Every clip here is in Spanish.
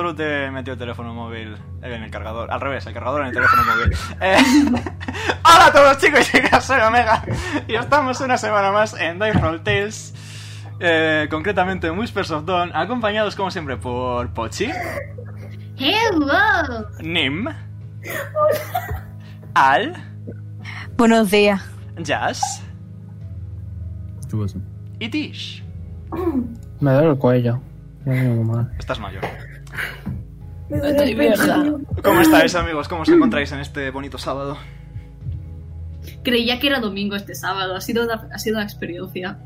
Ruth eh, metió el teléfono móvil en el cargador. Al revés, el cargador en el teléfono móvil. Eh, hola a todos chicos y chicas, soy Omega. Y estamos una semana más en Dive Roll Tales. eh, concretamente en Whispers of Dawn. Acompañados como siempre por Pochi, ¡Hello! Nim, Al, Buenos días. Jazz Chuboso. y Tish. Me duele el cuello. No me digo mal. Estás mayor. Estoy vieja. ¿Cómo estáis amigos? ¿Cómo os encontráis en este bonito sábado? Creía que era domingo este sábado, ha sido una, ha sido una experiencia.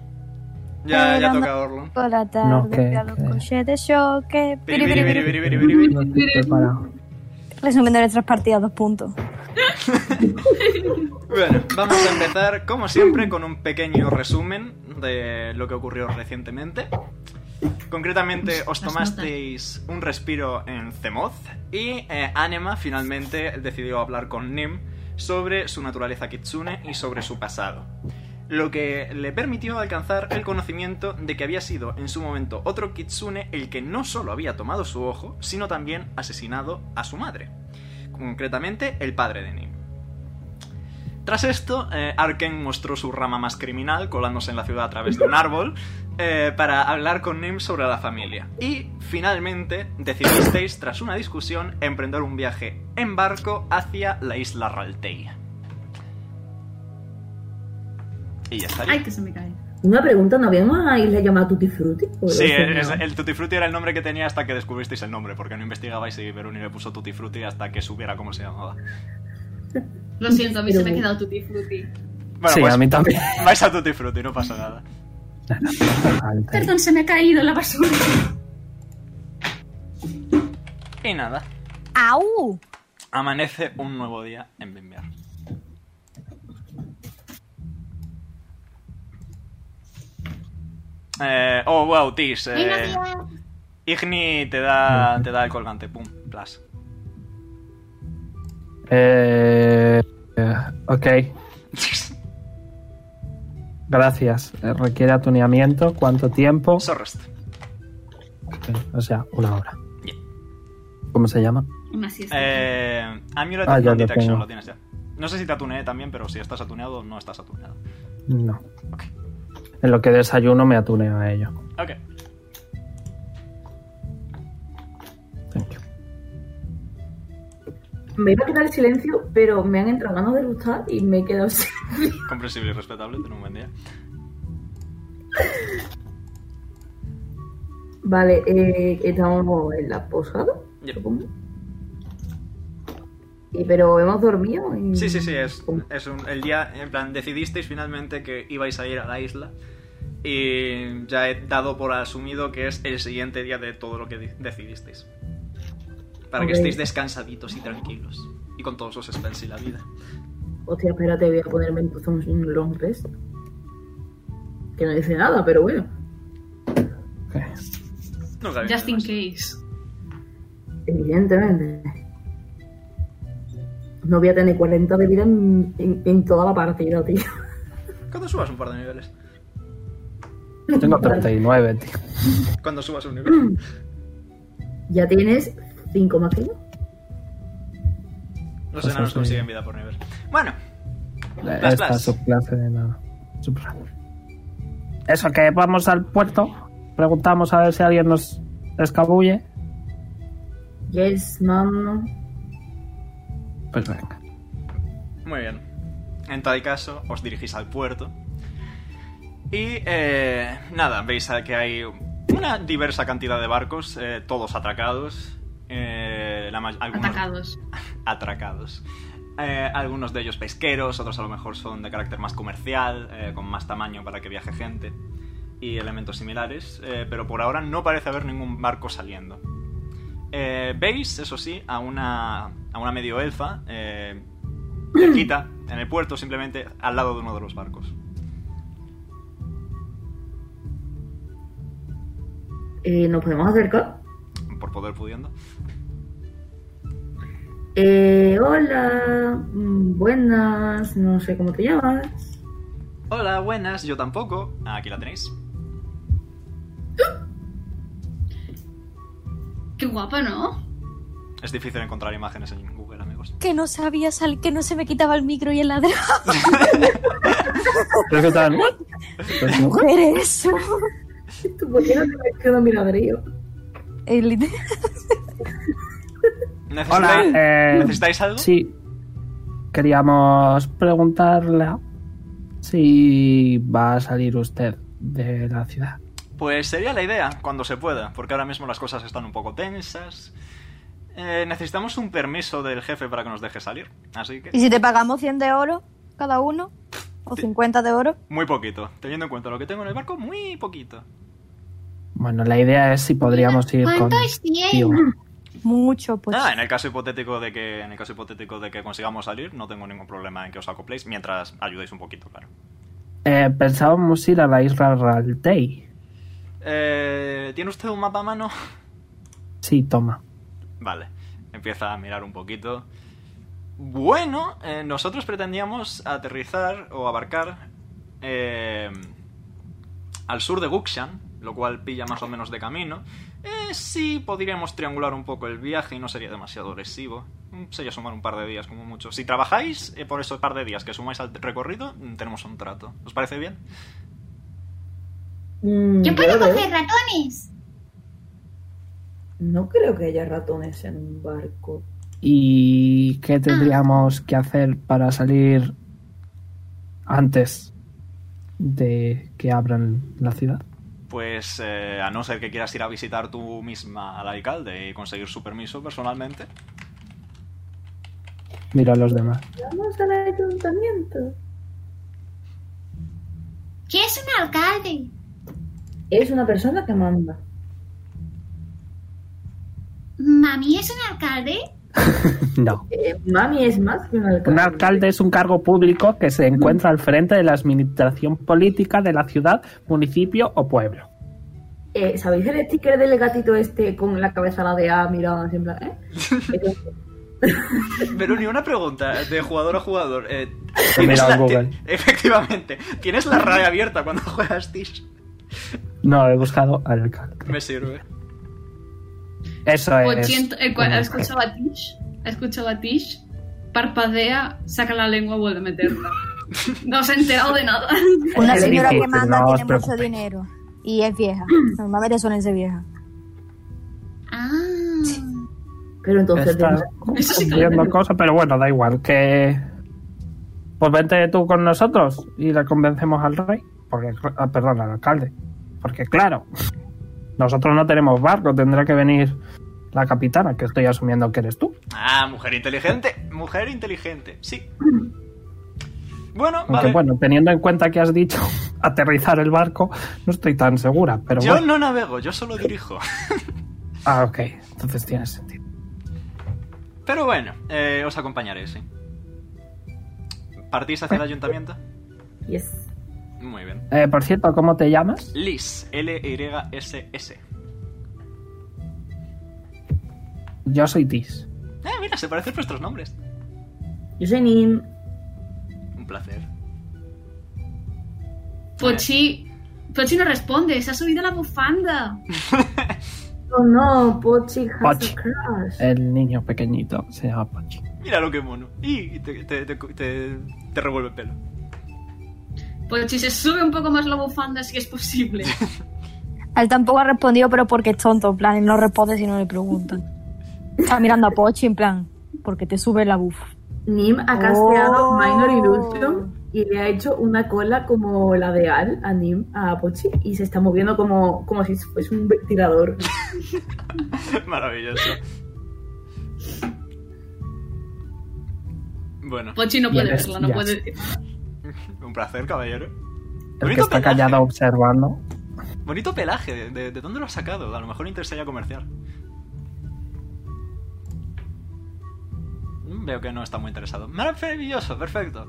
Ya, ya Era toca verlo. Por la No, que- tarde, a los que- coches de choque. Biri, Biri, biri, biri, biri, biri. biri, biri, biri, biri. No estoy preparado. Resumiendo nuestras partidas, dos puntos. Bueno, vamos a empezar, como siempre, con un pequeño resumen de lo que ocurrió recientemente. Concretamente, os Las notas. tomasteis un respiro en Zemoth y eh, Anema finalmente decidió hablar con Nim sobre su naturaleza kitsune y sobre su pasado. Lo que le permitió alcanzar el conocimiento de que había sido en su momento otro kitsune el que no solo había tomado su ojo, sino también asesinado a su madre. Concretamente, el padre de Nim. Tras esto, eh, Arken mostró su rama más criminal, colándose en la ciudad a través de un árbol, eh, para hablar con Nim sobre la familia. Y finalmente decidisteis, tras una discusión, emprender un viaje en barco hacia la isla Raltei. Y ya estaría. Ay, que se me cae. Una pregunta, ¿no había una isla llamada Tutti Frutti? ¿O Sí, eso es- no? el Tutti Frutti era el nombre que tenía hasta que descubristeis el nombre, porque no investigabais y Beruni le puso Tutti Frutti hasta que supiera cómo se llamaba. Lo siento, a mí se me ha Pero- quedado tutti frutti. Bueno, sí, pues a mí también. vais a Tutti Frutti, no pasa nada. Alta. Perdón, se me ha caído la basura. Y nada, ¡Au! amanece un nuevo día en Bimbiar. Eh, oh, wow, Tis. eh, Igni te da, te da el colgante, pum, plus. Eh, eh, ok, gracias. Eh, Requiere atuneamiento. ¿Cuánto tiempo? Sorrest. Eh, O sea, una hora. Bien. ¿Cómo se llama? Una siesta. Eh, Amulet Ah, of ya Non lo Detection tengo. lo tienes ya. No sé si te atuneé también, pero si estás atuneado o no estás atuneado. No. Ok. En lo que desayuno me atuneo a ello. Ok. Thank you. Me iba a quedar el silencio, pero me han entrado ganas de gustar y me he quedado sin- Comprensible y respetable, ten un buen día. Vale, eh, estamos en la posada, Ya. supongo. Y, pero hemos dormido. y- Sí, sí, sí, es, ¿Cómo? es un- el día, en plan, decidisteis finalmente que ibais a ir a la isla y ya he dado por asumido que es el siguiente día de todo lo que de- decidisteis. Para que Ok. estéis descansaditos y tranquilos y con todos los spells y la vida. Hostia, espérate, voy a ponerme entonces un long rest. Que no dice nada, pero bueno. Ok. Nunca viene Just de in más. case. Evidentemente. No voy a tener 40 de vida en, en- en toda la partida, tío. Cuando subas un par de niveles. Tengo 39, tío. Cuando subas un nivel. Ya tienes 5 más que yo. Los Pues enanos eso sí. consiguen vida por nivel. Bueno, Plas, Esta plas. subclase de nada. Eso que vamos al puerto, preguntamos a ver si alguien nos escabulle. Yes, mano. Pues venga. Muy bien. En tal caso, os dirigís al puerto. Y eh, nada, veis a que hay una diversa cantidad de barcos, eh, todos atracados. eh, la ma- algunos Atacados. atracados. Eh, algunos de ellos pesqueros, otros a lo mejor son de carácter más comercial, eh, con más tamaño para que viaje gente y elementos similares, eh, pero por ahora no parece haber ningún barco saliendo. Eh, Veis, eso sí, a una, a una medio elfa, eh, cerquita, en el puerto, simplemente al lado de uno de los barcos. Eh, Nos podemos acercar. Por poder pudiendo. Eh, hola, mm, buenas, no sé cómo te llamas. Hola, buenas, yo tampoco. Aquí la tenéis. Qué guapa, ¿no? Es difícil encontrar imágenes en Google, amigos. Que no sabía salir, que no se me quitaba el micro y el ladrón. Oh. Pero Pues, qué tal. Pues, Ver eso. ¿Tú por qué no te has quedado mi ladrillo? El- Hola, ¿Necesitáis, eh, ¿necesitáis algo? sí. Queríamos preguntarle si va a salir usted de la ciudad. Pues sería la idea, cuando se pueda, porque ahora mismo las cosas están un poco tensas. Eh, necesitamos un permiso del jefe para que nos deje salir, así ¿Y que... si te pagamos 100 de oro cada uno? ¿O 50 de oro? Muy poquito, teniendo en cuenta lo que tengo en el barco, muy poquito. Bueno, la idea es si podríamos ir con. ¿Cuánto es tío. 100? Mucho, pues. Ah, en el caso hipotético de que en el caso hipotético de que consigamos salir, no tengo ningún problema en que os acopléis mientras ayudéis un poquito, claro. Eh, pensábamos ir a la isla Raltei. Eh, ¿Tiene usted un mapa a mano? Sí, toma. Vale, empieza a mirar un poquito. Bueno, eh, nosotros pretendíamos aterrizar o abarcar eh, al sur de Guxian, lo cual pilla más o menos de camino. Eh, sí, podríamos triangular un poco el viaje y no sería demasiado agresivo. Mm, Sería sumar un par de días, como mucho. Si trabajáis eh, por esos par de días que sumáis al recorrido, mm, tenemos un trato. ¿Os parece bien? Mm, Yo puedo lo veo. coger ratones. No creo que haya ratones en un barco. ¿Y Ah. qué tendríamos que hacer para salir antes de que abran la ciudad? Pues eh, a no ser que quieras ir a visitar tú misma al alcalde y conseguir su permiso personalmente. Mira a los demás. Vamos al ayuntamiento. ¿Qué es un alcalde? Es una persona que manda. Mami, ¿es un alcalde? No. Eh, mami es más que un alcalde. Un alcalde es un cargo público que se encuentra al frente de la administración política de la ciudad, municipio o pueblo. Eh, ¿Sabéis el sticker del gatito este con la cabeza ladeada mirada así en plan, eh? Es un- Pero ni una pregunta de jugador a jugador. eh, He ¿tienes mirado la- en Google. ti- efectivamente, tienes la raya abierta cuando juegas Tish. No, he buscado al alcalde. Me sirve. Eso es. 80, el cual- eh, ha escuchado a Tish, ha escuchado a Tish, parpadea, saca la lengua y vuelve a meterla. No se ha enterado de nada. Una Es señora que difícil, manda no tiene os mucho preocupéis. dinero. Y es vieja. Normalmente suelen ser viejas. Ah. Pero entonces... Estás Eso sí que viendo cosas, pero bueno, da igual. Que. Pues vente tú con nosotros y le convencemos al rey. Porque, ah, perdón, al alcalde. Porque, claro, nosotros no tenemos barco, tendrá que venir la capitana, que estoy asumiendo que eres tú. Ah, mujer inteligente. Mujer inteligente, sí. Bueno, Aunque, vale. bueno, teniendo en cuenta que has dicho aterrizar el barco, no estoy tan segura, pero Yo bueno. no navego, yo solo dirijo. Ah, ok, entonces tiene sentido. Pero bueno, eh, os acompañaré, sí. ¿Partís hacia el ayuntamiento? Yes. Muy bien. Eh, por cierto, ¿cómo te llamas? Liz, L-Y-S-S. Yo soy Tis. Eh, mira, se parecen vuestros nombres. Yo soy Em, Nin. Un placer. Pochi, Pochi no responde, se ha subido la bufanda. Oh no, Pochi has Pochi. a crush. El niño pequeñito se llama Pachi. Mira lo que mono. Y te, te- te- te- te revuelve el pelo. Pochi se sube un poco más la bufanda si es posible. Él tampoco ha respondido, pero porque es tonto. En plan, él no responde si no le preguntan. Está mirando a Pochi, en plan, porque te sube la buf. Nim ha casteado Oh. Minor Illusion y le ha hecho una cola como la de Al a Nim, a Pochi, y se está moviendo como, como si fuese un ventilador. Maravilloso. Bueno, Pochi no Y puede el es- verla, no ya. puede. un placer, caballero. El Bonito que está pelaje. callado observando. Bonito pelaje. ¿De, de, de dónde lo has sacado? A lo mejor interesaría comerciar. Mm, Veo que no está muy interesado. Maravilloso, perfecto.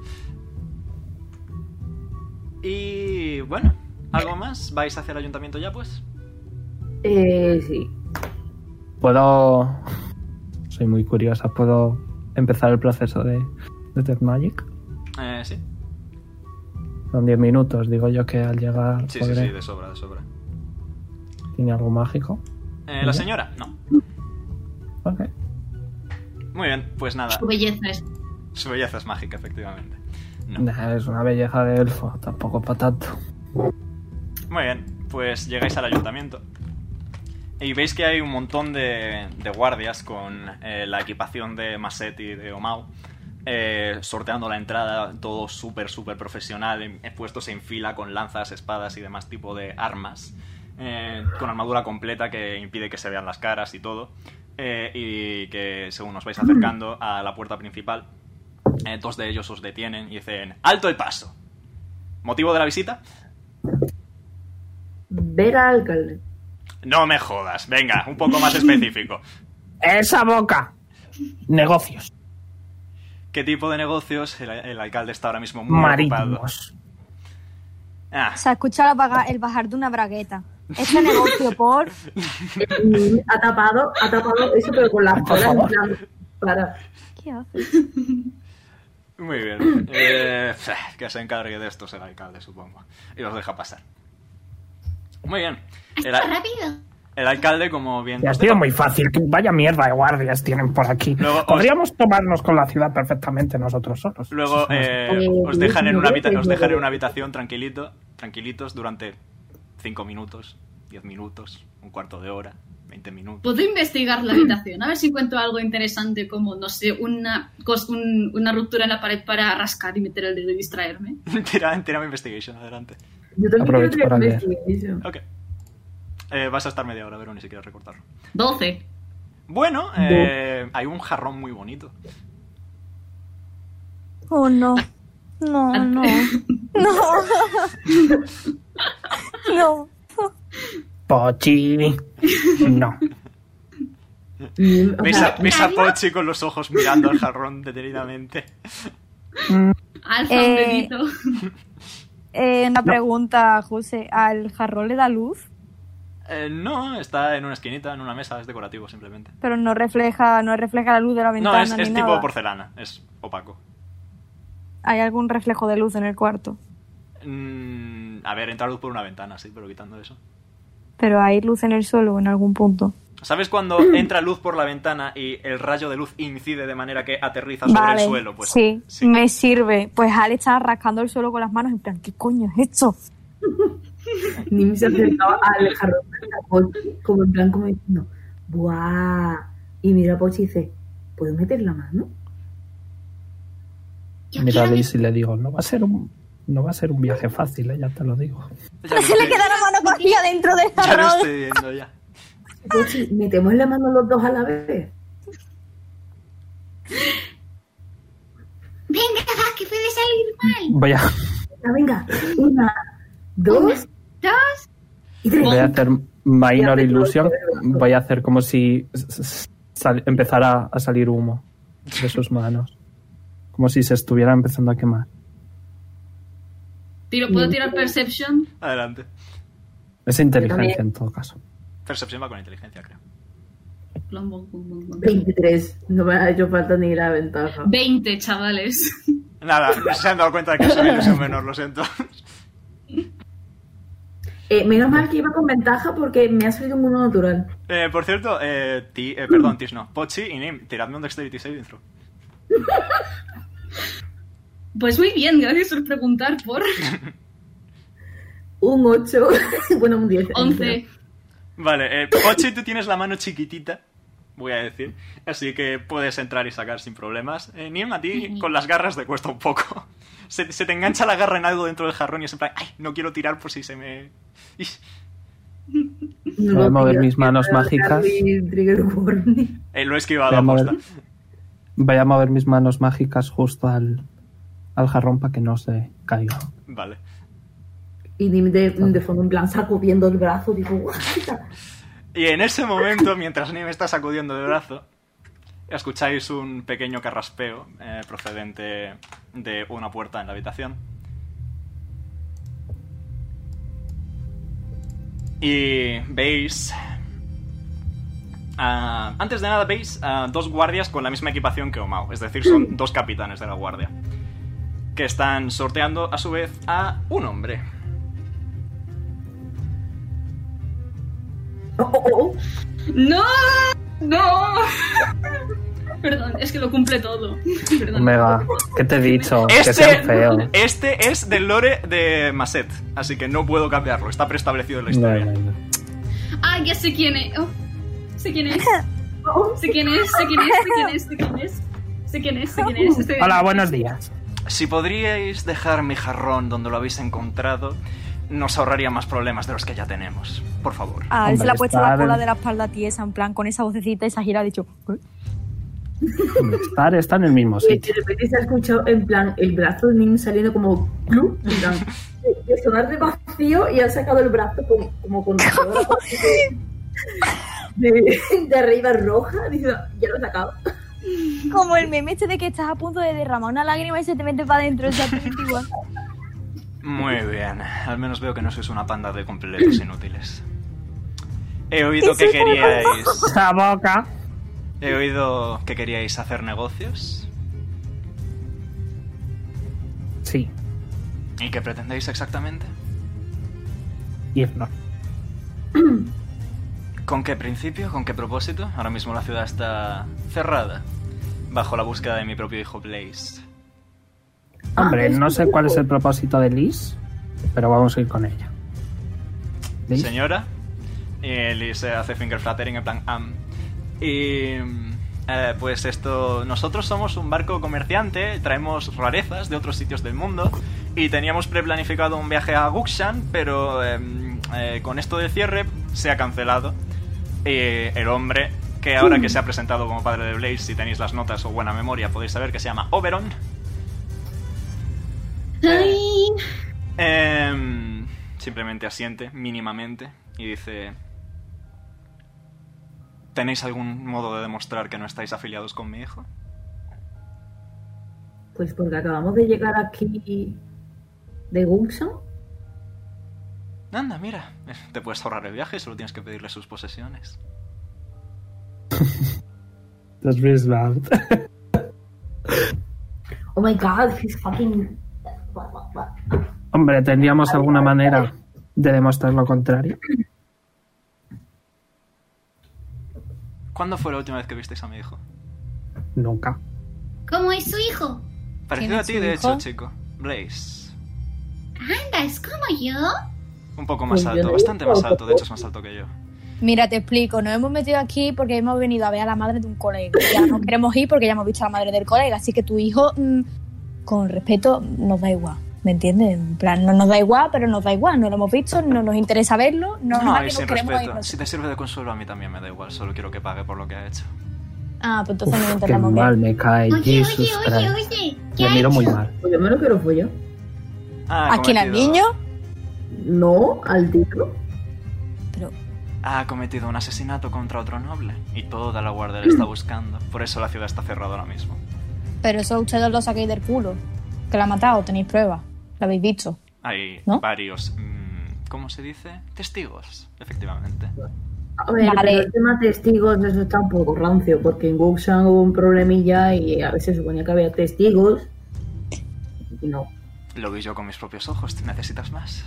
Y bueno, ¿algo más? ¿Vais hacia el ayuntamiento ya, pues? Eh, sí. Puedo. Soy muy curiosa. ¿Puedo empezar el proceso de, de Death Magic? Eh, sí. Son 10 minutos. Digo yo que al llegar. Sí, sí, podré- Eh, sí, de sobra, de sobra. ¿Tiene algo mágico? Eh, ¿La señora? No. Ok. Muy bien, pues nada. Su belleza es. Su belleza es mágica, efectivamente. No. Nah, Es una belleza de elfo, tampoco para tanto. Muy bien, pues llegáis al ayuntamiento. Y veis que hay un montón de, de guardias con eh, la equipación de Massetti y de Omao. eh, sorteando la entrada, todo súper, súper profesional, en- eh, puestos en fila con lanzas, espadas y demás tipo de armas. eh, con armadura completa que impide que se vean las caras y todo. eh, y que según os vais acercando a la puerta principal, eh, dos de ellos os detienen y dicen, ¡Alto el paso! ¿Motivo de la visita? Ver al alcalde. No me jodas, venga, un poco más específico. ¡Esa boca! Negocios ¿Qué tipo de negocios? El, el alcalde está ahora mismo muy ocupado. marítimos. Ah, Se ha escuchado la baga- el bajar de una bragueta. Este negocio por... Mm, Ha tapado, ha tapado eso, pero con las colas en plan, para. ¿Qué hace? muy bien. Eh, que se encargue de estos el alcalde, supongo. Y los deja pasar. Muy bien. El, Hazlo a- rápido. el alcalde, como bien... Ya ha sido muy fácil. que Vaya mierda de guardias tienen por aquí. Luego os- Podríamos tomarnos con la ciudad perfectamente nosotros solos. Luego eh, os, dejan en una eh, habita- os dejan en una habitación tranquilito, tranquilitos durante 5 minutos, 10 minutos, un cuarto de hora, 20 minutos. Puedo investigar la habitación, a ver si encuentro algo interesante como, no sé, una, cos- un- una ruptura en la pared para rascar y meter el dedo y distraerme. Tira, tírame investigation, adelante. Yo también Aprovecho quiero para tener leer. investigation. Ok. Eh, vas a estar media hora, Verón, ni siquiera recortarlo. 12. Bueno, eh, hay un jarrón muy bonito. Oh, no. No, no. No. No. Pochi. No. Mm, o ¿Veis sea, a, veis a Pochi con los ojos mirando al jarrón detenidamente? Alza un Eh, dedito. Eh, una pregunta, José. ¿Al jarrón le da luz? Eh, no, está en una esquinita, en una mesa, es decorativo simplemente. Pero no refleja, no refleja la luz de la No, ventana es, ni es tipo nada. porcelana, es opaco. ¿Hay algún reflejo de luz en el cuarto? Mm, a ver, entra luz por una ventana, sí, pero quitando eso. Pero hay luz en el suelo en algún punto. ¿Sabes cuando Mm. entra luz por la ventana y el rayo de luz incide de manera que aterriza sobre Vale, el suelo? Pues sí, me sirve. Pues Al está rascando el suelo con las manos en plan, ¿qué coño es esto? Nim se acercaba al jarrón de Pochi, como en plan, como diciendo, ¡buah! Y mira a Pochi y dice, ¿puedo meter la mano? Yo Mira a quiero mi- Liz y le digo, no va a ser un, no va a ser un viaje fácil, eh, ya te lo digo. Ya lo Se le estoy, queda la mano cogida dentro del ya lo jarrón. estoy viendo ya. Pochi, ¿metemos la mano los dos a la vez? Venga, va, que puede salir mal. Voy a, Ah, Venga, venga, una, dos Dos. y tres. voy a hacer minor ilusión. Voy a hacer como si s- s- sal- empezara a salir humo de sus manos. Como si se estuviera empezando a quemar. Tiro, Mm. ¿Puedo tirar Perception? Adelante. Es inteligencia en todo caso. Percepción va con inteligencia, creo. Plom, bom, bom, bom, bom. 23. No me ha hecho falta ni la ventaja. 20, chavales. Nada, se han dado cuenta de que soy ilusión menor, lo siento. Eh, menos mal que iba con ventaja porque me ha salido un uno natural. Eh, por cierto, eh, ti- eh, perdón, Tis no. Pochi y Nim, tiradme un Dexterity Saving Throw. Pues muy bien, gracias por preguntar por Un 8. bueno, un 10. 11. Vale, eh, Pochi, tú tienes la mano chiquitita, voy a decir. Así que puedes entrar y sacar sin problemas. Eh, Nim, a ti con las garras te cuesta un poco. Se, se te engancha la garra en algo dentro del jarrón y es en plan, ay, no quiero tirar por si se me... Ish. No Voy a lo mover pillo. mis manos Voy a sacar mágicas. mi trigger warning. Eh, lo he esquivado Voy a a mover, posta. voy a mover mis manos mágicas justo al, al jarrón para que no se caiga. Vale. Y Nim de, de fondo, en plan, sacudiendo el brazo, digo, guajita. Y en ese momento, mientras Nim está sacudiendo el brazo, escucháis un pequeño carraspeo eh, procedente de una puerta en la habitación. Y veis... ah, antes de nada veis a dos guardias con la misma equipación que Omao, es decir, son dos capitanes de la guardia, que están sorteando a su vez a un hombre. Oh, oh, oh, oh. ¡No! ¡No! Perdón, es que lo cumple todo. Perdón. Omega, ¿qué te he dicho? Que sean feos. Este, este es del lore de Maset, así que no puedo cambiarlo, está preestablecido en la No, historia. no, no. Ah, ya sé quién es. Oh, sé quién es. Sé quién es, sé quién es, sé quién es, sé quién es. Sé quién es, sé quién es. sé quién es. Hola, buenos días. Si podríais dejar mi jarrón donde lo habéis encontrado, nos ahorraría más problemas de los que ya tenemos. Por favor. Ah, él se Hombre, le ha puesto estar la en- cola de la espalda tiesa, en plan, con esa vocecita y esa gira ha dicho. "¿Qué?". Star está en el mismo Y de sitio. repente se ha escuchado en plan el brazo de Nim saliendo como club, en plan, de- de sonar de vacío y ha sacado el brazo como, como con de, de arriba roja, diciendo, ya lo he sacado. Como el meme este de que estás a punto de derramar una lágrima y se te mete para adentro. exactamente igual. Muy bien, al menos veo que no sois una panda de completos inútiles. He oído que queríais. Esa boca. He oído que queríais hacer negocios. Sí, ¿Y qué pretendéis exactamente? irnos. ¿Con qué principio? ¿Con qué propósito? Ahora mismo la ciudad está cerrada. Bajo la búsqueda de mi propio hijo Blaze. Hombre, no sé cuál Ah, es el propósito de Liz, pero vamos a ir con ella. Liz, Señora. Y Liz se hace finger flattering en plan am. Y. mm, eh, pues esto. Nosotros somos un barco comerciante, traemos rarezas de otros sitios del mundo. Y teníamos preplanificado un viaje a Guxan, pero em, eh, con esto del cierre se ha cancelado. Eh, el hombre, que ahora que se ha presentado como padre de Blaze, si tenéis las notas o buena memoria, podéis saber que se llama Oberon. Ay, Em, simplemente asiente mínimamente y dice... ¿Tenéis algún modo de demostrar que no estáis afiliados con mi hijo? Pues porque acabamos de llegar aquí de Gungsan. Anda, mira, te puedes ahorrar el viaje, solo tienes que pedirle sus posesiones. los Brisbane. Oh my god, he's fucking. Hombre, ¿tendríamos alguna manera de demostrar lo contrario? ¿Cuándo fue la última vez que visteis a mi hijo? Nunca. ¿Cómo es su hijo? Parecido ¿Quién a es ti, su de hijo? hecho, chico. Blaze. Anda, es como yo. Un poco más Pues yo alto, no he bastante visto más otro alto, de hecho es más alto que yo. Mira, te explico. Nos hemos metido aquí porque hemos venido a ver a la madre de un colega. Ya no queremos ir porque ya hemos visto a la madre del colega. Así que tu hijo, mm, con respeto, nos da igual. ¿Me entiendes? En plan, no nos da igual, pero nos da igual. No lo hemos visto, no nos interesa verlo. No, No, nos da y que sin nos queremos ir respeto. Si nosotros. te sirve de consuelo, a mí también me da igual, solo quiero que pague por lo que ha hecho. Ah, pues entonces no Uf, qué intentamos mal me cae. Oye, Jesus oye, oye, Christ. oye. ¿Qué Le ha miro muy hecho? mal. Pues yo me lo quiero follar. Ah, ¿A quién? ¿Al cometido- niño? No, al título. Ha cometido un asesinato contra otro noble y toda la guardia le está buscando. Por eso la ciudad está cerrada ahora mismo. Pero eso ustedes lo saquéis del culo. Que la ha matado, tenéis pruebas. Lo habéis visto. Hay ¿No? varios, mm, ¿cómo se dice? Testigos, efectivamente. A ver, Vale. pero el tema testigos, eso está un poco rancio, porque en Gungshan hubo un problemilla y a veces suponía que había testigos. Y no. Lo vi yo con mis propios ojos. ¿Te necesitas más?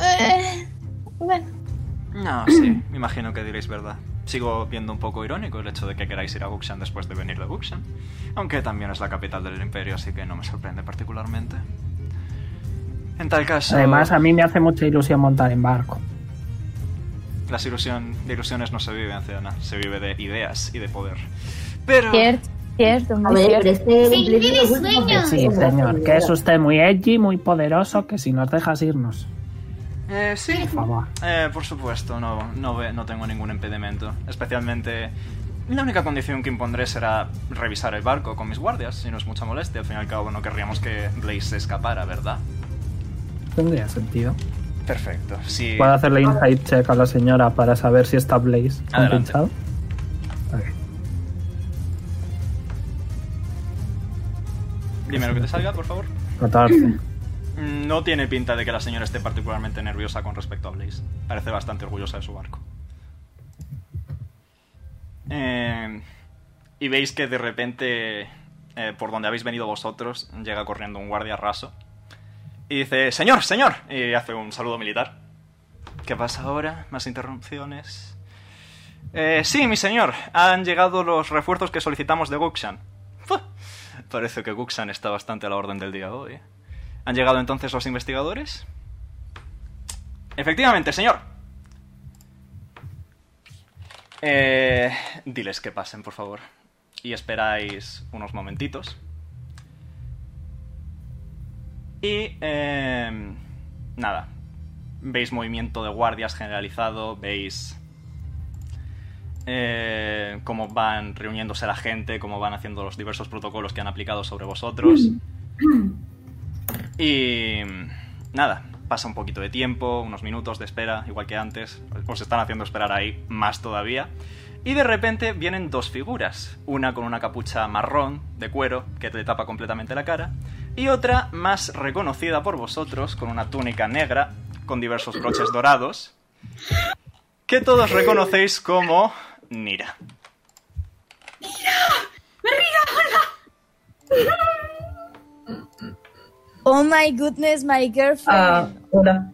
Eh, No, sí, me imagino que diréis verdad. Sigo viendo un poco irónico el hecho de que queráis ir a Guxan después de venir de Guxan. Aunque también es la capital del imperio, así que no me sorprende particularmente. En tal caso, Además, a mí me hace mucha ilusión montar en barco. las ilusión, de ilusiones no se vive, anciana. Se vive de ideas y de poder. Pero... Cierto, cierto, A muy ver, cierto. pero este Sí, cumplido tiene los últimos sueño. meses. Sí, Hombre, señor, mira. que es usted muy edgy, muy poderoso, que si nos dejas irnos. eh, sí, Por favor. Eh, por supuesto, no, no, ve- no tengo ningún impedimento. Especialmente, la única condición que impondré será revisar el barco con mis guardias, si no es mucha molestia. Al fin y al cabo, no querríamos que Blaze se escapara, ¿verdad? Tendría sentido. Perfecto. Sí. Puedo hacerle insight check a la señora para saber si está Blaze Adelante. compensado. Ok. Dime lo que te salga, por favor. 14. Mm, No tiene pinta de que la señora esté particularmente nerviosa con respecto a Blaze. Parece bastante orgullosa de su barco. Eh, y veis que de repente, eh, por donde habéis venido vosotros, llega corriendo un guardia raso. Y dice, señor, señor. Y hace un saludo militar. ¿Qué pasa ahora? Más interrupciones. Eh, sí, mi señor. Han llegado los refuerzos que solicitamos de Guxan. Fua. Parece que Guxan está bastante a la orden del día hoy. ¿eh? ¿Han llegado entonces los investigadores? Efectivamente, señor. Eh, diles que pasen, por favor. Y esperáis unos momentitos. Y... eh, nada. Veis movimiento de guardias generalizado, veis eh, cómo van reuniéndose la gente, cómo van haciendo los diversos protocolos que han aplicado sobre vosotros. Y nada, pasa un poquito de tiempo, unos minutos de espera, igual que antes. Os están haciendo esperar ahí más todavía. Y de repente vienen dos figuras, una con una capucha marrón de cuero que te tapa completamente la cara y otra más reconocida por vosotros con una túnica negra con diversos broches dorados que todos reconocéis como Nira. Oh my goodness, my Ah, girlfriend. hola.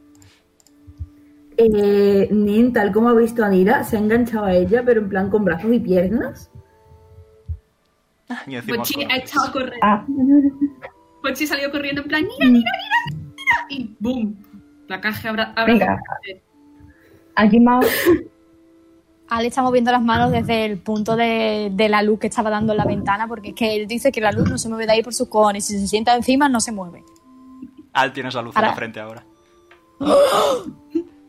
Eh, Nin, tal como ha visto a Nira, se ha enganchado a ella, pero en plan con brazos y piernas. Y encima os Ah, Pochi ha conocéis. echado a correr. Ah, Pochi salió corriendo en plan, mira, mira, mira, mira, mira", Y boom. La caja abra abre. Venga. allí más. Ale está moviendo las manos desde el punto de, de la luz que estaba dando en la ventana, porque es que él dice que la luz no se mueve de ahí por sus cojones. Si se sienta encima, no se mueve. Al tienes la luz en la Ahora- frente ahora.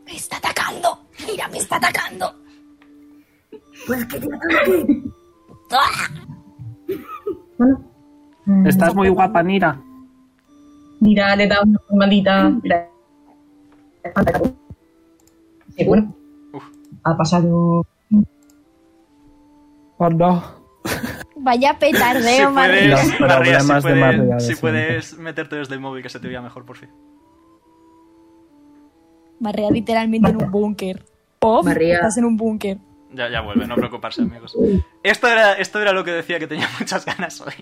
¡Me está atacando! ¡Mira, me está atacando! Pues que te ataque. Ah. Bueno. Mm, Estás muy guapa, Nira. Mira, le da una palmadita. Mira. Sí, bueno. Uf. Ha pasado. Oh, no. Vaya Si petardeo, eh, madre. puedes, Los Narria, si problemas de puedes- María de si siempre. puedes meterte desde el móvil que se te vea mejor por fin. Barrea literalmente en un búnker. Pop, Barrea. estás en un búnker. Ya, ya vuelve, no preocuparse, amigos. Esto era, esto era lo que decía que tenía muchas ganas hoy.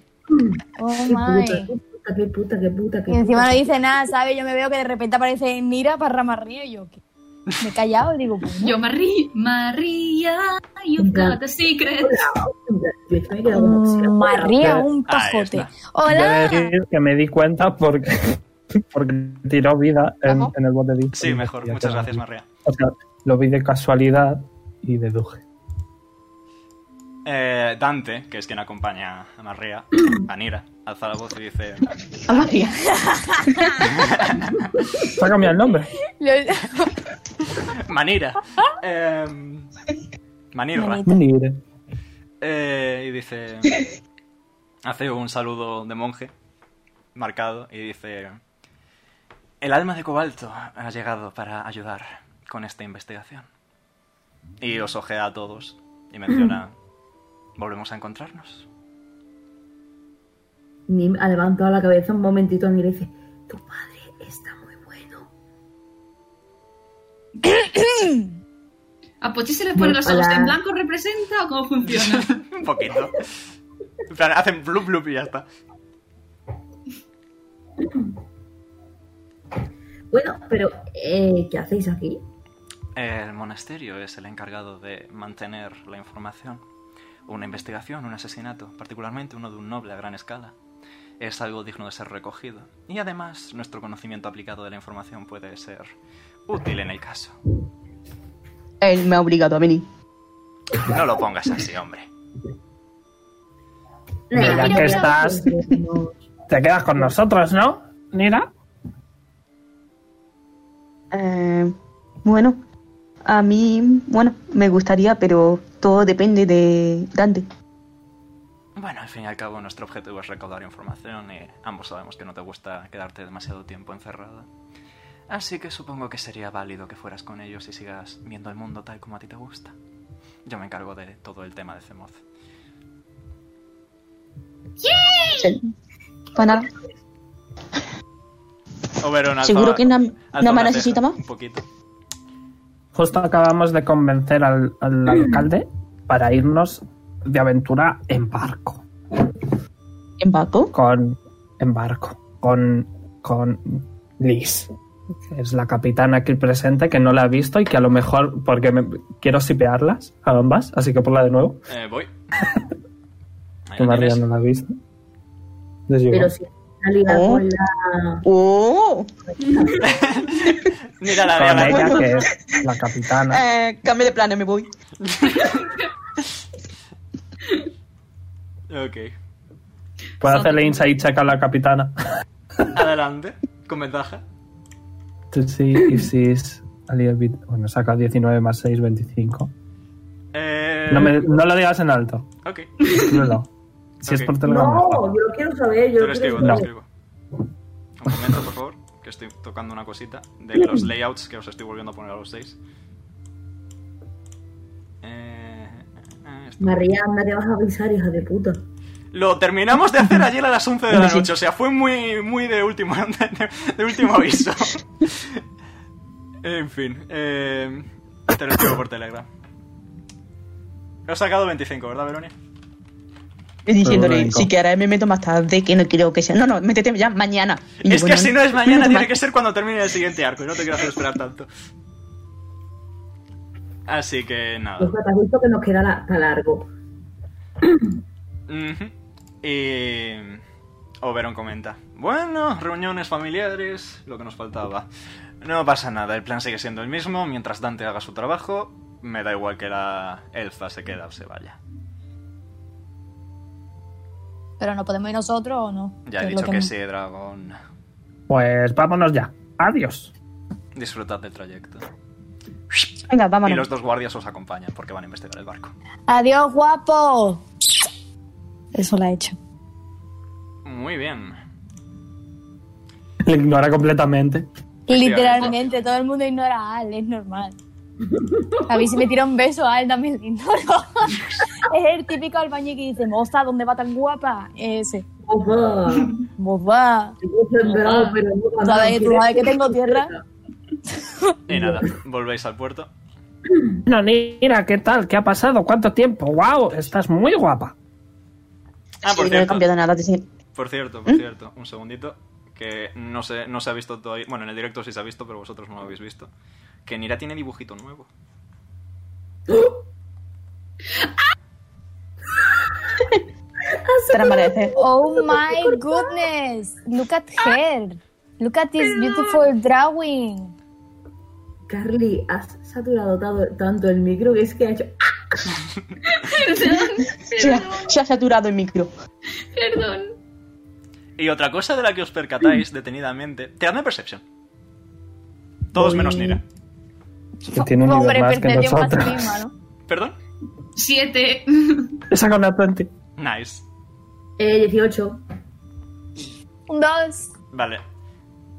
Oh Qué my. puta, qué puta, qué puta, qué puta, qué Y encima puta. no dice nada, ¿sabes? Yo me veo que de repente aparece Mira para Ramarrío y yo ¿qué? me he callado y digo, pues, Yo, María, María, you've got a secret. Yo es que me he quedado con no. oxígeno. María, Mm, un Ahí pajote. está. ¡Hola! Quiero decir que me di cuenta porque, porque tiró vida en, Ajá. en el bote de Discord. Sí, mejor. Y Muchas acá- gracias, María. O sea, lo vi de casualidad y deduje. Eh, Dante, que es quien acompaña a María, a Nira, alza la voz y dice... A María. Se ha cambiado el nombre. Lo- Manira. Em, Manirra. Manita. Mire. Eh, y dice... Hace un saludo de monje, marcado, y dice... El alma de cobalto ha llegado para ayudar con esta investigación. Y os ojea a todos y menciona... Volvemos a encontrarnos. Nim ha levantado la cabeza un momentito a Nira y dice, tu padre está muy bueno. ¿A Pochi se le ponen los ojos Hola. en blanco? ¿Representa o cómo funciona? Un poquito. En plan, hacen blup blup y ya está. Bueno, pero eh, ¿qué hacéis aquí? El monasterio es el encargado de mantener la información. Una investigación, un asesinato, particularmente uno de un noble a gran escala. Es algo digno de ser recogido. Y además, nuestro conocimiento aplicado de la información puede ser útil en el caso. Él me ha obligado a venir. No lo pongas así, hombre. Mira Nah, no, que estás. no. Te quedas con nosotros, ¿no, Nira? Eh, bueno, a mí, bueno, me gustaría, pero todo depende de Dante. Bueno, al fin y al cabo, nuestro objetivo es recaudar información y ambos sabemos que no te gusta quedarte demasiado tiempo encerrada. Así que supongo que sería válido que fueras con ellos y sigas viendo el mundo tal como a ti te gusta. Yo me encargo de todo el tema de Zemoz. Sí. Pues nada, Oberon, alza- seguro que Nam alza Nama una necesita ceja, más. Un poquito. Justo acabamos de convencer al, al alcalde para irnos de aventura en barco. En Baco. Con. En barco. Con. Con. Liz. es la capitana aquí presente que no la ha visto y que a lo mejor, porque me- quiero sipearlas a ambas, así que ponla de nuevo. Eh, voy. Ahí Que la María tienes. no la ha visto. Les digo, Pero si está ligada Oh. con la. ¡Oh! Mira la con de ella, Ana. que es la capitana. Eh, cambio de planes, me voy. Ok. ¿Puedo hacerle insight check a la capitana? Adelante. Con ventaja. To see if she's a little bit- Bueno, saca 19 más 6, 25. Eh, No, me- no lo digas en alto. Ok. No, no. Si es Ok. por telegrama. No, yo lo quiero saber. Te Yo lo lo quiero escribo, te lo saber. No. escribo. Un momento, por favor, que estoy tocando una cosita de los layouts que os estoy volviendo a poner a los seis. Eh, eh, esto. María, anda que vas a avisar, hija de puta. Lo terminamos de hacer ayer a las 11 de la Sí. noche, o sea, fue muy, muy de último, de, de último aviso. en fin, eh, te lo escribo por Telegram. He sacado 25, ¿verdad, Verónica? Y Pero diciéndole, blanco. si que ahora me meto más tarde, que no quiero que sea. No, no, métete ya mañana. Y yo, es que bueno, si no es me mañana, meto tiene ma- que ser cuando termine el siguiente arco. Y no te quiero hacer esperar tanto. Así que nada. Pues te has visto que nos queda la- para largo. Ujú. Y. Oberon comenta: Bueno, reuniones familiares, lo que nos faltaba. No pasa nada, el plan sigue siendo el mismo. Mientras Dante haga su trabajo, me da igual que la elfa se queda o se vaya. Pero no podemos ir nosotros o no. Ya he Que es lo dicho que me- sí, dragón. Pues vámonos ya. Adiós. Disfrutad del trayecto. Venga, Y vámonos. los dos guardias os acompañan porque van a investigar el barco. Adiós, guapo. Eso la he hecho. Muy bien. Le ignora completamente. Literalmente, todo el mundo ignora a Al, es normal. A mí si me tira un beso a Al también lo ignoro. Es el típico albañil que dice, moza, ¿dónde va tan guapa? Ese, Opa. vos va. Yo te he enterado, pero no, ¿Tú sabes, tú sabes que tengo tierra? Y nada, volvéis al puerto. No, mira, ¿qué tal? ¿Qué ha pasado? ¿Cuánto tiempo? ¡Wow! Estás muy guapa. Ah, por Sí, no he cierto, ¿Mm? cambiado nada. dice- por cierto, por cierto, un segundito. Que no se, no se ha visto todavía. Bueno, en el directo sí se ha visto, pero vosotros no lo habéis visto. Que Nira tiene dibujito nuevo. Transparece. Oh my goodness, look at her. Look at this beautiful drawing. Carly, has saturado tado- tanto el micro que es que ha hecho. Se ha, se ha saturado el micro. Perdón. Y otra cosa de la que os percatáis detenidamente. Tiradme Perception. Todos menos Nira. Que tiene un nivel Hombre, más que percepción más nosotros. mínima, ¿no? ¿Perdón? Siete. Saca una 20. Nice. Eh, 18. Un dos. Vale.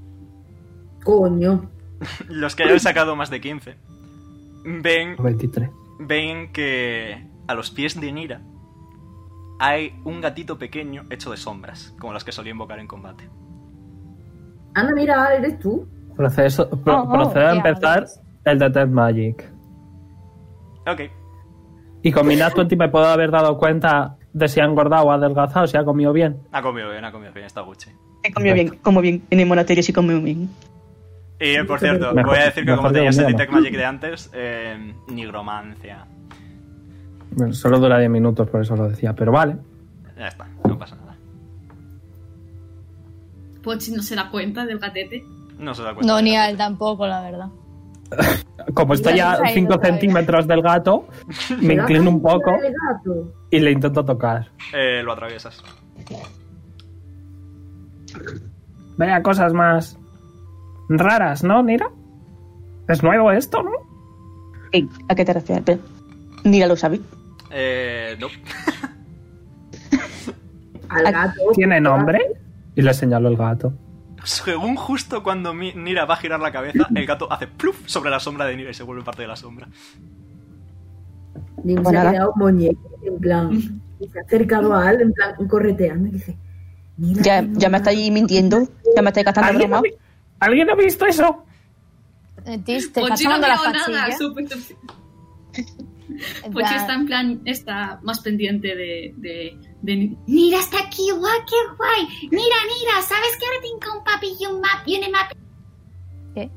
Coño. Los que hayan sacado más de 15 ven, 23. ven que a los pies de Nira hay un gatito pequeño hecho de sombras, como las que solía invocar en combate. Anda, mira, ahora eres tú. Proceso, pro- Oh, oh, procedo a ya, empezar Dios. el Detect Magic. Ok. Y con mi Nat 20 me puedo haber dado cuenta de si ha engordado o ha adelgazado, si ha comido bien. Ha comido bien, ha comido bien, está Gucci. He comido bien, como bien. En el monasterio sí comido bien. Y eh, por cierto, Mejor- voy a decir que mejor como de tenías el mañana. Detect Magic de antes, eh, nigromancia. Bueno, solo dura 10 minutos, por eso lo decía. Pero vale. Ya está, no pasa nada. Pochi no se da cuenta del gatete. No se da cuenta. No, de ni nada. Al tampoco, la verdad. Como está Ya ya no se ha ido 5 todavía. centímetros del gato, me Pero inclino un hazme poco el gato. y le intento tocar. Eh, lo atraviesas. Vaya cosas más raras, ¿no, Nira? Es nuevo esto, ¿no? Ey, ¿A qué te refieres? Pero, Nira lo sabe. Eh, no. Al gato. ¿Tiene nombre? Y le señalo el gato. Según justo cuando Mi- Nira va a girar la cabeza, el gato hace pluf sobre la sombra de Nira y se vuelve parte de la sombra. Nim se Bueno, ha ahora- quedado muñeco, en plan. Y se ha acercado a Al, en plan, correteando y dice. Mira, Ya, qué ya me estáis mintiendo. Ya me estáis gastando ¿Alguien, broma. ha vi- alguien ha visto eso? Eh, Tis, te estás Pochi Pues no tomando la vio nada. pastilla. súper- En Pochi plan- está en plan, está más pendiente de, de, de ni- Mira, está aquí, guau, qué guay. Mira, mira, ¿sabes que ahora tengo un papillón map y un map? Eh,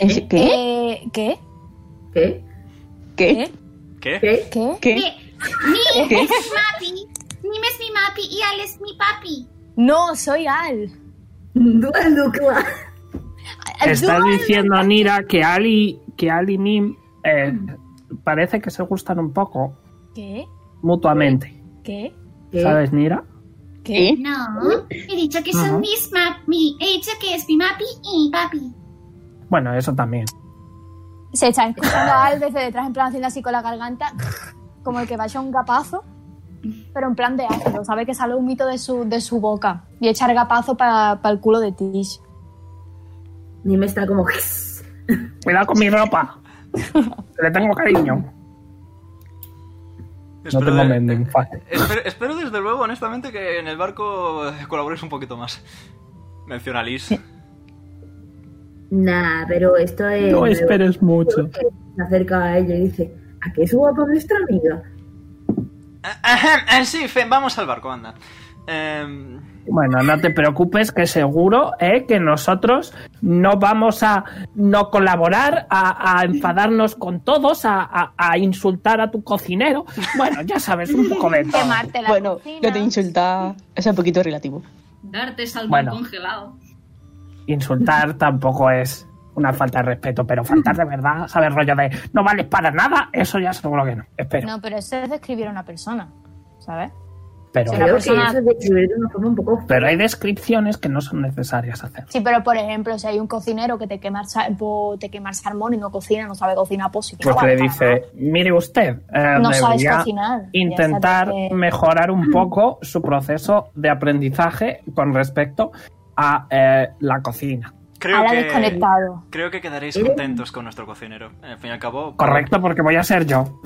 Es- ¿Qué? Eh, ¿Qué? ¿Qué? ¿Qué? ¿Qué? ¿Qué? ¿Qué? ¿Qué? Que Nim ¿Qué? es mi papi. Nim es mi papi y Al es mi papi. No, soy Al. Dualdo, claro. Estás Yo- diciendo, Nira, que Ali, que Ali y Nim eh, parece que se gustan un poco ¿Qué? mutuamente. ¿Qué? ¿Qué? ¿Sabes, Nira? ¿Qué? No, he dicho que ¿Eh? Ajá. son mis papi. He dicho que es mi papi y mi papi. Bueno, eso también. Se está escuchando a Al desde detrás, en plan haciendo así con la garganta, como el que vaya un gapazo, pero en plan de ácido, sabe que sale un mito de su, de su boca y echar gapazo para el culo de Tish. Ni me está como. Cuidado con mi ropa. Le tengo cariño. No Espero tengo de- mente fácil. Espero, espero, desde luego, honestamente, que en el barco colabores un poquito más. Menciona Liz. Nah, pero esto es. No esperes mucho. Se acerca a ella y dice: ¿A qué es guapa nuestra amiga? Ajá, eh, sí, Fe, vamos al barco, anda. Em, Bueno, no te preocupes, que seguro eh, que nosotros no vamos a no colaborar, a, a enfadarnos con todos, a, a- a insultar a tu cocinero. Bueno, ya sabes, un poco de todo. Quemarte la Bueno, cocina. yo te insulta. Es un poquito relativo. Darte salmón Bueno. congelado. Insultar tampoco es una falta de respeto, pero faltar de verdad, ¿sabes? Rollo de no vales para nada, eso ya seguro que no. Espero. No, pero eso es describir a una persona, ¿sabes? pero, Una Creo persona- que eso es describir de una forma un poco. pero hay descripciones que no son necesarias hacer. Sí, pero por ejemplo, si hay un cocinero que te quema, el sa- po- te quema el salmón y no cocina, no sabe cocinar, pues sí que no Pues le vale para nada. dice, mire usted, eh, No sabes debería cocinar. Ya intentar sabes que- mejorar un poco su proceso de aprendizaje con respecto a eh, la cocina. creo Ahora que. desconectado. Creo que quedaréis contentos con nuestro cocinero. Al fin y al cabo. ¿Eh? Correcto, porque voy a ser yo.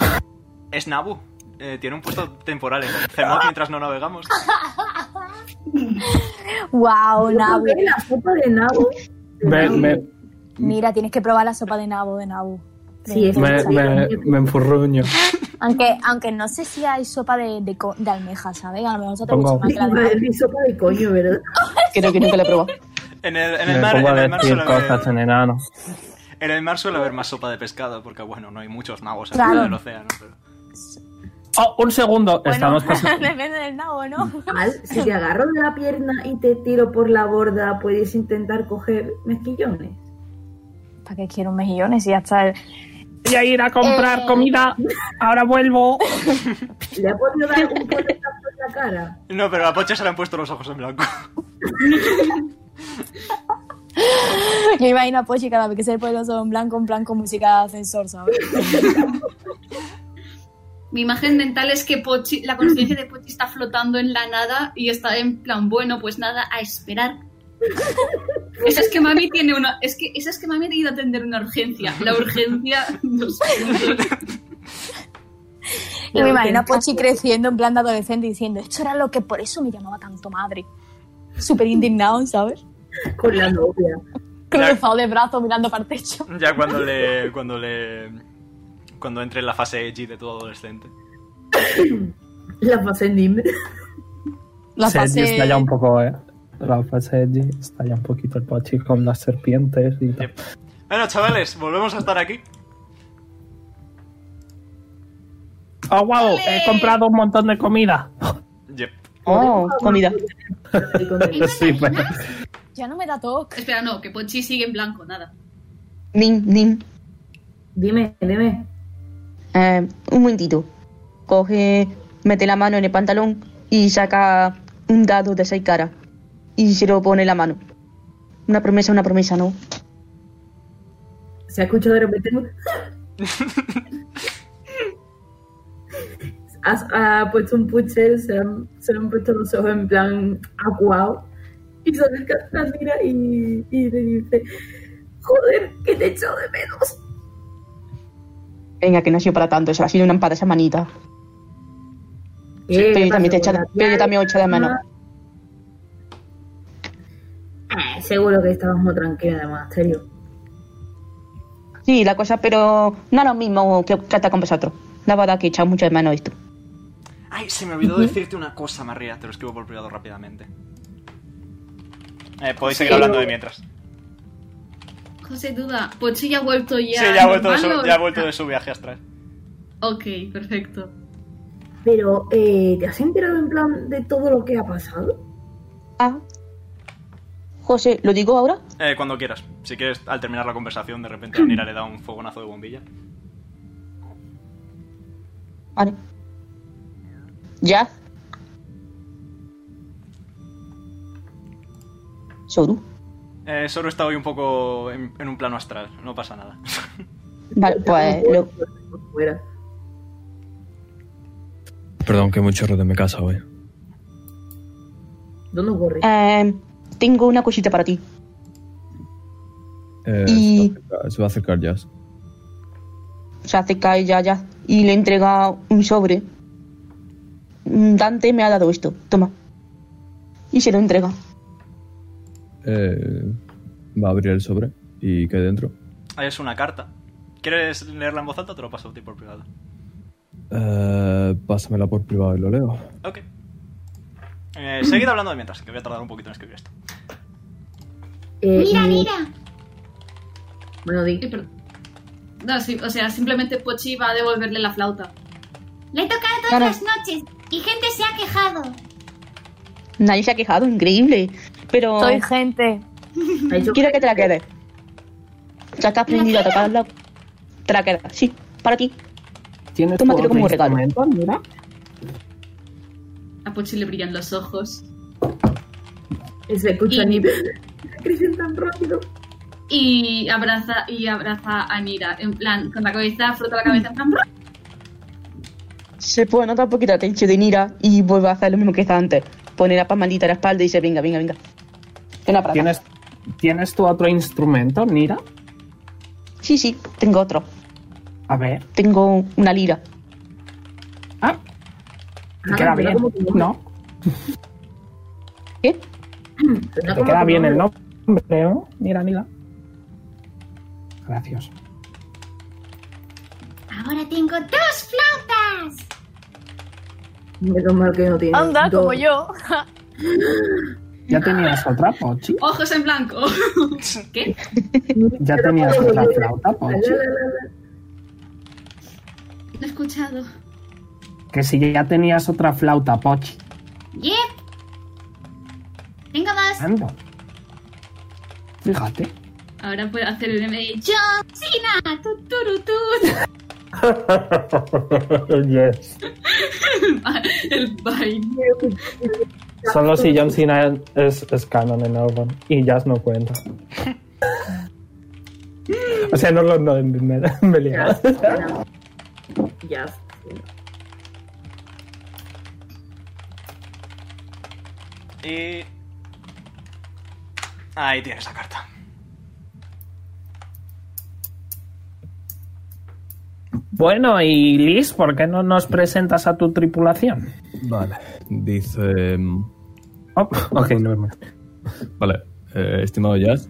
Es Nabu. Eh, tiene un puesto temporal en Zemoth mientras no navegamos. Wow, Yo Nabu. probé la sopa de nabo. Me, me, Mira, tienes que probar la sopa de nabo de Nabu. Sí, es me, me, me enfurruño. Aunque, aunque no sé si hay sopa de, de, co- de almeja, ¿sabes? A lo mejor te Pongo- gusta más la de Iba a nabo. decir sopa de coño, ¿verdad? Creo que nunca la he probado. En el, en el Me mar, en pongo a el mar decir suele cosas haber, en enano. en el mar suele haber más sopa de pescado, porque bueno, no hay muchos nabos en Claro. el océano. pero- Oh, un segundo. Bueno, Estamos pasando. depende del nabo, ¿no? Al, si te agarro de la pierna y te tiro por la borda, puedes intentar coger mejillones. ¿Para qué quiero mejillones y hasta el... Voy a ir a comprar Eh. comida. Ahora vuelvo. Le ha podido dar un puñetazo en la cara. No, pero a Pocha se le han puesto los ojos en blanco. Yo imagino a Pochi cada vez que se le pone los ojos en blanco, en blanco, música de ascensor, ¿sabes? Mi imagen mental es que Pochi, la conciencia de Pochi está flotando en la nada y está en plan, bueno, pues nada, a esperar. Esa es que mami tiene una. Es que esa es que mami ha ido a atender una urgencia. La urgencia. dos puntos. Y me imagino a Pochi creciendo en plan de adolescente diciendo, esto era lo que por eso me llamaba tanto madre. Súper indignado, ¿sabes? Con la novia. Cruzado de brazos mirando para el techo. Ya cuando le. cuando le. cuando entre en la fase edgy de todo adolescente. La fase nim. La Sergi fase... está ya un poco, eh. La fase Edgy está ya un poquito el pochi con las serpientes y tal. Bueno, chavales, volvemos a estar aquí. Oh, wow. He comprado un montón de comida. Yep. Oh, comida. Sí, pero- Ya no me da toque. Espera, no, que Pochi sigue en blanco, nada. Nin, nin. Dime, dime. Eh, un momentito. Coge, mete la mano en el pantalón y saca un dado de seis caras. Y se lo pone en la mano. Una promesa, una promesa, ¿no? Se ha escuchado de repente. un- Has ha puesto un puchel, se han, se han puesto los ojos en plan aguado. Y se acerca a la mira y, y le dice: Joder, que te he echado de menos. Venga, que no ha sido para tanto. Se ha sido una empada esa manita. Pero yo también te he echado- pero yo también he echado de menos. Eh, seguro que estabas muy tranquila de monasterio. Sí, la cosa, pero no lo mismo que que estar con vosotros. La verdad que he echado mucho de menos esto. Ay, se me olvidó decirte una cosa, María. Te lo escribo por privado rápidamente. Eh, podéis seguir hablando de mientras. José, duda. Pochi ya ha vuelto ya. sí, ya ha vuelto, de normal, su, ¿o ya ha no? vuelto de su viaje astral. Ok, perfecto. Pero, eh, ¿te has enterado en plan de todo lo que ha pasado? Ah. José, ¿lo digo ahora? Eh, cuando quieras. Si quieres, al terminar la conversación, de repente a Nira le da un fogonazo de bombilla. Vale. Ya. Soru. Eh, Soru está hoy un poco en, en un plano astral, no pasa nada. Vale, pues lo- Fuera. Perdón, que hay mucho ruido en mi casa hoy. ¿Dónde ocurre? eh, tengo una cosita para ti. Eh, Y- se, va a acercar, se va a acercar Jazz. Se acerca ella ya y le entrega un sobre. Mm, Dante me ha dado esto. Toma. Y se lo entrega. Eh, va a abrir el sobre y que dentro. Ahí Es una carta. ¿Quieres leerla en voz alta? Te lo paso a ti por privado. Eh, pásamela por privado y lo leo. Ok. Eh, seguid hablando de mientras, que voy a tardar un poquito en escribir esto. Eh, Mira, y- mira. Bueno, di. Mm. Eh, perdón. No, sí, o sea, simplemente Pochi va a devolverle la flauta. Le he tocado todas Claro. las noches y gente se ha quejado. Nadie se ha quejado, increíble. Pero Soy gente. Ha dicho- quiero que te la quedes. Ya que has aprendido a tocarla, te la quedas. Sí, para ti. ¿Tienes Tómatelo tu otro como regalo. instrumento, mira? A Pochi le brillan los ojos. Se escucha Y- ni. Crecen tan rápido. Y abraza, y abraza a Nira. En plan, con la cabeza, frota la cabeza. En plan, ¡bra! Se puede notar un poquito la tensión de Nira y vuelve a hacer lo mismo que hizo antes. Pone la palmadita a la espalda y dice, venga, venga, venga. Ven a para acá. ¿Tienes, ¿Tienes tu otro instrumento, Nira? Sí, sí, tengo otro. A ver. Tengo una lira. Ah, te Ah, queda mira bien. cómo te- No, ¿Qué? Suena te como queda tu bien el nombre. nombre, ¿no? Nira, Nira. Gracias. Ahora tengo dos flautas. Menos mal que no tiene. Anda, dos. como yo. ¿Ya tenías otra, Pochi? ¡Ojos en blanco! ¿Qué? ¿Ya Pero tenías como otra yo. flauta, La, la, Pochi? la, la, la. No he escuchado. Que si ya tenías otra flauta, Pochi. Yep. Tengo más. Ando. Fíjate. Ahora puedo hacer el MD. ¡John Cena! ¡Tu, tu, ru, tu! yes. El Vine. Solo si John Cena es, es canon en Urban y Jazz no cuenta. O sea, no lo no, me, me Ya, suena. Ya. suena. Y. Ahí tienes la carta. Bueno, y Liz, ¿por qué no nos presentas a tu tripulación? Vale. Dice. mm, Oh, ok, normal. Vale, eh, estimado Jazz,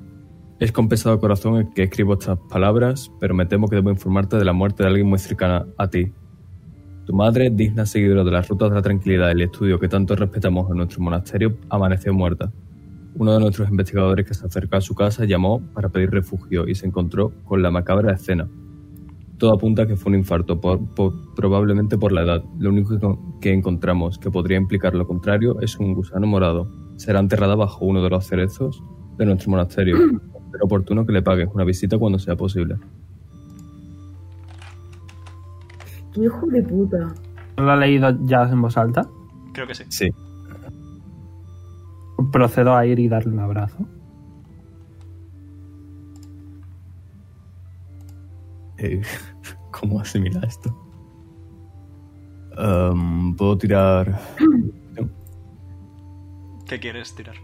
es con pesado corazón el que escribo estas palabras, pero me temo que debo informarte de la muerte de alguien muy cercana a ti. Tu madre, digna seguidora de las rutas de la tranquilidad y el estudio que tanto respetamos en nuestro monasterio, amaneció muerta. Uno de nuestros investigadores que se acercó a su casa llamó para pedir refugio y se encontró con la macabra escena. Todo apunta a que fue un infarto, por- por- probablemente por la edad. Lo único que, que encontramos que podría implicar lo contrario es un gusano morado. Será enterrada bajo uno de los cerezos de nuestro monasterio. Será oportuno que le pagues una visita cuando sea posible. Qué hijo de puta. ¿Lo ha leído Jazz en voz alta? Creo que sí. Sí. Procedo a ir y darle un abrazo. Eh, ¿Cómo asimila esto? Em, Puedo tirar ¿Qué quieres tirar?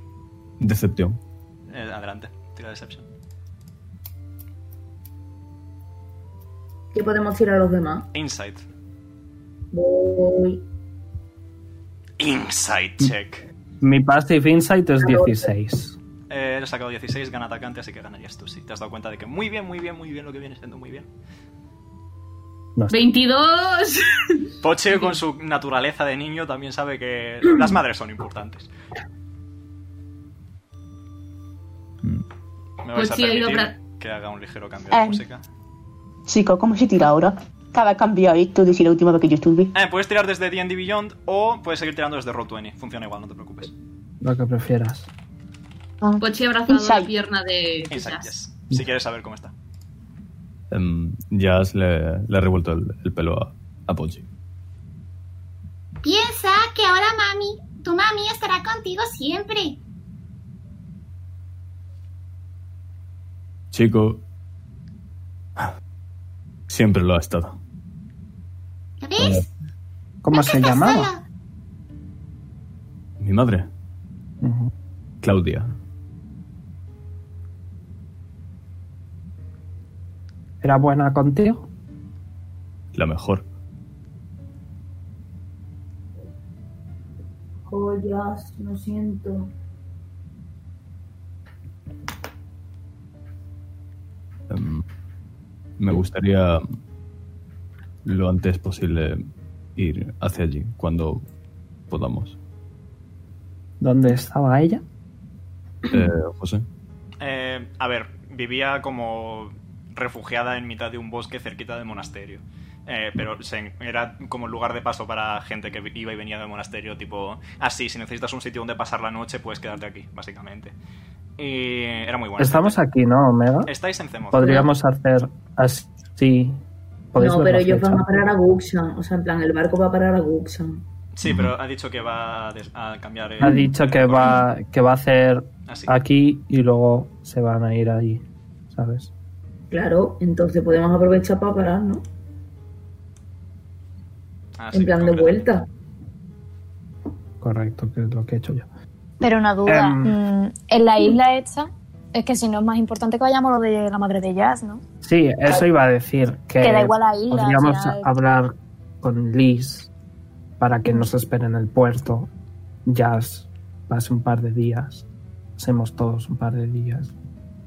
decepción. Eh, adelante, tira Deception. ¿Qué podemos ir a los demás? Insight. Voy. Insight check. Mi Passive Insight es 16. Eh, he sacado 16, gana atacante, así que ganarías tú, sí. Te has dado cuenta de que muy bien, muy bien, muy bien lo que viene siendo, muy bien. ¡22! Poche, con su naturaleza de niño, también sabe que las madres son importantes. Me vais a Pochi ha ido Mm. permitir pra- que haga un ligero cambio de Eh. música. Chico, ¿cómo se tira ahora? Cada cambio ha hecho desde la última vez que yo estuve. Eh, puedes tirar desde D&D Beyond o puedes seguir tirando desde Roll20. Funciona igual, no te preocupes. Lo que prefieras. Pochi ha abrazado la Insight. pierna de Insight, Jazz. yes. Si quieres saber cómo está. Em, Jazz le, le ha revuelto el, el pelo a, a Pochi. Piensa que ahora mami, tu mami estará contigo siempre. Chico. Siempre lo ha estado. ¿Lo ves? ¿Cómo se Estás llamaba? solo. Mi madre, Ujú. Claudia. ¿Era buena contigo? La mejor. Joyas, lo siento. Em, me gustaría lo antes posible ir hacia allí, cuando podamos. ¿Dónde estaba ella? Eh, José, Eh, a ver, vivía como refugiada en mitad de un bosque cerquita del monasterio. Eh, pero se- era como lugar de paso para gente que iba y venía del monasterio, tipo, ah, sí, si necesitas un sitio donde pasar la noche, puedes quedarte aquí, básicamente. Y era muy bueno. Estamos aquí, ¿no, Omega? Estáis en Zemoz. Podríamos hacer así. ¿Podéis No, ver pero la ellos van flecha? a parar a Guxan. O sea, en plan, el barco va a parar a Guxan. Sí, pero ha dicho que va a, des- a cambiar. el- Ha dicho que el va, que va a hacer Así. aquí y luego se van a ir allí, ¿sabes? Claro, entonces podemos aprovechar para parar, ¿no? Así, En plan de concretamente. vuelta. Correcto, que es lo que he hecho yo. Pero una duda, Em. mm, en la isla esta, es que si no es más importante que vayamos a lo de la madre de Jazz, ¿no? Sí, eso iba a decir. Que Que da igual la isla, Podríamos o sea, el- hablar con Liz para que nos espere en el puerto. Jazz pase un par de días. Hacemos todos un par de días.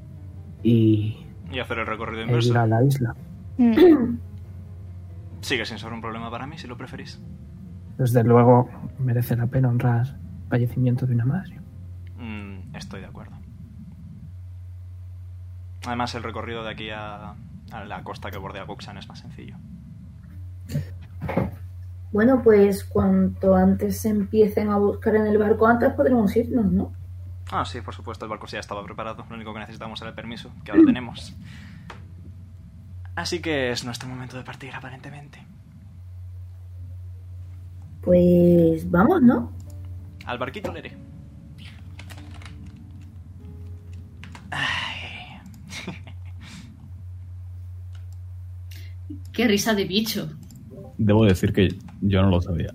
Y Y hacer el recorrido e ir inverso. a la isla. Mm, Sigue sin ser un problema para mí, si lo preferís. Desde luego, merece la pena honrar el fallecimiento de una madre. Mm, estoy de acuerdo. Además, el recorrido de aquí a, a la costa que bordea Goxan es más sencillo. Bueno, pues cuanto antes se empiecen a buscar en el barco, antes podremos irnos, ¿no? Ah, sí, por supuesto, el barco ya estaba preparado. Lo único que necesitábamos era el permiso, que ahora tenemos. Así que es nuestro momento de partir, aparentemente. Pues vamos, ¿no? Al barquito le iré. Ay. Qué risa de bicho. debo decir que yo no lo sabía.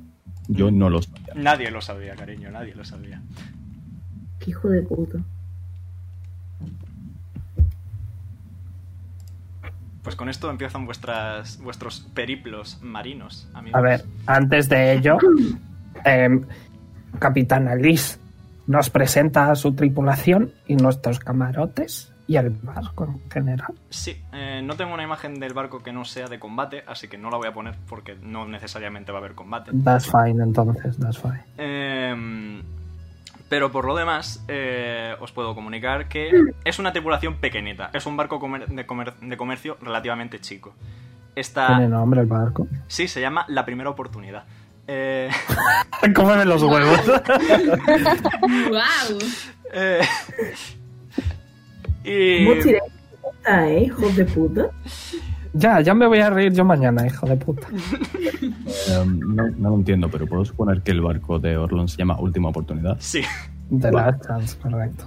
Yo no lo sabía. Nadie lo sabía, cariño, nadie lo sabía. Qué hijo de puta. Pues con esto empiezan vuestras, vuestros periplos marinos, amigos. A ver, antes de ello, em, Capitana Liz nos presenta a su tripulación y nuestros camarotes y el barco en general. Sí, eh, no tengo una imagen del barco que no sea de combate, así que no la voy a poner porque no necesariamente va a haber combate. That's fine, entonces, that's fine. Em, pero por lo demás, eh, os puedo comunicar que es una tripulación pequeñita. Es un barco comer- de, comer- de comercio relativamente chico. Tiene Esta, nombre el barco. sí, se llama La Primera Oportunidad. Eh, Cómeme los huevos. ¡Guau! eh, y- Mochi, ¿de qué puta, eh, hijo de puta? ya, ya me voy a reír yo mañana, hijo de puta. Em, no, no lo entiendo, pero puedo suponer que el barco de Orlon se llama Última Oportunidad. sí, De las chance, correcto.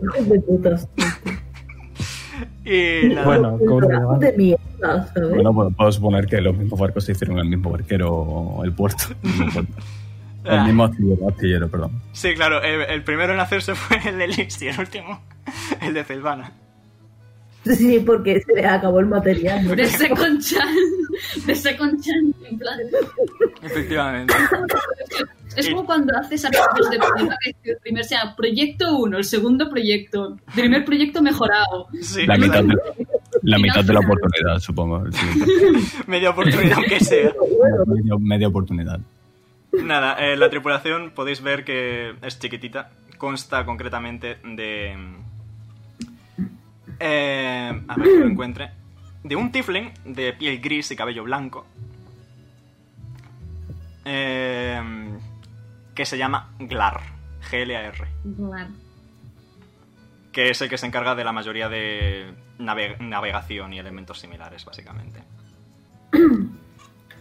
Hijos de putas. y nada. Bueno, Hijos coño, de mierda, ¿sabes? Bueno, puedo, puedo suponer que los mismos barcos se hicieron en el mismo barquero o el puerto. No importa. el Ah. mismo astillero, astillero, perdón. Sí, claro, el, el primero en hacerse fue el de Lix y el último, el de Selvana. Sí, porque se les acabó el material. ¿no? De Second Chan. De Second Chan. En plan. Efectivamente. Es como cuando haces artículos de proyecto que el primer sea proyecto 1, el segundo proyecto, primer proyecto mejorado. Sí, La mitad de la, Final mitad de la final. oportunidad, supongo. el siguiente. media oportunidad aunque sea. Medio- media oportunidad. Nada, eh, la tripulación podéis ver que es chiquitita. Consta concretamente de mm, Eh, a ver que lo encuentre. De un tifling de piel gris y cabello blanco. Eh, que se llama Glar. G-L-A-R. Guau. Que es el que se encarga de la mayoría de nave- navegación y elementos similares, básicamente.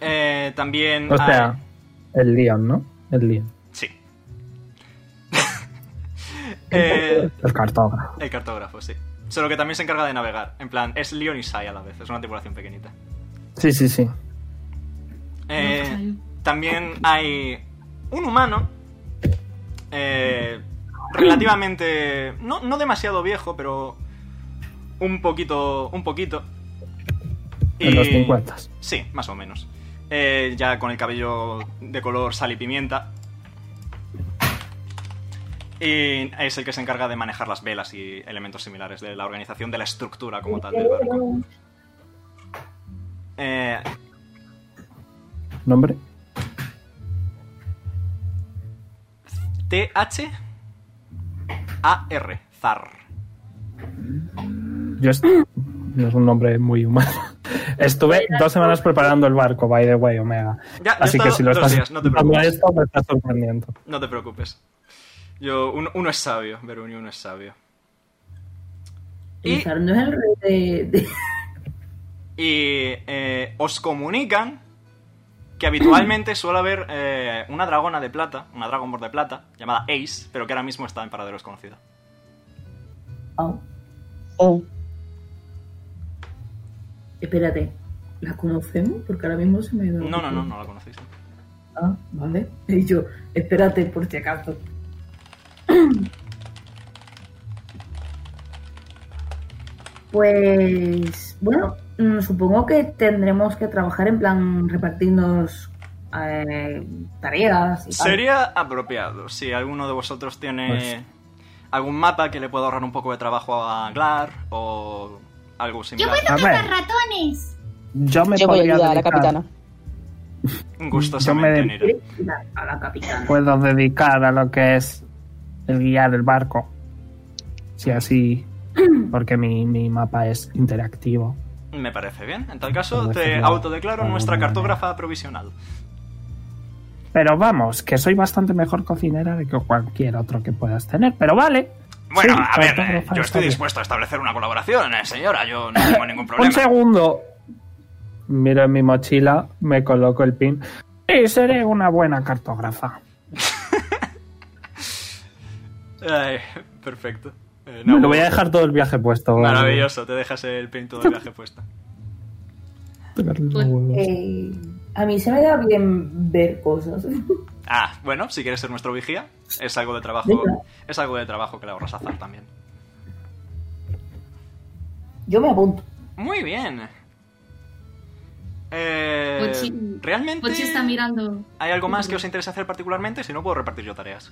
Eh, también. O hay- sea, el Leon, ¿no? El Leon. Sí. Eh, El cartógrafo. el cartógrafo, sí. Solo que también se encarga de navegar. En plan, es Leon y Sai a la vez. Es una tripulación pequeñita. Sí, sí, sí. Eh, también hay un humano eh, relativamente no, no demasiado viejo pero un poquito un poquito En los 50. sí más o menos Eh, ya con el cabello de color sal y pimienta y es el que se encarga de manejar las velas y elementos similares de la organización de la estructura como tal del barco Eh, ¿Nombre? T-H A-R. Zar. Yo est- no es un nombre muy humano. Estuve dos semanas preparando el barco, by the way, Omega. Ya, yo he Así que estado si lo dos estás días, no te escuchando preocupes. esto, me está sorprendiendo. No te preocupes. Yo, uno, uno es sabio, Veruni, uno es sabio. Y, Izar no es el rey de. de- y, eh, os comunican que habitualmente suele haber eh, una dragona de plata, una Dragon Ball de plata, llamada Ace, pero que ahora mismo está en paradero desconocido. Oh, Oh, espérate. ¿La conocemos? Porque ahora mismo se me ha ido. No, no, no, no la conocéis. Ah, vale. He dicho, espérate por si acaso. Pues bueno, mm, supongo que tendremos que trabajar en plan repartirnos eh, tareas y tal. Sería apropiado si alguno de vosotros tiene Pues algún mapa que le pueda ahorrar un poco de trabajo a Glar o algo Yo similar. puedo Ah, A cazar ver. ratones. Yo me yo voy a podría ayudar a la dedicar- capitana. Gustosamente, Yo me- Nira. ¿Quieres tirar a la capitana? Puedo dedicar a lo que es el guiar el barco. Si así. Porque mi, mi mapa es interactivo. Me parece bien. En tal caso, Como este te decirlo, autodeclaro alguna nuestra manera. cartógrafa provisional. Pero vamos, que soy bastante mejor cocinera de que cualquier otro que puedas tener. Pero vale. Bueno, Sí, a ver, cartógrafa eh, yo está estoy bien. dispuesto a establecer una colaboración, eh, señora. Yo no tengo ningún Un problema. segundo. Miro en mi mochila, me coloco el pin. Y seré una buena cartógrafa. Ay, perfecto. Eh, Me lo voy a dejar todo el viaje puesto. Maravilloso, te dejas el pinto del viaje puesto. Eh, Pues, a mí se me da bien ver cosas. Ah, bueno, si quieres ser nuestro vigía, es algo de Venga. trabajo. Es algo de trabajo que le ahorras a Zar también. Yo me apunto. Muy bien. Eh, Pochi- realmente. Pochi Pues está mirando. ¿Hay algo más que os interese hacer particularmente? Si no, puedo repartir yo tareas.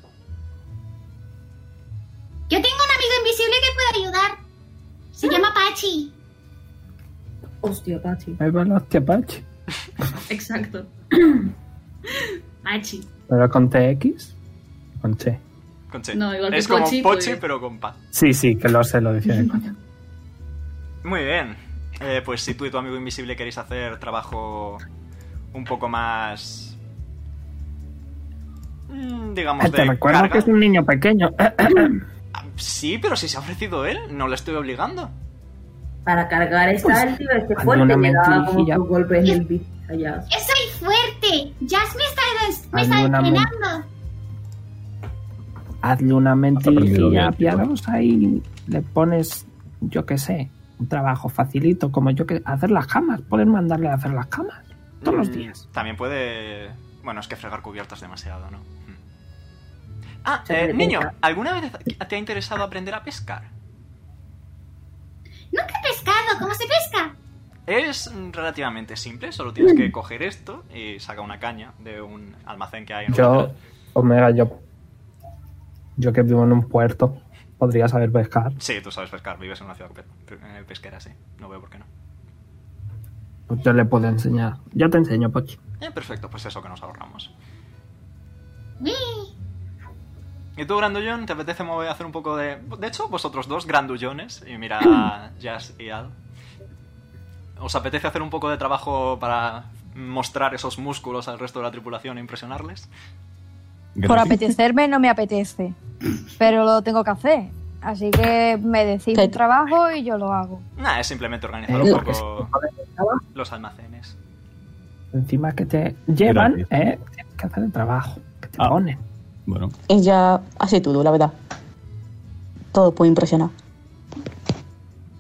Yo tengo un amigo invisible que puede ayudar. Se Ah. llama Pachi. Hostia, Pachi. Ahí va el hostia Pachi. Exacto. Pachi. ¿Pero con TX? Con Che. Con Che. No, igual que es como Pochi, Pochi, pues- pero con Pa. Sí, sí, que lo sé, lo decía de coña. Muy bien. Eh, pues si tú y tu amigo invisible queréis hacer trabajo un poco más. mm, digamos, Te de recuerdo carga. que es un niño pequeño. Ah, Sí, pero si se ha ofrecido él, no le estoy obligando. Para cargar está el tío este cuando fuerte. una Me daba como mentirijilla- dos golpes en el bicho allá. Yo soy fuerte. Jazz me está, me A está mí una men- entrenando. Hazle una Aprendido mentirilla bien, tío. piadosa y le pones, yo qué sé, un trabajo facilito, como yo que hacer las camas. Puedes mandarle a hacer las camas todos los Mm, días. También puede. Bueno, es que fregar cubiertas demasiado, ¿no? Mm. Ah, Se eh, puede niño, pescar. ¿alguna vez te ha interesado aprender a pescar? Nunca he pescado. ¿Cómo se pesca? Es relativamente simple, solo tienes Mm. que coger esto y saca una caña de un almacén que hay en una Yo, ciudad. Omega, yo. Yo que vivo en un puerto, podría saber pescar. Sí, tú sabes pescar, vives en una ciudad pe- eh, pesquera, sí. No veo por qué no. Pues yo le puedo enseñar. Yo te enseño, Pochi. Eh, perfecto, pues eso que nos ahorramos. Uy, ¿Y tú, Grandullón, te apetece mover a hacer un poco de. De hecho, vosotros dos, Grandullones, y mira a Jazz y Al. ¿Os apetece hacer un poco de trabajo para mostrar esos músculos al resto de la tripulación e impresionarles? Por apetecerme no me apetece, pero lo tengo que hacer. Así que me decís Te- un trabajo y yo lo hago. Nnah, es simplemente organizar Eh, un lo que poco los almacenes. Encima que te llevan, Gracias. ¿eh? Tienes que hacer el trabajo. Que te Ah. ponen. Bueno, Ella hace todo, la verdad. Todo puede impresionar.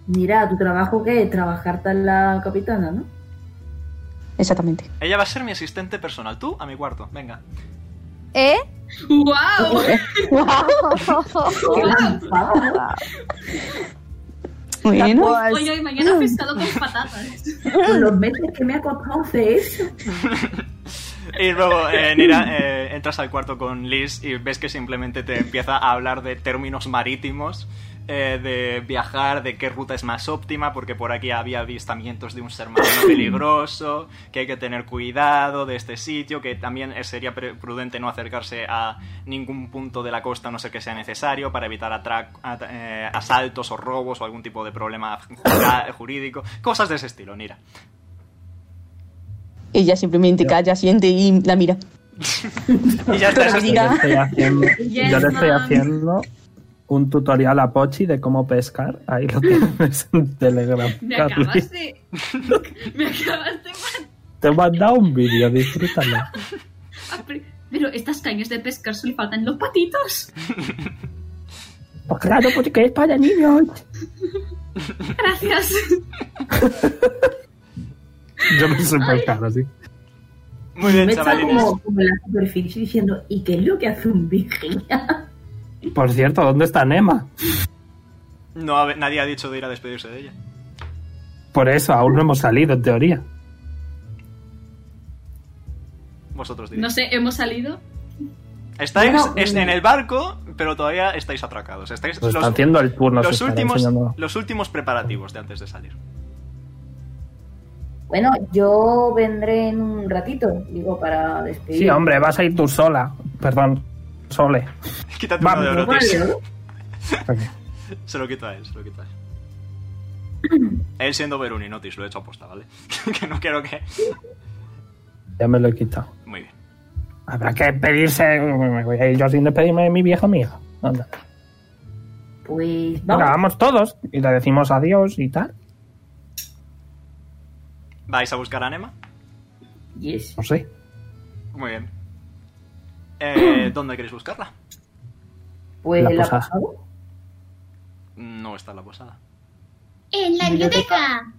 Mira, tu trabajo que es trabajar tal la capitana, ¿no? Exactamente. Ella va a ser mi asistente personal. Tú, a mi cuarto. Venga. ¿Eh? ¡Wow! Bueno, pues, Oye, hoy mañana pescado con patatas. Con los meses que me ha costado hacer eso. Y luego, eh, Nira, eh, entras al cuarto con Liz y ves que simplemente te empieza a hablar de términos marítimos, eh, de viajar, de qué ruta es más óptima, porque por aquí había avistamientos de un ser marino peligroso, que hay que tener cuidado de este sitio, que también eh, sería pre- prudente no acercarse a ningún punto de la costa a no ser que sea necesario para evitar atrac- at- eh, asaltos o robos o algún tipo de problema jura- jurídico, cosas de ese estilo, Nira. ella simplemente calla, siente y la mira. Y ya está, eso es- Pero diga- Yo le estoy haciendo, Yes, yo le estoy ma'am. haciendo un tutorial a Pochi de cómo pescar. Ahí lo tienes en Telegram. Me Carly. acabas de. Me acabas de. Te he mandado un vídeo, disfrútalo. Pero estas cañas de pescar solo faltan los patitos. Pues claro, porque es para niños. Gracias. Yo no soy pescar, así. Muy bien, me está chavalines. como, como en la superficie diciendo, ¿y qué es lo que hace un virgen? Por cierto, ¿dónde está Nema? No, a ver, nadie ha dicho de ir a despedirse de ella. Por eso, aún no hemos salido, en teoría. Vosotros diréis. No sé, hemos salido. Estáis Bueno, es- mm. en el barco, pero todavía estáis atracados. Estáis Nos los, está haciendo el turno. los se estará últimos, enseñando. los últimos preparativos de antes de salir. Bueno, yo vendré en un ratito, digo, para despedir. Sí, hombre, vas a ir tú sola. Perdón, Sole. Quítate uno Vamos, de oro, Vale, tío. pues ¿no? Se lo quita a él, se lo quita a él. Él siendo Veruninotis, lo he hecho aposta, ¿vale? que no quiero que. Ya me lo he quitado. Muy bien. Habrá que pedirse. Me voy a ir yo sin despedirme de mi vieja amiga. Anda. Pues Venga, vamos. vamos todos y le decimos adiós y tal. ¿Vais a buscar a Nema? Yes. No sé. Muy bien. Eh, ¿Dónde queréis buscarla? Pues La la, posada. posada. No está en la posada. En la biblioteca.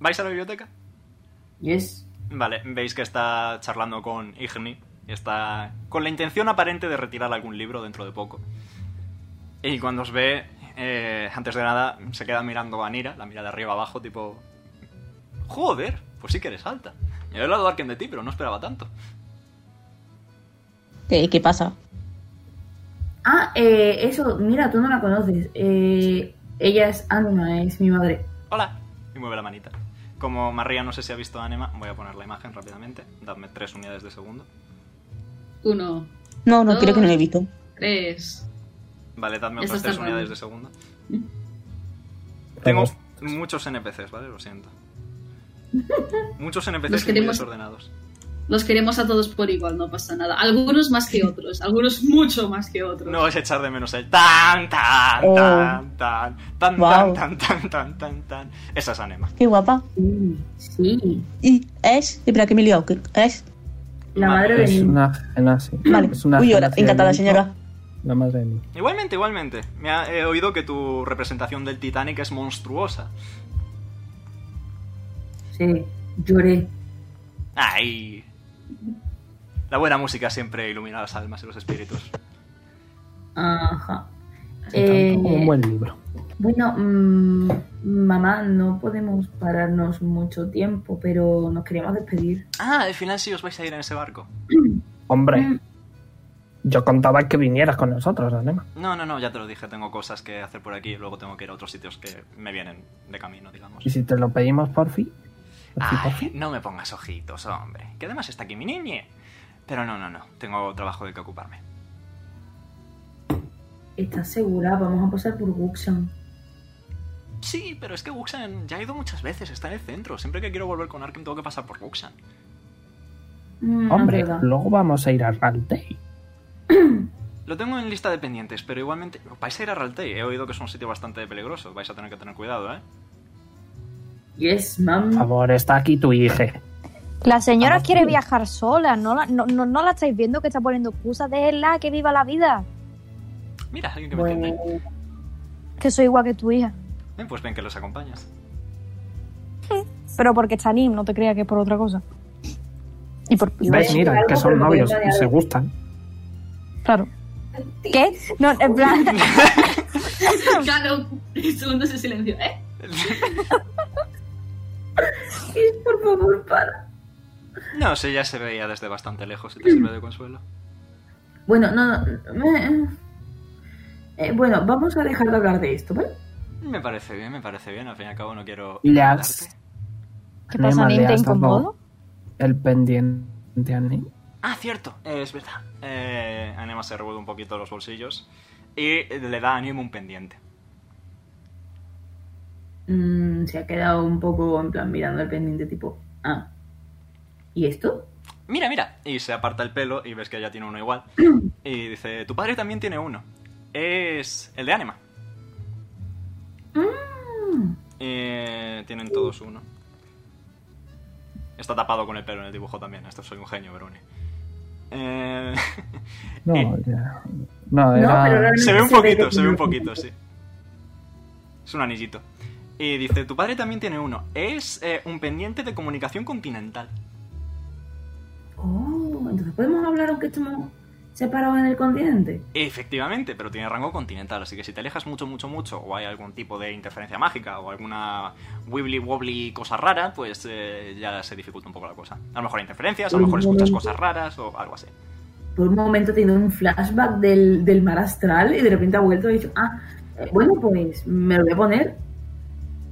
¿Vais a la biblioteca? Yes. Vale, veis que está charlando con Igni. y Está con la intención aparente de retirar algún libro dentro de poco. Y cuando os ve, eh, antes de nada, se queda mirando a Nira, la mira de arriba abajo, tipo... Joder, pues sí que eres alta. Yo he hablado a alguien de ti, pero no esperaba tanto. ¿Qué, qué pasa? Ah, eh, eso, mira, tú no la conoces. Eh, ella es Anima, es mi madre. Hola. Y mueve la manita. Como María no sé si ha visto a Anema, voy a poner la imagen rápidamente. Dadme tres unidades de segundo. Uno, No, no, No. creo que no lo he visto. tres. Vale, dadme Eso otras está tres raro. unidades de segundo. ¿Mm? Tengo Vamos. muchos NPCs, ¿vale? Lo siento. Muchos NPCs Los y muy queremos- desordenados. Los queremos a todos por igual, no pasa nada. Algunos más que otros, algunos mucho más que otros. No vais a echar de menos el tan, tan, Oh. tan, tan, tan, Wow. tan, tan, tan, tan, tan. Esa es Anema. Qué guapa. Sí, sí. Y es. Espera, que me he liado. que Es. Ah. La Madre. madre, de Es mi- una ajena, sí. Vale. Es una Uy, hola. ajena, sí, Encantada, de señora. La madre de mí. Igualmente, igualmente. Me ha, he oído que tu representación del Titanic es monstruosa. Sí, lloré. Ay. La buena música siempre ilumina las almas y los espíritus. Ajá. Tanto como Eh, un buen libro. Bueno, mm, mamá, no podemos pararnos mucho tiempo, pero nos queríamos despedir. Ah, al final sí os vais a ir en ese barco. Mm. Hombre, yo contaba que vinieras con nosotros, Anema. No, no, no, ya te lo dije, tengo cosas que hacer por aquí y luego tengo que ir a otros sitios que me vienen de camino, digamos. Y si te lo pedimos por fin. por fin, por Ay, fin. no me pongas ojitos, hombre. Que además está aquí mi niñe. Pero no, no, no. Tengo trabajo de que ocuparme. ¿Estás segura? Vamos a pasar por Guxan. Sí, pero es que Wuxan ya he ido muchas veces, está en el centro. Siempre que quiero volver con Arkham tengo que pasar por Wuxan. Mm, Hombre, es verdad. luego vamos a ir a Raltei. Lo tengo en lista de pendientes, pero igualmente vais a ir a Raltei. He oído que es un sitio bastante peligroso. Vais a tener que tener cuidado, ¿eh? Yes, Por mam. favor, está aquí tu hija. La Ah, señora quiere viajar sola, no la, no, no, no la estáis viendo que está poniendo excusas, déjenla que viva la vida. Mira, alguien que me Bueno, entiende. Que soy igual que tu hija. Eh, pues ven que los acompañas. Pero porque está Nim, no te creas que es por otra cosa. Y por ¿Ves? sí, Mira, algo que son por la novios cuenta y de se algo. gustan. Claro. ¿Qué? No, en plan. Claro, segundos de silencio, ¿eh? Yes, por favor, para. No sé, ya se veía desde bastante lejos si te sirve de consuelo. Bueno, no, no. eh, eh, bueno, vamos a dejar de hablar de esto, ¿vale? Me parece bien, me parece bien. Al fin y al cabo no quiero. Le incomodarte. has- ¿Qué Nema, pasa, Nim? le ¿Te has dado incomodo? El pendiente a Nim. Ah, cierto, eh, es verdad. Eh, Anema se revuelve un poquito los bolsillos y le da a Nim un pendiente. Mm, se ha quedado un poco en plan mirando el pendiente, tipo, ah. ¿Y esto? Mira, mira. Y se aparta el pelo y ves que ella tiene uno igual. Y dice: Tu padre también tiene uno. Es el de Anima. Mm, Eh, tienen todos uno. Está tapado con el pelo en el dibujo también. Esto soy un genio, Verone. Eh, No, Eh. ya. No, No, pero era. realmente se ve un se ve poquito, se que ve un tiene un poquito, sí. Es un anillito. Y dice, tu padre también tiene uno. Es eh, un pendiente de comunicación continental. oh, entonces podemos hablar aunque estemos separados en el continente. Efectivamente, pero tiene rango continental, así que si te alejas mucho, mucho, mucho, o hay algún tipo de interferencia mágica, o alguna wibbly wobbly cosa rara, pues eh, ya se dificulta un poco la cosa. A lo mejor hay interferencias, a lo mejor escuchas cosas raras, o algo así. Por un momento tiene un flashback del, del mar astral y de repente ha vuelto y ha dicho, ah, eh, bueno, pues me lo voy a poner.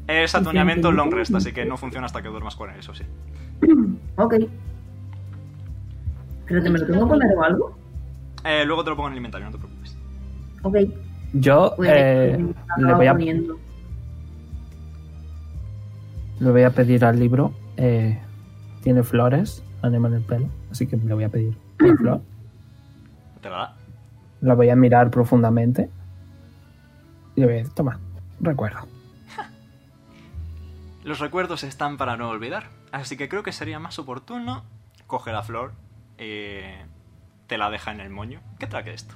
Es atuneamiento long rest, así que no funciona hasta que duermas con él, eso sí. Ok. ¿Pero te me lo tengo que poner o algo? Eh, luego te lo pongo en el inventario, no te preocupes. Ok. Yo Pues, eh, me lo le, acabo voy a, poniendo. le voy a pedir al libro. eh, tiene flores, anima en el pelo. Así que le voy a pedir una flor. Te la da. La voy a mirar profundamente. Y le voy a decir: Toma, recuerda. Los recuerdos están para no olvidar, así que creo que sería más oportuno. Coge la flor, eh, te la deja en el moño. ¿Qué traque esto?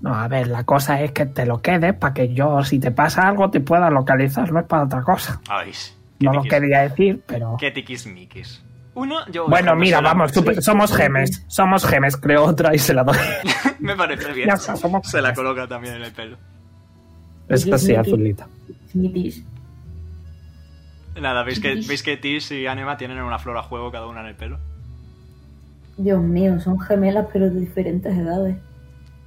No, a ver, la cosa es que te lo quedes para que yo, si te pasa algo, te pueda localizar. No es para otra cosa. A veis. No lo tiquis- quería decir, pero. qué tiquismiquis. Uno, yo. Bueno, yo mira, se la- vamos, sí, super- somos gemes. Somos gemes, creo otra y se la doy. Me parece bien. Ya está, somos Se la gemes. coloca también en el pelo. Es así, azulita. Smithies. Nada, veis que, Tish. veis que Tish y Anema tienen una flor a juego cada una en el pelo. Dios mío, son gemelas pero de diferentes edades.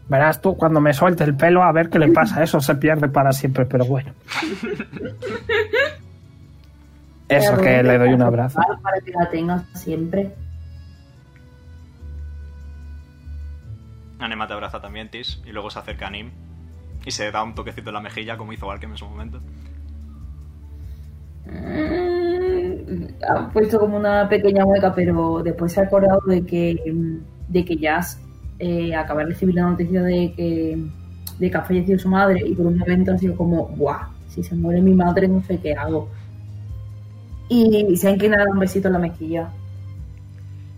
Verás tú cuando me suelte el pelo a ver qué le pasa. Eso se pierde para siempre, pero bueno. Eso que le doy un abrazo. Para que la tengas siempre. Anema te abraza también, Tish, y luego se acerca a Nim. Y se da un toquecito en la mejilla, como hizo Arkham en su momento. Mm, Ha puesto como una pequeña hueca, pero después se ha acordado de que, de que Jazz eh, acaba de recibir la noticia de que, de que ha fallecido su madre y por un momento ha sido como, ¡guau! Si se muere mi madre no sé qué hago. Y se ha inclinado un besito en la mejilla.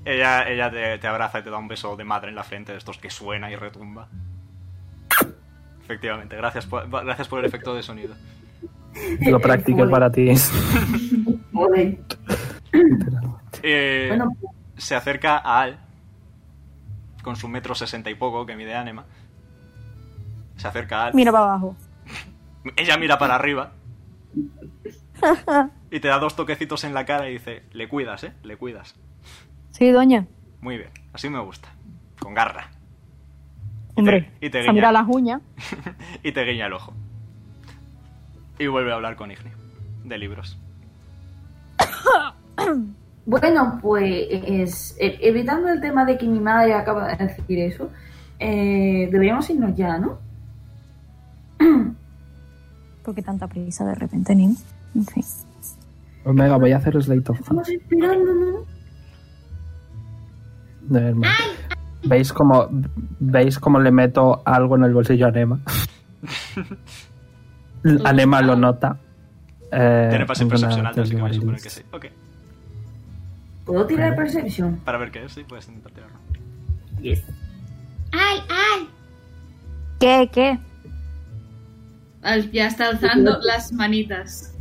Ella, ella te, te abraza y te da un beso de madre en la frente, de estos que suena y retumba. Efectivamente, gracias por, gracias por el efecto de sonido. Lo practiqué para ti. Joder. Eh, Bueno, se acerca a Al, con su metro sesenta y poco que mide Anema. Se acerca a Al. Mira para abajo. Ella mira para arriba. Y te da dos toquecitos en la cara y dice, le cuidas, ¿eh? Le cuidas. Sí, doña. Muy bien, así me gusta. Con garra. Hombre, y te se guiña. mira las uñas. Y te guiña el ojo. Y vuelve a hablar con Igni, de libros. Bueno, pues eh, evitando el tema de que mi madre acaba de decir eso, eh, deberíamos irnos ya, ¿no? ¿Por qué tanta prisa de repente, Nim? En fin. Omega, voy a hacer Slate of Hand. Estamos esperando, ¿no? de Hermes. ¿Veis cómo, ¿Veis cómo le meto algo en el bolsillo a Nema? Anema lo nota. Eh, Tiene pasión tengo una percepción alta, así que voy a suponer que sí. athletics. Ok. ¿Puedo tirar Perception? Para ver qué es, sí, puedes intentar tirarlo. Yes. ¡Ay, ay! ¿Qué? ¿Qué? Al- Ya está alzando las manitas.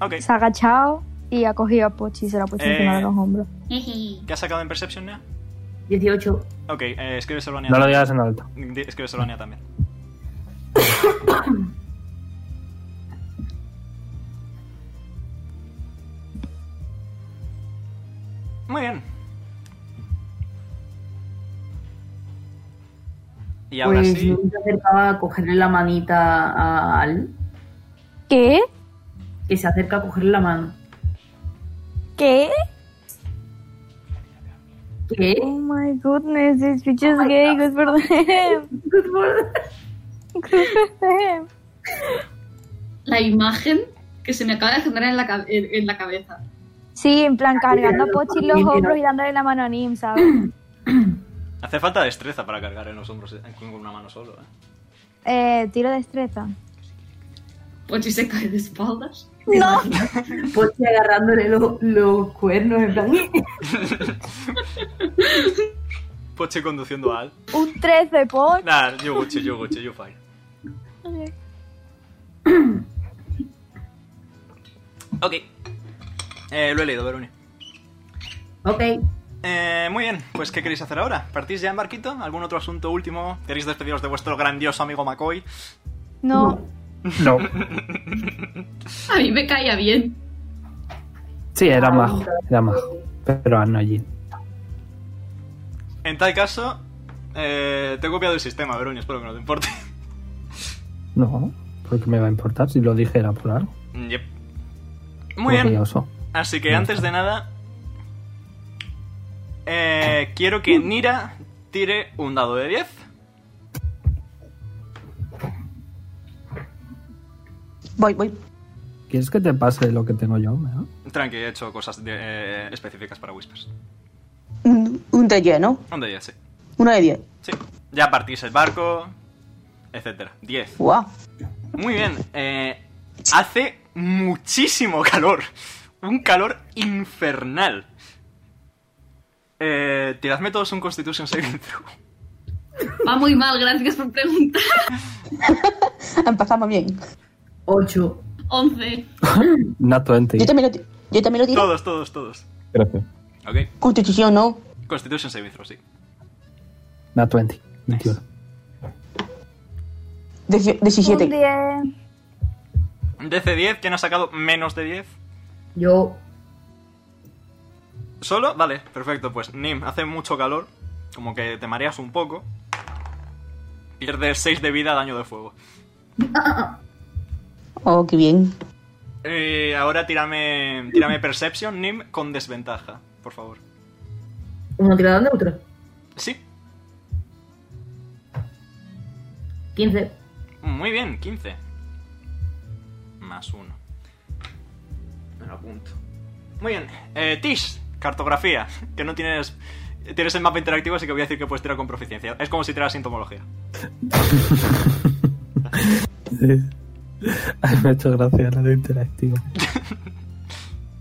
Ok. Se ha agachado y ha cogido a Pochi y se la ha puesto Eh. encima de los hombros. Jeje. ¿Qué has sacado en Perception, Nea? 18. Ok, eh, escribe Solania. No lo digas en alto. Di- Escribe Solania también. Muy bien. Y ahora Pues sí. yo me acercaba a cogerle la manita a Al, ¿Qué? que se acerca a cogerle la mano. ¿Qué? ¿Qué? Oh my goodness, this bitch is gay. Good for them. Good for them. La imagen que se me acaba de generar en la, cabe- en en la cabeza. Sí, en plan cargando a Pochi en los hombros y dándole la mano a Nim, ¿sabes? Hace falta destreza para cargar en los hombros eh, con una mano solo. ¿eh? Eh, tiro de destreza. Pochi se cae de espaldas. No. Pochi Pues agarrándole lo- los cuernos en plan. Poche Pues conduciendo al. Un 13, Pochi. Nah, yo Gucci, yo Gucci, yo fine. Ok. Eh, lo he leído, Veroni. Ok. Eh, muy bien, pues ¿qué queréis hacer ahora? ¿Partís ya en barquito? ¿Algún otro asunto último? ¿Queréis despediros de vuestro grandioso amigo McCoy? No. No. A mí me caía bien. Sí, era majo. Era majo. Pero no allí. En tal caso, eh, te he copiado el sistema, Veroni, espero que no te importe. No. Porque me va a importar si lo dijera por algo. Yep. Muy bien, Orgulloso. así que antes de nada... eh, quiero que Nira tire un dado de 10. Voy, voy. ¿Quieres que te pase lo que tengo yo? Omega? Tranqui, he hecho cosas de- eh, específicas para Whispers. Un, un de 10, ¿no? Un de 10, sí. Uno de 10. Sí. Ya partís el barco, etcétera. 10. ¡Guau! Muy bien. eh, hace muchísimo calor. Un calor infernal. Eh, tiradme todos un Constitution Saving Throw. Va muy mal, gracias por preguntar. Empezamos bien. 8. 11. Nat 20. Yo también lo, ti- yo también lo tiro. Todos, todos, todos. Gracias. Ok. Constitución, ¿no? Constitution Saving Throw, sí. Nat 20. 21. Deci- Un 17. 10. DC10, ¿quién ha sacado menos de 10? Yo. ¿Solo? Vale, perfecto. Pues Nim, hace mucho calor. Como que te mareas un poco. Pierdes 6 de vida daño de fuego. Oh, qué bien. Eh, ahora tírame, tírame Perception, Nim, con desventaja, por favor. Una tirada neutra. Sí, 15. Muy bien, 15. Más uno. Me lo apunto. Muy bien. Eh, Tish, cartografía. Que no tienes. Tienes el mapa interactivo, así que voy a decir que puedes tirar con proficiencia. Es como si tiraras sintomología. me ha hecho gracia la de interactivo.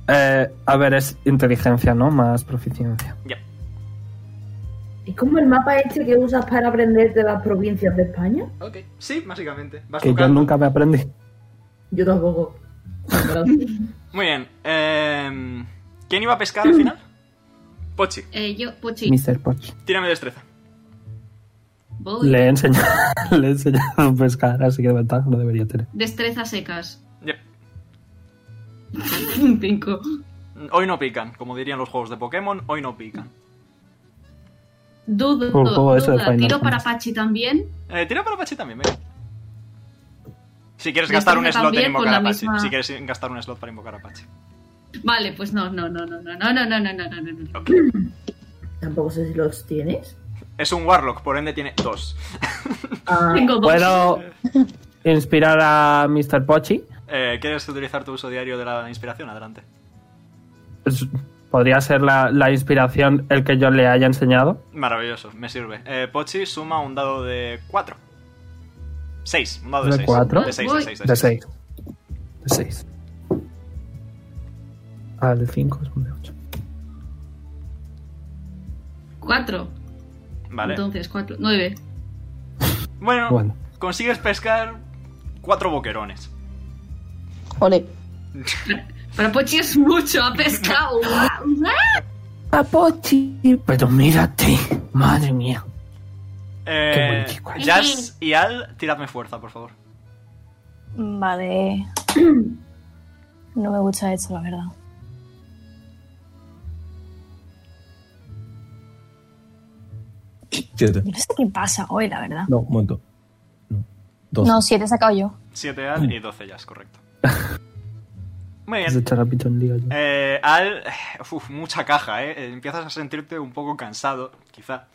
Eh, a ver, es inteligencia, ¿no? Más proficiencia. Ya. Es como el mapa este que usas para aprender de las provincias de España. Ok. Sí, básicamente. Vas Que yo tocando. nunca me aprendí. Yo tampoco. Muy bien. em, ¿Quién iba a pescar al final? Pochi, Eh, yo, Pochi, Mr. Pochi. tírame destreza. voy. Le he enseñado, le he enseñado a pescar, así que de ventaja no debería tener. Destreza secas. Yep. 5. Hoy no pican, como dirían los juegos de Pokémon, hoy no pican. Dudo. Por juego eso de duda. Final Tiro para Fantasy. Pachi también. Eh, tira para Pachi también, venga. Si quieres Yo gastar un creo que slot en también invocar con a la Pachi. misma- Si quieres gastar un slot para invocar a Pachi. Vale, pues no, no, no, no, no, no, no, no, no, no, no, no, no. Ok. Tampoco sé si los tienes. Es un Warlock, por ende tiene dos. Tengo dos. ¿Puedo inspirar a Mr. Pochi? Eh, ¿Quieres utilizar tu uso diario de la inspiración? Adelante. Pues, ¿Podría ser la, la inspiración el que yo le haya enseñado? Maravilloso, me sirve. Eh, Pochi suma un dado de 4. 6, un dado Ah, de ¿De 6. cuatro? De 6, de Voy. 6. De 6. De 6. Ah, el de 5 es un de 8. Cuatro. Vale. Entonces, cuatro. Nueve. Bueno, Bueno. consigues pescar cuatro boquerones. Ole. Para Pochi es mucho, ha pescado. Papochi. Pero mírate. Madre mía. Qué Eh, buen chico eres. Jazz y Al, tiradme fuerza, por favor. Vale. No me gusta esto, la verdad. Siete. Yo no sé qué pasa hoy, la verdad. No, un momento. No. Doce. No, siete he sacado yo. 7 Al y 12 Jazz, correcto. Muy Es de bien. Charapito en Liga. Eh, Al, uf, mucha caja, ¿eh? Eh, Empiezas a sentirte un poco cansado, quizá.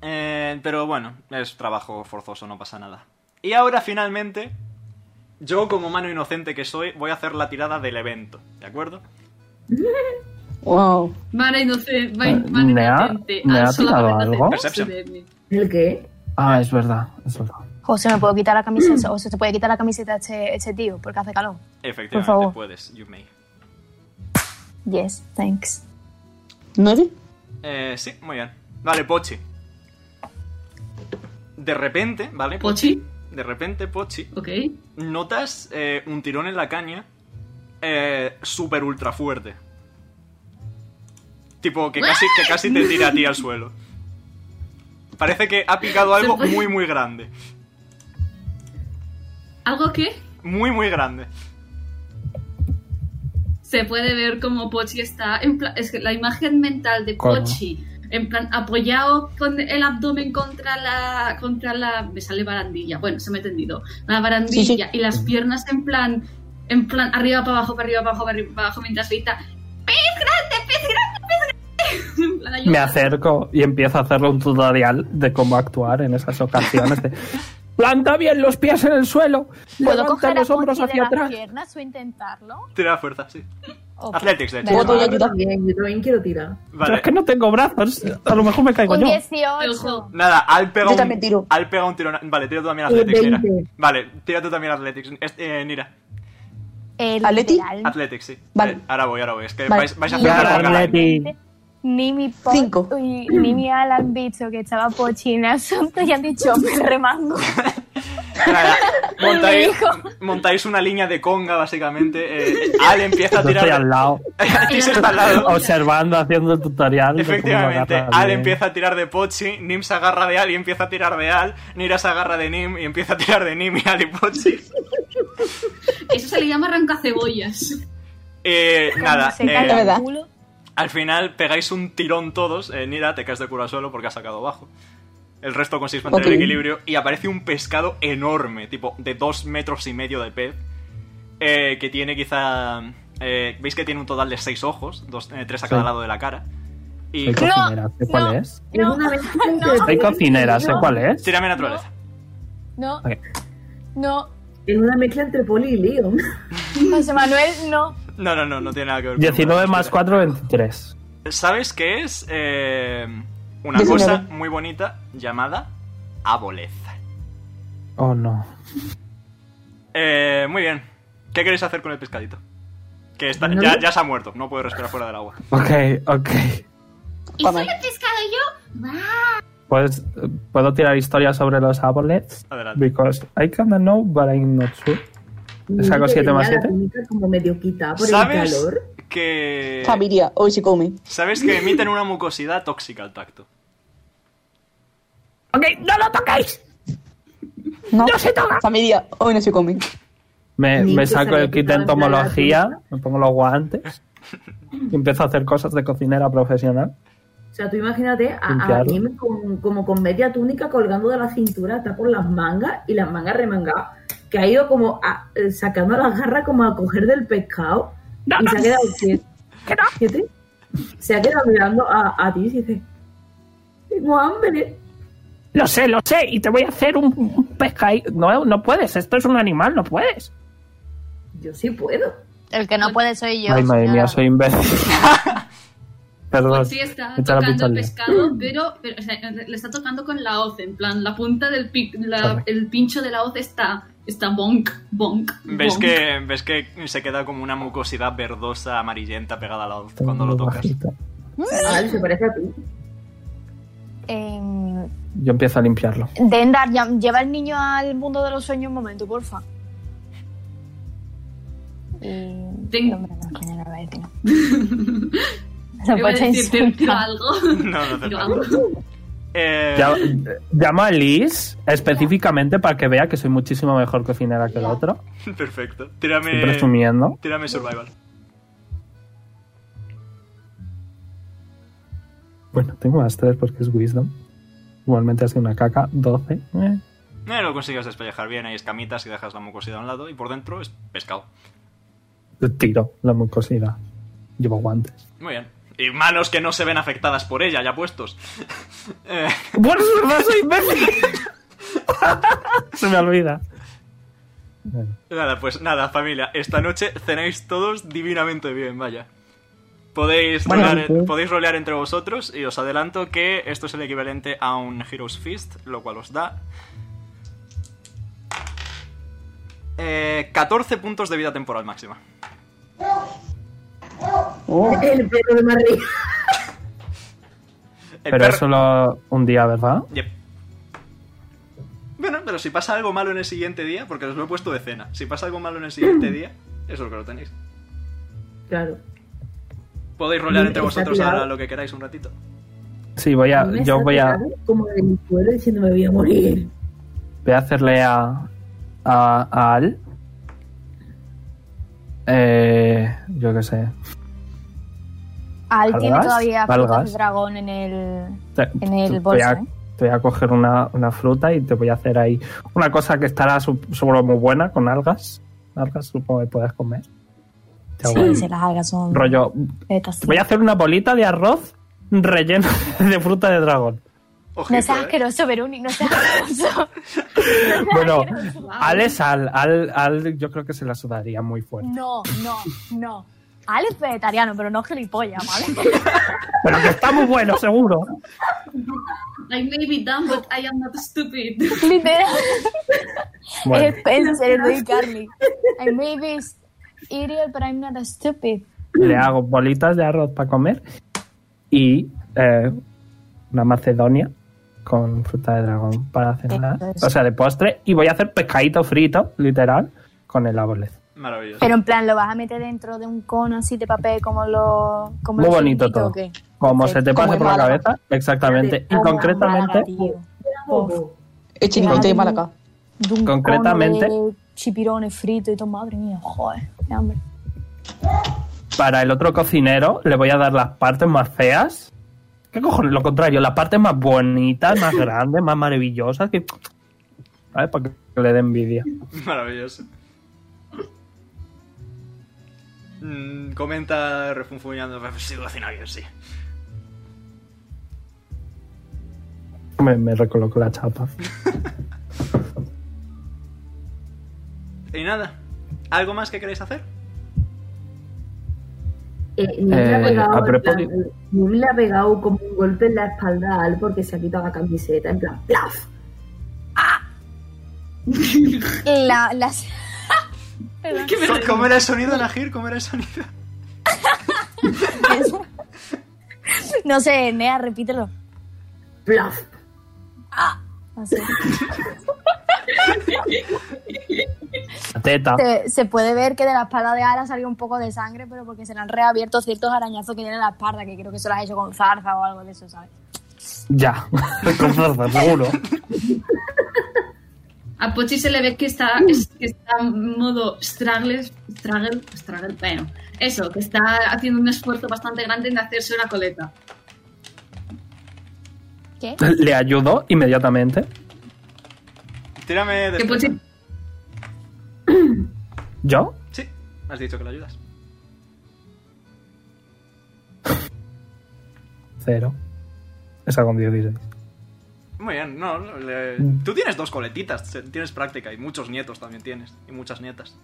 Eh, pero bueno, es trabajo forzoso, no pasa nada. Y ahora finalmente, yo como mano inocente que soy, voy a hacer la tirada del evento, ¿de acuerdo? Wow. Vale, inocente. Eh, ¿me ha- Ah, me ha tirado algo? Perception. ¿El qué? Ah, es verdad. Es verdad. José, ¿me puedo quitar la Mm. camiseta? ¿O se te puede quitar la camiseta este, este tío? Porque hace calor. Efectivamente, favor. puedes, you may. Yes, thanks. ¿Nueve? Eh, sí, muy bien. Vale, Pochi. De repente, ¿vale? Pochi. De repente, Pochi, Ok. notas eh, un tirón en la caña eh, super ultra fuerte. Tipo, que casi, que casi te tira a ti al suelo. Parece que ha picado algo Se fue. muy, muy grande. ¿Algo que Muy, muy grande. se puede ver como Pochi está en plan, es que la imagen mental de Claro. Pochi en plan apoyado con el abdomen contra la contra la me sale barandilla bueno se me ha entendido la barandilla Sí, sí. y las piernas en plan en plan arriba para abajo para arriba para abajo para arriba para abajo mientras grita pez grande pez grande pez grande en plan, ayuda. Me acerco y empiezo a hacerle un tutorial de cómo actuar en esas ocasiones. de, Planta bien los pies en el suelo. ¿Puedo Levanta coger los a hombros Pochi de hacia las atrás. piernas o intentarlo? Tira la fuerza, sí. Ok. Athletics, de hecho. Vale. Puedo Yo ayudar. también, yo también quiero tirar. Pero Vale. es que no tengo brazos. A lo mejor me caigo Un yo. 18. Nada, Al pega Yo un, también tiro. Al pega un tirón. Vale, tira tú también Eh, Athletics, Nira. 20. Vale, tira tú también Athletics. Este, eh, Nira. El ¿Atleti? literal- Athletics, sí. Eh, Vale. ahora voy, ahora voy. Es que Vale. vais, vais a hacer Ya, algo grande. Arleti. Ni mi po- Cinco. y- ni mi ala han visto que estaba pochina asunto y han dicho, me remango. Nada, montáis, Me dijo. montáis una línea de conga, básicamente. eh, Al empieza a Yo estoy tirar. al lado, Tis está al lado. observando, haciendo el tutorial. de cómo Efectivamente, agarrar Al bien. empieza a tirar de Pochi, Nim se agarra de Al y empieza a tirar de Al, Nira se agarra de Nim y empieza a tirar de Nim y Al y Pochi. eso se le llama arrancacebollas Eh, nada, Se eh, cae el verdad. culo. al final pegáis un tirón todos, eh, Nira te caes de culo al suelo porque has sacado bajo. El resto consiste en mantener Ok. el equilibrio y aparece un pescado enorme, tipo de dos metros y medio de pez, eh, que tiene quizá... eh, ¿Veis que tiene un total de seis ojos? Dos, eh, tres a cada Sí. lado de la cara. Y Soy cocinera, sé ¿eh? cuál no. es. No, Una vez que- Soy cocinera, sé No. cuál es. Tírame naturaleza. no, Ok. no. Es una mezcla entre poli y Leon. José Manuel, no. No, no, no, no tiene nada que ver. con 19 naturaleza. más 4, 23. ¿Sabes qué es? Eh, una 19. cosa muy bonita llamada aboleza. Oh, no. Eh, muy bien. ¿Qué queréis hacer con el pescadito? Que está, ya, ya se ha muerto, no puede respirar fuera del agua. Ok, ok. Y Vale. solo he pescado yo. ¡Guau! Pues, eh, ¿puedo tirar historias sobre los árboles? Adelante. Because I kinda know, but I'm not sure. Saco Yo siete más tenía la siete. túnica como medio quita por el ¿Sabes calor. que, Familia, hoy se come. ¿Sabes que emiten una mucosidad tóxica al tacto? Ok, no lo toquéis. No. Familia, hoy no se come. Me, Ni me que saco sabía el que kit de estaba en plan entomología, latino. me pongo los guantes y empiezo a hacer cosas de cocinera profesional. O sea, tú imagínate a, a Limpiarlo. Jim con, como con media túnica colgando de la cintura, está por las mangas y las mangas remangadas, que ha ido como a- eh, sacando las garras como a coger del pescado y se ha quedado quieto. ¿Qué te- Se ha quedado mirando a, a ti y dice, Tengo hambre. Lo sé, lo sé, y te voy a hacer un, un pescadito. No, no puedes, esto es un animal, no puedes. Yo sí puedo. El que no puede soy yo. Ay, madre señora. mía, soy imbécil. Perdón. Pues Pochi está echa la Pues tocando el pistolilla. pescado, pero, pero, o sea, le está tocando con la hoz, en plan, la punta del pi- la- el pincho de la hoz está, está bonk, bonk. ¿Ves bonk. que, ¿Ves que se queda como una mucosidad verdosa amarillenta pegada a la hoz cuando lo tocas? Bajito. Mm. Ay, se parece a ti. Eh, Yo empiezo a limpiarlo. Dendar, ya- lleva al niño al mundo de los sueños un momento, porfa. Y... Ten- Eh, No, hombre, no, coño, no lo voy a decir, no. Te No iba a puedes decir, te- te insultar. algo. No, no hace Pero falta. algo. Eh, Ya- llamo a Liz específicamente para que vea que soy muchísimo mejor cocinera que el otro. Perfecto. Estoy Tírame, presumiendo. tírame survival. Eh, Bueno, tengo más tres porque es Wisdom. Igualmente hace una caca, 12. Eh, Eh, lo consigues despellejar bien, hay escamitas y dejas la mucosidad a un lado y por dentro es pescado. lo tiro la mucosidad. Llevo guantes. Muy bien. Y manos que no se ven afectadas por ella, ya puestos. Eh, ¡Bueno, es verdad, soy imbécil! Se me olvida. Bueno, Nada, pues nada, familia. Esta noche cenáis todos divinamente bien, vaya. Podéis, Bueno, rolear- pues. podéis rolear entre vosotros y os adelanto que esto es el equivalente a un Hero's Fist, lo cual os da... eh, 14 puntos de vida temporal máxima. El pelo de Madrid. El Pero perro- es solo un día, ¿verdad? Yep. Bueno, pero si pasa algo malo en el siguiente día, porque os lo he puesto de cena, si pasa algo malo en el siguiente día, eso es lo que lo tenéis. Claro. Podéis rolear Está entre vosotros tirado. ahora lo que queráis un ratito. Sí, voy a, Me yo está voy a, pegando Como del suelo diciendo me voy a morir. voy a hacerle a, a, a Al. Eh, yo qué sé. Al tiene ¿Algas? todavía ¿Algas? frutas de dragón en el... Te- En el te bolso, Voy ¿eh? a, te voy a coger una, una fruta y te voy a hacer ahí una cosa que estará su- seguro muy buena con algas. Algas supongo que puedes comer. Te hago Sí, ahí se las algas son... un rollo. Tetas, Te voy a hacer una bolita de arroz relleno de fruta de dragón. No Ojito, seas ¿eh? asqueroso, Veruni, no seas asqueroso. Bueno, Al es Al. Al, Al yo creo que se la sudaría muy fuerte. No, no, no. Al es vegetariano, pero no gilipollas, ¿vale? Pero que está muy bueno, seguro. I may be dumb, but I am not stupid. Literal. Bueno, Spencer, Ray Carly. I may be idiot, but I'm not stupid. le hago bolitas de arroz para comer y eh, una macedonia con fruta de dragón para cenar, Eso es. o sea, de postre, y voy a hacer pescadito frito, literal, con el abolez. Maravilloso. Pero en plan, ¿lo vas a meter dentro de un cono así de papel como lo... Como Muy los bonito chiringuitos todo. o qué? Como Perfecto. se te Como pase en por la Málaga. cabeza, exactamente, y Como concretamente, Málaga, tío. Ojo. Es chiringuito de Málaga. De un Concretamente- cono de chipirones fritos y todo, madre mía, joder, qué hambre. para el otro cocinero le voy a dar las partes más feas. ¿Qué cojones? Lo contrario, las partes más bonitas, más grandes, más maravillosas, que... ¿Sabes? Para que le dé envidia. Maravilloso. Mm, comenta refunfuñando. Sí, cocina bien, sí. Me, me recoloco la chapa. Y nada. ¿Algo más que queréis hacer? Eh, Nim le ha Eh, pegado, a en propósito- plan, eh, Nim le ha pegado como un golpe en la espalda a Al porque se ha quitado la camiseta. En plan, ¡plaf! La, las... Co- ¿Cómo era el sonido, Najir? ¿Cómo era el sonido? no sé, Nea, repítelo. ¡plaf! Así. La teta. Se, se puede ver que de la espalda de Ala salió un poco de sangre, pero porque se le han reabierto ciertos arañazos que tiene en la espalda, que creo que se lo has hecho con zarza o algo de eso, ¿sabes? Ya, con fuerza, seguro. A Pochi se le ve que está, es- que está en modo struggle, struggle, struggle, bueno, eso, que está haciendo un esfuerzo bastante grande en hacerse una coleta. ¿Qué? Le ayudó inmediatamente. Tírame de. Que Pochi, ¿Yo? Sí, has dicho que lo ayudas. Cero. Esa con 10 16. Muy bien, no. le- Mm. Tú tienes dos coletitas, se- tienes práctica y muchos nietos también tienes, y muchas nietas.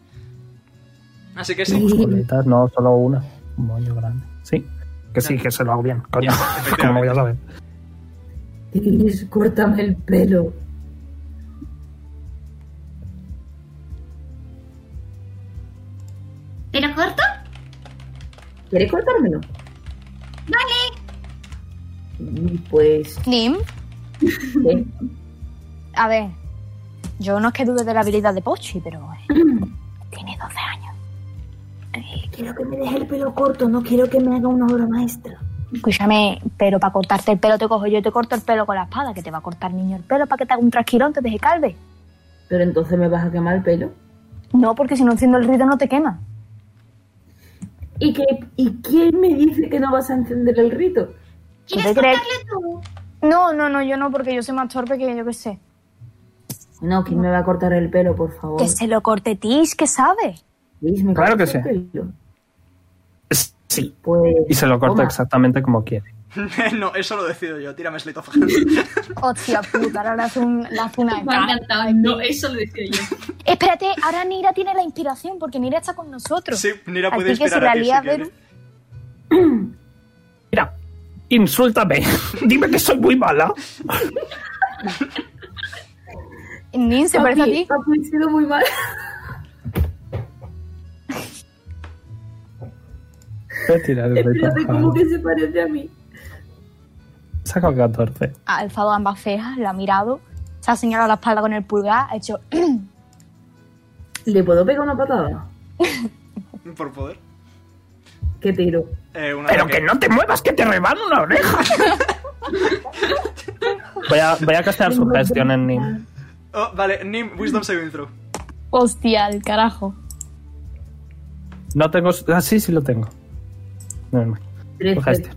Así que sí. Dos coletas, no, solo una. Un moño grande. Sí, que sí, que se lo hago bien, coño. efectivamente. ¿Cómo voy a saber? Tigris, córtame el pelo. ¿Pero corto? ¿Quieres cortármelo? Vale. Y Pues. Nim, ¿qué? a ver. Yo no es que dude de la habilidad de Pochi, pero. eh, tiene 12 años. Mm. Quiero que me deje el pelo corto, no quiero que me haga una obra maestra. Escúchame, pero para cortarte el pelo te cojo yo y te corto el pelo con la espada, que te va a cortar niño el pelo para que te haga un trasquilón, te deje calve. Pero entonces me vas a quemar el pelo. No, porque si no enciendo el rito no te quema. ¿Y, qué, ¿Y quién me dice que no vas a encender el rito? ¿Quieres ¿Tú te crees? cortarle tú? No, no, no, yo no, porque yo soy más torpe que yo qué sé. No, ¿quién me va a cortar el pelo, por Oh. favor? Que se lo corte Tis, que sabe. Tigris, ¿me Claro cortas que el pelo? Sí. Pues, Y se lo corta toma. exactamente como quiere. no, eso lo decido yo. Tírame Slate of Hand. Hostia puta, ahora le hace, un, le hace una Me ha encantado. No, eso lo decía yo. Espérate, ahora Nira tiene la inspiración porque Nira está con nosotros. Sí, Nira Así puede que si inspirar la a ti. si lía quieres. Mira, insúltame. Dime que soy muy mala. Nin se parece a ti. Papi, he sido muy mal. Voy a tirar el rey Espérate, para ¿cómo que se parece a mí? Saco 14. Ha alzado ambas cejas, la ha mirado, se ha señalado la espalda con el pulgar, ha hecho. ¿Le puedo pegar una patada? Por poder. ¿Qué tiro? Eh, un Pero ataque. que no te muevas, que te reban una oreja. Voy a, voy a castear su gestión en Nim. Oh, vale, Nim, Wisdom Saving Throw. Hostia, el carajo. No tengo. su- Ah, sí, sí lo tengo. Normal. Trece. Su gestión.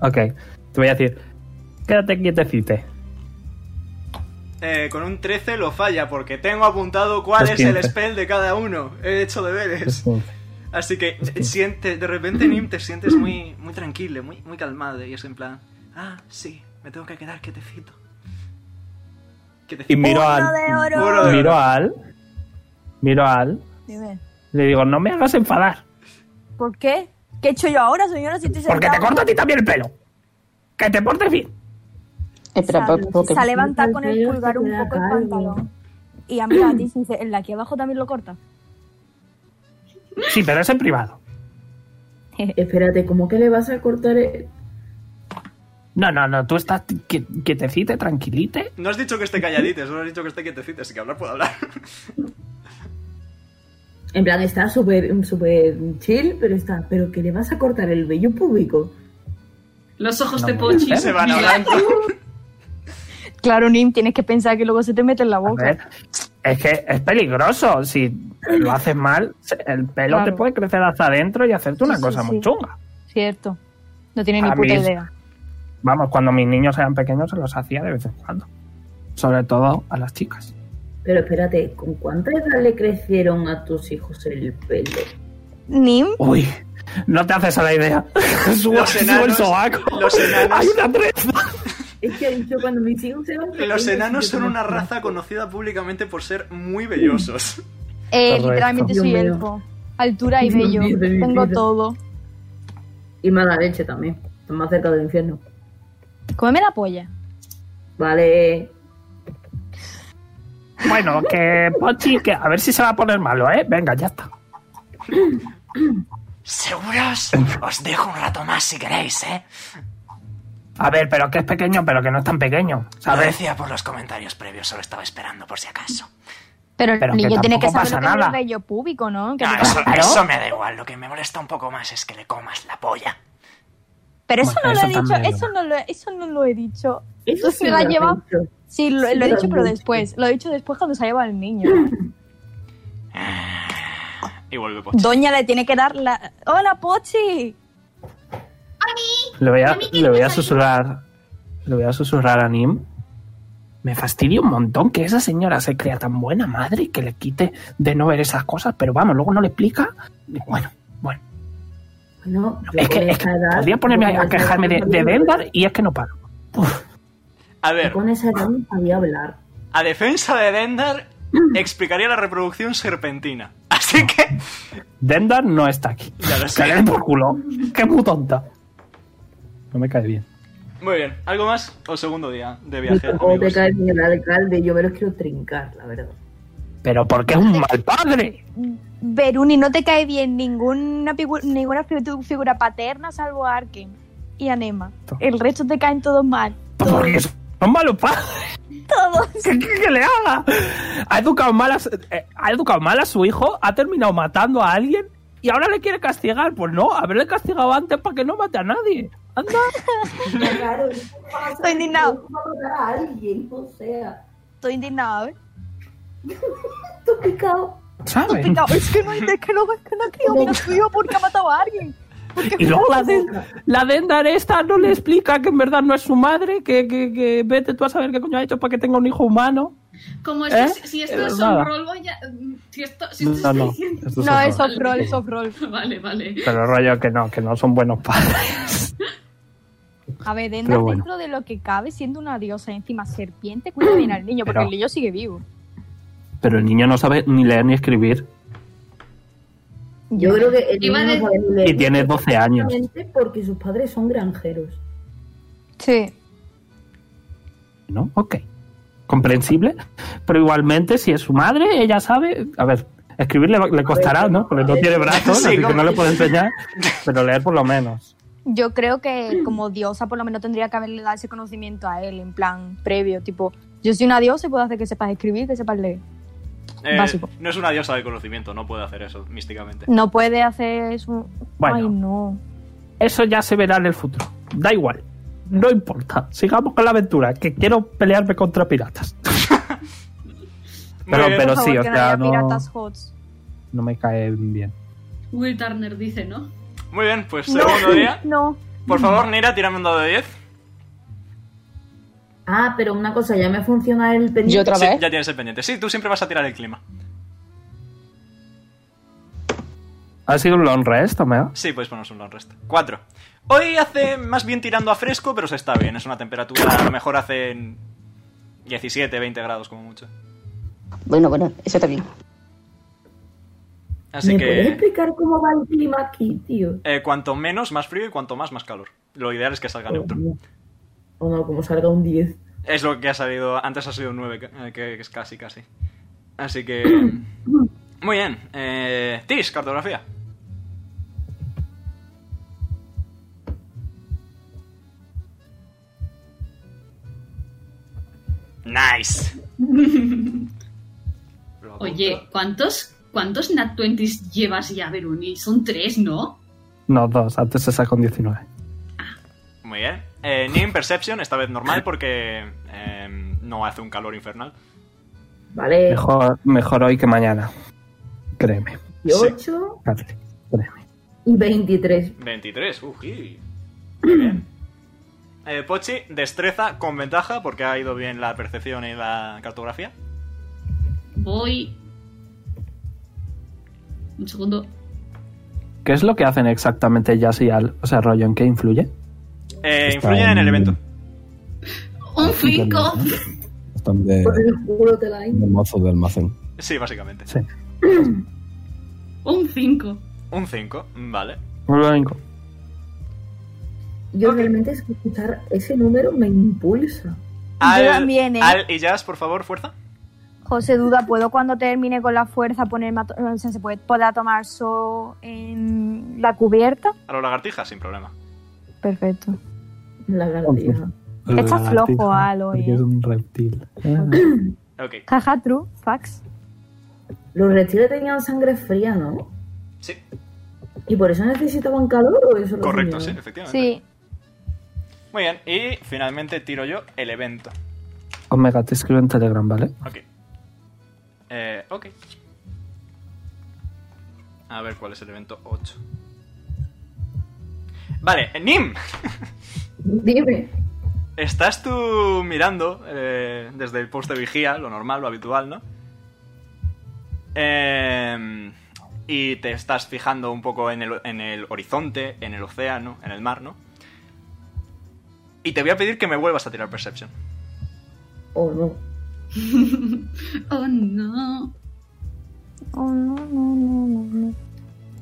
Ok, te voy a decir. Quédate quietecite. Eh, con un 13 lo falla porque tengo apuntado cuál Los es el 15. spell de cada uno. He hecho deberes. Es un- Así que siente, de repente Nim te sientes muy, muy tranquilo, muy, muy calmado y es en plan, ah, sí, me tengo que quedar quietecito. Y Quietecito. miro al. Uno de Miro oro. al. Miro al. Dime, Le digo, no me hagas enfadar. ¿por qué? ¿Qué he hecho yo ahora, señora? Si estoy Porque te sentada? corto a ti también el pelo. Que te portes bien. Espera, Sale- po- porque- Se ha levantado con el Pero pulgar se un queda poco el calvo. pantalón. Y ha mirado a ti y dice, ¿el de aquí abajo también lo corta? Sí, pero es en privado. Espérate, ¿cómo que le vas a cortar el... No, no, no, tú estás qui- quietecite, tranquilite. No has dicho que esté calladito, solo has dicho que esté quietecito, así que hablar puedo hablar. En plan, está súper súper chill, pero está... ¿Pero que le vas a cortar el vello público? Los ojos No de me Pochi. digas, ¿eh? Se van hablando. Claro, Nim, tienes que pensar que luego se te mete en la A boca. ver, es que es peligroso. Si lo haces mal, se- el pelo Claro. te puede crecer hasta adentro y hacerte una Sí, sí, cosa muy sí. chunga. Cierto. No tiene ni A puta mí- idea. Vamos, cuando mis niños eran pequeños se los hacía de vez en cuando. Sobre todo a las chicas. Pero espérate, ¿con cuánta edad le crecieron a tus hijos el pelo? Nim, Uy, no te haces a la idea. Subo, Los subo el enanos- sobaco. los enanos- Hay una trenza. Es que yo cuando mis hijos se van... Los enanos son una raza conocida públicamente por ser muy bellosos. eh, Correcto. literalmente Dios soy mío. elfo. Altura y Dios bello. mío de mi Tengo vida. todo. Y mala leche también. Están más cerca del infierno. Cómeme la polla. Vale. Bueno, que Pochi, que a ver si se va a poner malo, ¿eh? Venga, ya está. Seguros, os dejo un rato más si queréis, ¿eh? A ver, pero que es pequeño, pero que no es tan pequeño, ¿sabes? decía por los comentarios previos, solo estaba esperando por si acaso. Pero el Pero que niño tiene que tampoco saber pasa lo que es nada. el bello público, ¿no? Que No, no- eso, Claro. eso me da igual. Lo que me molesta un poco más es que le comas la polla. Pero eso Bueno, no lo eso he dicho. también. Eso no lo, eso no lo he dicho. Eso Tú sí se la lo has lleva- hecho. Sí, lo, Sí, lo he lo dicho, has pero dicho. después. Lo he dicho después cuando se ha llevado el niño. Y vuelve Pochi. Doña le tiene que dar la. ¡Hola, Pochi! Le voy a, le voy a susurrar. Le voy a susurrar a Nim. Me fastidia un montón que esa señora se crea tan buena madre y que le quite de no ver esas cosas, pero vamos, luego no le explica. Y Bueno, bueno. No, Es que, es que podría ponerme a, a quejarme de, de Dendar y es que no paro. Uf, A ver, Con esa edad no sabía hablar. a defensa de Dendar, explicaría la reproducción serpentina. Así que. Dendar no está aquí. Ya lo sé. Que le den por culo. Qué muy tonta. No me cae bien. Muy bien, ¿algo más? O segundo día de viaje. O te amigos. cae bien el alcalde, yo me los quiero trincar, la verdad. Pero porque es un mal padre. Veruni, no te cae bien ninguna, figu- ninguna fi- figura paterna salvo a Arkin y Anema. El resto te caen todos mal. Porque son malos padres. Todos. ¿Qué, qué- qué le haga? Ha educado, mal a, su- eh, ha educado mal a su hijo, ha terminado matando a alguien y ahora le quiere castigar. Pues no, haberle castigado antes para que no mate a nadie. Anda. Claro, Estoy indignado. Va a matar a alguien, o sea, Estoy indignado, ¿eh? tú picado. ¿Sabes? Estoy indignado. Es que no, es que no, es que no quiero ver a su hijo porque ha matado a alguien. Y luego la, de, la Dendar esta no le explica que en verdad no es su madre, que, que, que vete tú a saber qué coño ha hecho para que tenga un hijo humano. Como es ¿Eh? que si, si esto es Nada. un roll, ya. Si esto, si esto No, es no, suficiente- esto es No, otro. es soft roll, soft roll. Vale, vale. Pero rollo que no, que no son buenos padres. A ver, Dendar, Pero bueno. dentro de lo que cabe, siendo una diosa encima serpiente, cuida bien al niño, porque Pero- el niño sigue vivo. Pero el niño no sabe ni leer ni escribir. Yo creo que el Iba niño de- no sabe ni leer. Y tiene 12 años. Simplemente Porque sus padres son granjeros. Sí. ¿No? Ok. Comprensible. Pero igualmente, si es su madre, ella sabe. A ver, escribir le, le costará, ¿no? Porque no tiene brazos, Sí, así que ¿cómo? no le puede enseñar. Pero leer por lo menos. Yo creo que como diosa por lo menos tendría que haberle dado ese conocimiento a él, en plan previo, tipo, yo soy una diosa y puedo hacer que sepas escribir, que sepas leer. Eh, básico. no es una diosa del conocimiento, no puede hacer eso místicamente. No puede hacer eso. Bueno. Ay, no. Eso ya se verá en el futuro. Da igual. No importa. Sigamos con la aventura, que quiero pelearme contra piratas. Muy pero- bien. pero- Por favor, sí, que o sea, no haya no- piratas hots. No me caen bien. Will Turner dice, ¿no? Muy bien, pues segundo No, día. no. Por favor, Nira, tírame un dado de 10. Ah, pero una cosa, ya me funciona el pendiente. Yo otra Sí, vez. ya tienes el pendiente. Sí, tú siempre vas a tirar el clima. Ha sido un long rest, Omega. Sí, podéis ponernos un long rest. 4. Hoy hace más bien tirando a fresco, pero se está bien. Es una temperatura, a lo mejor hacen 17, 20 grados como mucho. Bueno, bueno, eso está bien. Así ¿Me puedes que explicar cómo va el clima aquí, tío? eh, cuanto menos, más frío y cuanto más, más calor. Lo ideal es que salga neutro. O no, como salga un 10. Es lo que ha salido. Antes ha sido un 9, que, eh, que es casi, casi. Así que. Muy bien. Eh, Tis, cartografía. Nice. Oye, ¿cuántos, cuántos Nat 20 llevas ya, Veruni? Son tres, ¿no? No, dos. Antes se sacó un 19. Muy bien. Eh, Nim Perception, esta vez normal porque eh, no hace un calor infernal. Vale, Mejor, mejor hoy que mañana. Créeme. 18 Carly, Créeme. y 23. 23, ují. Muy bien. Eh, Pochi, destreza con ventaja porque ha ido bien la percepción y la cartografía. Voy... Un segundo. ¿Qué es lo que hacen exactamente Jazz y Al? O sea, rollo, ¿en qué influye? Eh, Está influye en en- el evento. Un 5. Están de, Por el culo te la de mozo de almacén. Sí, básicamente. Sí. Un 5. Un 5, vale. Lo único. Yo realmente es que escuchar ese número me impulsa. Yo también, ¿eh? Al y Jazz, por favor, fuerza. José Duda, ¿puedo cuando termine con la fuerza ponerme a to- o sea, ¿Se puede, podrá tomar so en la cubierta? A los lagartijas, sin problema. Perfecto. La garantía. Está flojo, Al, hoy, Porque eh. es un reptil. Ok, Jaja, true, fax. Los reptiles tenían sangre fría, ¿no? sí, ¿Y por eso necesitaban calor o eso lo correcto, sí, tenían? efectivamente. Sí. Muy bien, y finalmente tiro yo el evento. Omega, te escribo en Telegram, ¿vale? Ok. Eh, ok. A ver cuál es el evento 8. Vale, eh, Nim. Dime. Estás tú mirando eh, desde el post de vigía, lo normal, lo habitual, ¿no? Em, y te estás fijando un poco en el, en el horizonte, en el océano, en el mar, ¿no? Y te voy a pedir que me vuelvas a tirar Perception. o no. Oh no. Oh, no, no, no, no, no.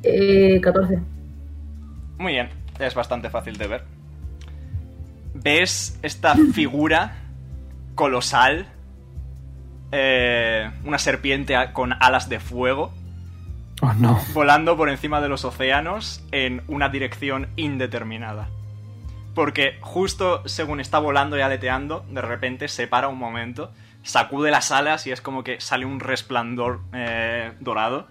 Eh, 14. Muy bien, es bastante fácil de ver. ¿Ves esta figura colosal? Eh, una serpiente a- con alas de fuego Oh, no. volando por encima de los océanos en una dirección indeterminada. Porque justo según está volando y aleteando, de repente se para un momento, sacude las alas y es como que sale un resplandor eh, dorado,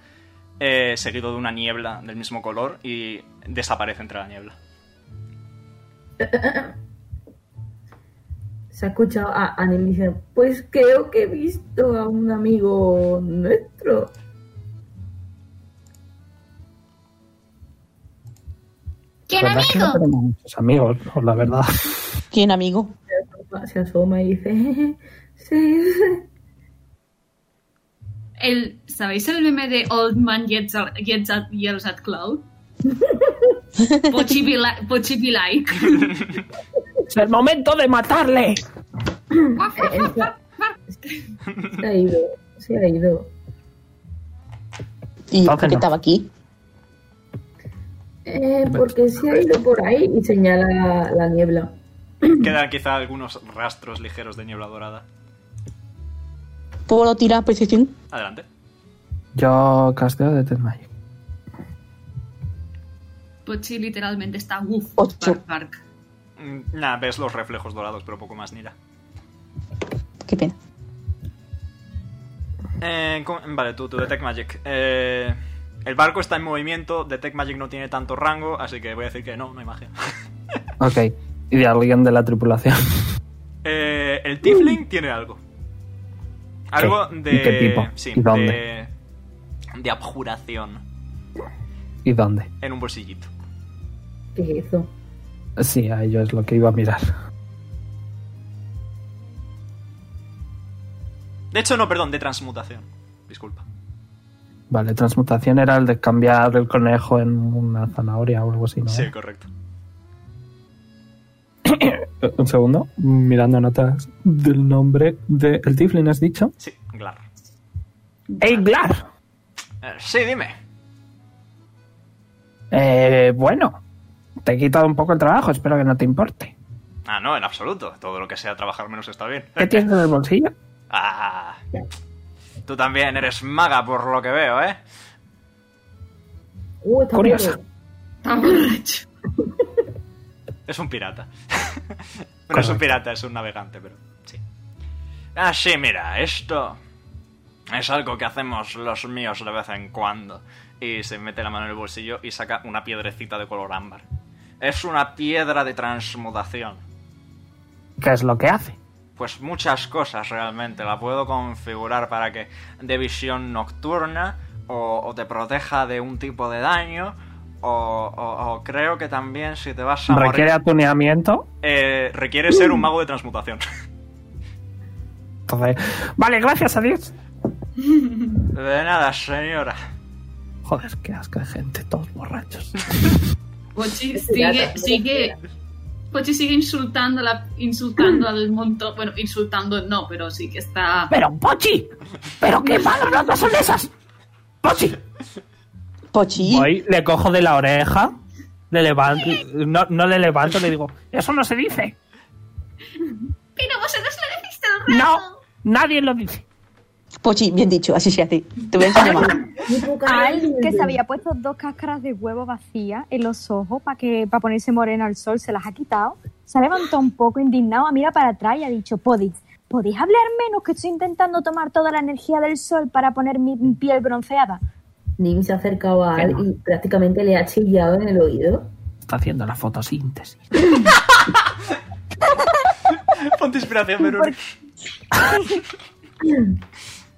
eh, seguido de una niebla del mismo color y desaparece entre la niebla. Se ha escuchado a Anel diciendo, pues creo que he visto a un amigo nuestro. ¿Quién La verdad es que Pues no amigo? tenemos muchos amigos, no, la verdad. ¿Quién, amigo? Se asoma y dice, "Jeje, sí. El, ¿Sabéis el meme de Old Man Gets, a- gets at, Yells at Cloud? Pues Pochi be li- Pochi be like. ¡Es el momento de matarle! Este- Se ha ido, se ha ido. ¿Y Claro por qué que no. estaba aquí? Eh, porque se ha ido por ahí y señala la niebla. Quedan quizá algunos rastros ligeros de niebla dorada. ¿Puedo tirar precisión? Adelante. Yo casteo de Ted Magic. Pochi literalmente está woof. Ocho. Bark, bark. Mm, Nah, ves los reflejos dorados, pero poco más, Nira. Qué pena. Eh, co- vale, tú, tú, Detect Magic. Eh, el barco está en movimiento, Detect Magic no tiene tanto rango, así que voy a decir que no, no hay magia. Ok. Y de alguien de la tripulación. Eh, el Tiefling tiene algo. Algo Mm. ¿Qué? de. ¿Y qué tipo? Sí, ¿Y dónde? De, de abjuración ¿Y dónde? en un bolsillito. ¿Qué es eso? Sí, a ello es lo que iba a mirar. De hecho, no, perdón, de transmutación. Disculpa. Vale, transmutación era el de cambiar el conejo en una zanahoria o algo así, ¿no? Sí, correcto. Eh, Un segundo, mirando notas del nombre del el Tiflin, ¿has dicho? Sí, claro. ¡Eiglar! Eh, sí, dime. Eh, bueno, te he quitado un poco el trabajo, espero que no te importe. Ah, no, en absoluto. Todo lo que sea trabajar menos está bien. ¿Qué tienes en el bolsillo? Ah. Tú también eres maga por lo que veo, ¿eh? Uh, está Curiosa. bueno. Está borracho. Es un pirata. no es un Correcto. pirata, es un navegante, pero sí. Ah, sí, mira, esto es algo que hacemos los míos de vez en cuando. Y se mete la mano en el bolsillo y saca una piedrecita de color ámbar. Es una piedra de transmutación. ¿Qué es lo que hace? Pues muchas cosas realmente. La puedo configurar para que dé visión nocturna o, o te proteja de un tipo de daño. O, o- o creo que también si te vas a morir- ¿Requiere atuneamiento? eh, requiere ser un mago de transmutación. Entonces, vale, gracias a Dios. De nada, señora. Joder, qué asco de gente, todos borrachos. Pochi pirata, sigue, no sigue. Pochi sigue insultando, la- insultando al montón. Bueno, insultando no, pero sí que está. ¡Pero, Pochi! ¡Pero qué malas notas son esas! ¡Pochi! Pochi. Voy, le cojo de la oreja, le levanto, no, no le levanto, le digo, eso no se dice. Pero vosotros lo decís todo el rato. No, nadie lo dice. Pochi, bien dicho, así se hace. Te voy a enseñar más. Muy poca Al que gente. se había puesto dos cáscaras de huevo vacía en los ojos para que para ponerse morena al sol, se las ha quitado. Se ha levantado un poco indignado, mira para atrás y ha dicho, podéis, podéis hablar menos que estoy intentando tomar toda la energía del sol para poner mi piel bronceada. Nim se ha acercado a Al y prácticamente le ha chillado en el oído. Está haciendo la fotosíntesis. Ponte inspiración, Meruri.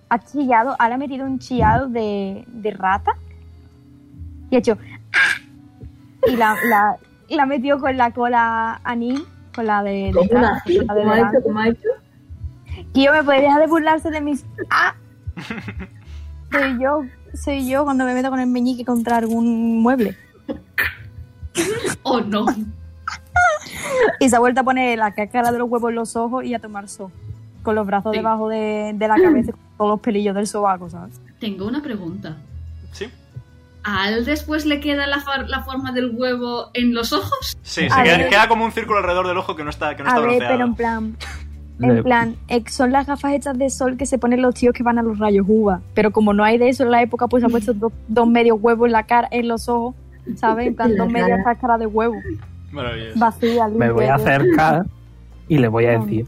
Ha chillado, ahora ha metido un chillado de, de rata y ha hecho, "Ah". y la, la, y la ha metido con la cola a Nim, con la de, de Como una rata, con la de como ha delante. hecho, como ha hecho. Tío, ¿me puedes dejar de burlarse de mis... ¡Ah! Soy yo, soy yo cuando me meto con el meñique contra algún mueble. Oh no. Y se ha vuelto a poner la cáscara de los huevos en los ojos y a tomar sol. con los brazos Sí. debajo de, de la cabeza y con todos los pelillos del sobaco, ¿sabes? Tengo una pregunta. Sí. ¿A Al después le queda la, far- la forma del huevo en los ojos? Sí, A se queda, ver. queda como un círculo alrededor del ojo que no está, que no a está ver, bronceado. Eh, pero en plan. En Le- plan, eh, son las gafas hechas de sol que se ponen los tíos que van a los rayos uva. Pero como no hay de eso en la época, pues se han puesto dos, dos medios huevos en la cara, en los ojos, ¿sabes? En plan, En la dos medias cara. cáscaras de huevo. Maravilloso. Vacía, Me voy a limpia, acercar y le voy a decir,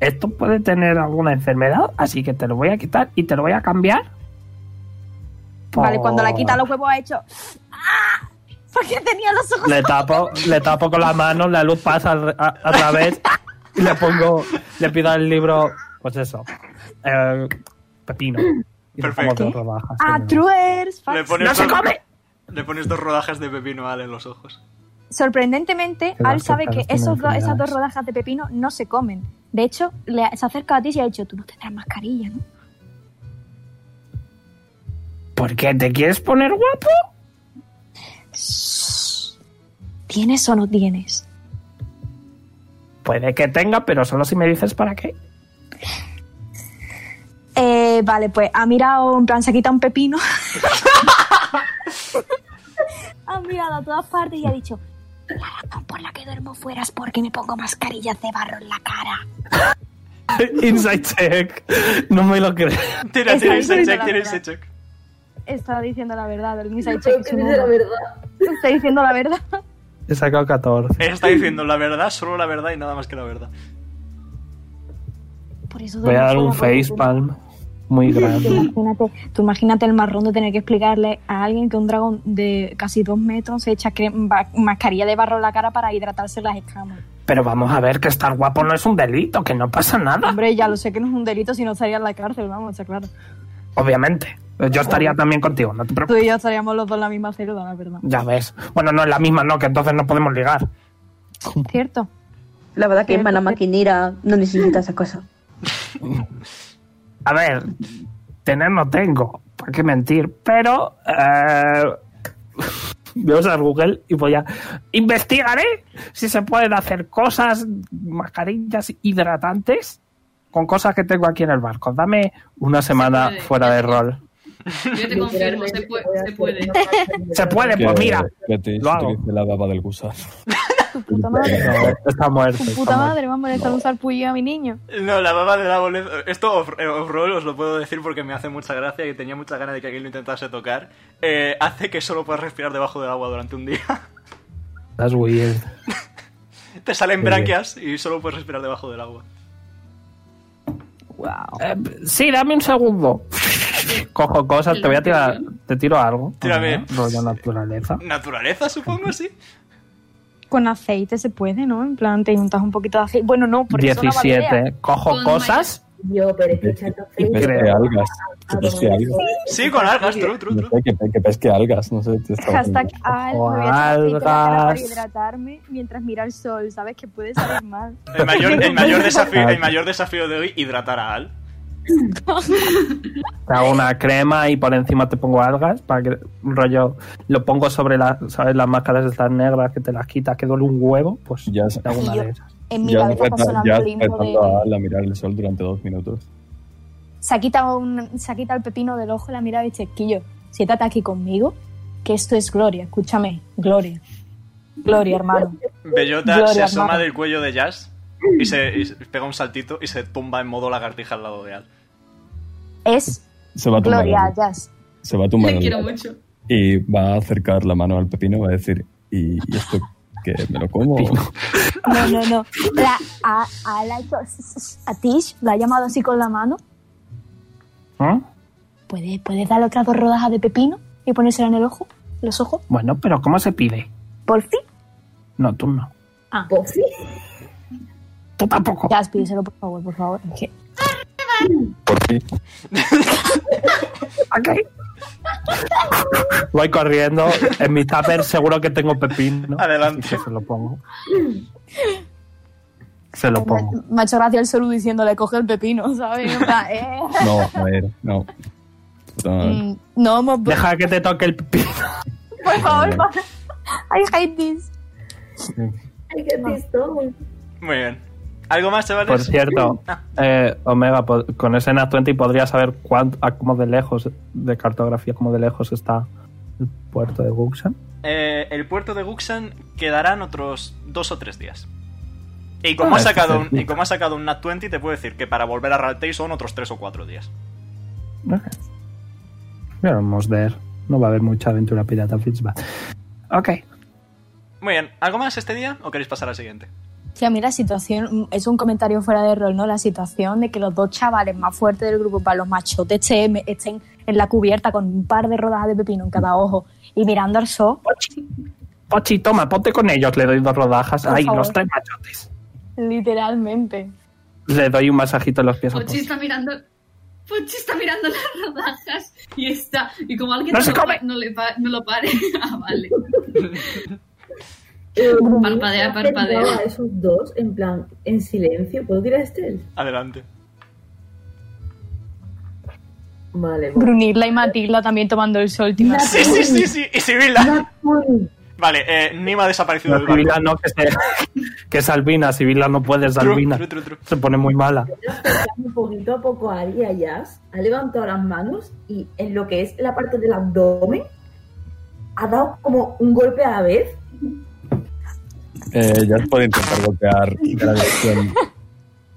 esto puede tener alguna enfermedad, así que te lo voy a quitar y te lo voy a cambiar. Vale, por- cuando la quita los huevos ha hecho. ¡Ah! Porque tenía los ojos. Oh. Le tapo, le tapo con la mano, la luz pasa al- a, a través y le pongo, le pido al libro, pues eso, eh, pepino. Y le pongo Perfecto. dos rodajas. ¡Ah, truers! Le pones ¡No se dos- come! Le pones dos rodajas de pepino a Al en los ojos. Sorprendentemente, Que Al las sabe que tortas tienen esos dos- esas dos enfermedades. rodajas de pepino no se comen. De hecho, le- se acerca a ti y ha dicho: Tú no tendrás mascarilla, ¿no? ¿Por qué? ¿Te quieres poner guapo? ¿Tienes o no tienes? Puede que tenga, pero solo si me dices para qué. Eh, vale, pues ha mirado, en plan, se quita un pepino. ha mirado a todas partes y ha dicho: La razón por la que duermo fuera es porque me pongo mascarillas de barro en la cara. Inside check. No me lo creo. Tira, tira ese Está diciendo check, la tira verdad. ese check. Está diciendo la verdad, el Yo inside creo check. que dice la verdad. Está diciendo la verdad. He sacado 14. Él está diciendo la verdad, solo la verdad y nada más que la verdad. Por eso Voy a duermo dar un sola, porque tú- facepalm muy grande. Imagínate, tú imagínate el marrón de tener que explicarle a alguien que un dragón de casi dos metros se echa cre- ba- mascarilla de barro en la cara para hidratarse las escamas. Pero vamos a ver que estar guapo no es un delito, que no pasa nada. Hombre, ya lo sé que no es un delito si no estaría en la cárcel, vamos, está claro. Obviamente. Yo estaría también contigo, no te Tú preocupes. y yo estaríamos los dos en la misma celda, la verdad. Ya ves. Bueno, no es la misma, no, que entonces no podemos ligar. Cierto. La verdad que es mala maquinera, no necesita esas cosas. A ver, tener no tengo, ¿para qué mentir? Pero... eh, voy a usar Google y voy a... Investigaré si se pueden hacer cosas, mascarillas hidratantes con cosas que tengo aquí en el barco. Dame una semana puede. fuera de rol. Yo te confirmo, se puede. Se puede. Se puede, Que- pues mira. que te lo hago. utilice la baba del gusano. Puta madre. Está muerto. Tu está puta madre, vamos a dejar usar puyo a mi niño. No, la baba de la boleza. Esto off- eh, off-roll os lo puedo decir porque me hace mucha gracia y tenía muchas ganas de que alguien lo intentase tocar. Eh, hace que solo puedas respirar debajo del agua durante un día. That's weird. Te salen Muy bien. branquias y solo puedes respirar debajo del agua. Eh, sí, dame un segundo. Cojo cosas, te voy a tirar. Te tiro algo. Tírame. Rollo naturaleza. Naturaleza, supongo, sí. Con aceite se puede, ¿no? En plan, te untas un poquito de aceite. Bueno, no, porque eso no 17. Cojo cosas. Yo, pero es que echando Que aceite. pesque algas. Que pesque algas. Sí, con algas, true, true, No sé, que, pe- que pesque algas. No sé, te estaba Hashtag diciendo. al, me voy a hacer aceite en la cara para hidratarme mientras mira el sol, ¿sabes? Que puede salir mal. El mayor, el mayor desafío, el mayor desafío de hoy, hidratar a Al. Te hago una crema y por encima te pongo algas. Para que un rollo. Lo pongo sobre las, ¿sabes? las máscaras estas negras que te las quitas, que duele un huevo. Pues Ya te hago una Y yo- de esas. En mi Ya cabeza reta- está sonando ya el himno retando de... a Al a mirar el sol durante dos minutos. Se ha, quitado un- se ha quitado el pepino del ojo, la mirada y dice, Quillo, siéntate aquí conmigo, que esto es gloria, escúchame, gloria. Gloria, hermano. Bellota Gloria, se asoma hermano. del cuello de Jazz y se, y se- pega un saltito y se tumba en modo lagartija al lado de Al. Es Se va a tumbar. gloria, al- Jazz. Se va a tumbar. al- mucho. Y va a acercar la mano al pepino y va a decir, ¿y, y esto que me lo como? No, no, no. La, a, a, la- a Tish la ha llamado así con la mano. ¿Mm? ¿Puedes, puedes darle otras dos rodajas de pepino y ponérsela en el ojo? ¿Los ojos? Bueno, pero ¿cómo se pide? ¿Por fin? No, tú no. Ah. ¿Por fin? Tú tampoco. Jazz, pídeselo, por favor, por favor. Es que- Por ti. Voy corriendo. En mi tupper seguro que tengo pepino. Adelante. Así que se lo pongo. Se lo pongo. Pues Me ha hecho gracia el solo diciéndole, coge el pepino, ¿sabes? En plan, eh. No, a ver, no. No, Mm, No, hemos... Deja que te toque el pepino. Por favor, va. I hate this. Muy bien. ¿Algo más, chavales? Por cierto, eh, Omega, pod- con ese NAT 20 podría saber cuánto, a cómo de lejos, de cartografía, cómo de lejos está el puerto de Guxan. Eh, el puerto de Guxan quedará en otros dos o tres días. Y como, Ah, ha, está sacado un, cerquita. y como ha sacado un Nat 20, te puedo decir que para volver a Raltei son otros tres o cuatro días. Ya vamos a ver. No va a haber mucha aventura pirata Fitzbat. Ok. Muy bien, ¿algo más este día o queréis pasar al siguiente? Sí, a mí la situación, mm, es un comentario fuera de rol, ¿no? La situación de que los dos chavales más fuertes del grupo, para los machotes TM, estén en la cubierta con un par de rodajas de pepino en cada ojo y mirando al sol. Pochi, toma, ponte con ellos. Le doy dos rodajas. Por Ay, favor. los tres machotes. Literalmente. Le doy un masajito en los pies a Pochi Pochi. está mirando. Pochi está mirando las rodajas y está. Y como alguien ¡No no, se lo, come! pa- no le pa- no lo pare. Ah, vale. Eh, Parpadea, parpadea. A esos dos, en plan, en silencio. ¿Puedo tirar este? Estel? Adelante. Vale, vale. Brunilda y Matilda también tomando el sol. tío. Sí, sí, sí, sí. Y Sibila. Vale, eh, Nima ha desaparecido No, del barco. Sibila no, que, se, que es albina. Sibila no puede, es Tru, albina. tru, tru, tru. Se pone muy mala. Un poquito a poco a Ari y a Jazz ha levantado las manos y en lo que es la parte del abdomen ha dado como un golpe a la vez. Eh, ya puede intentar golpear de la dirección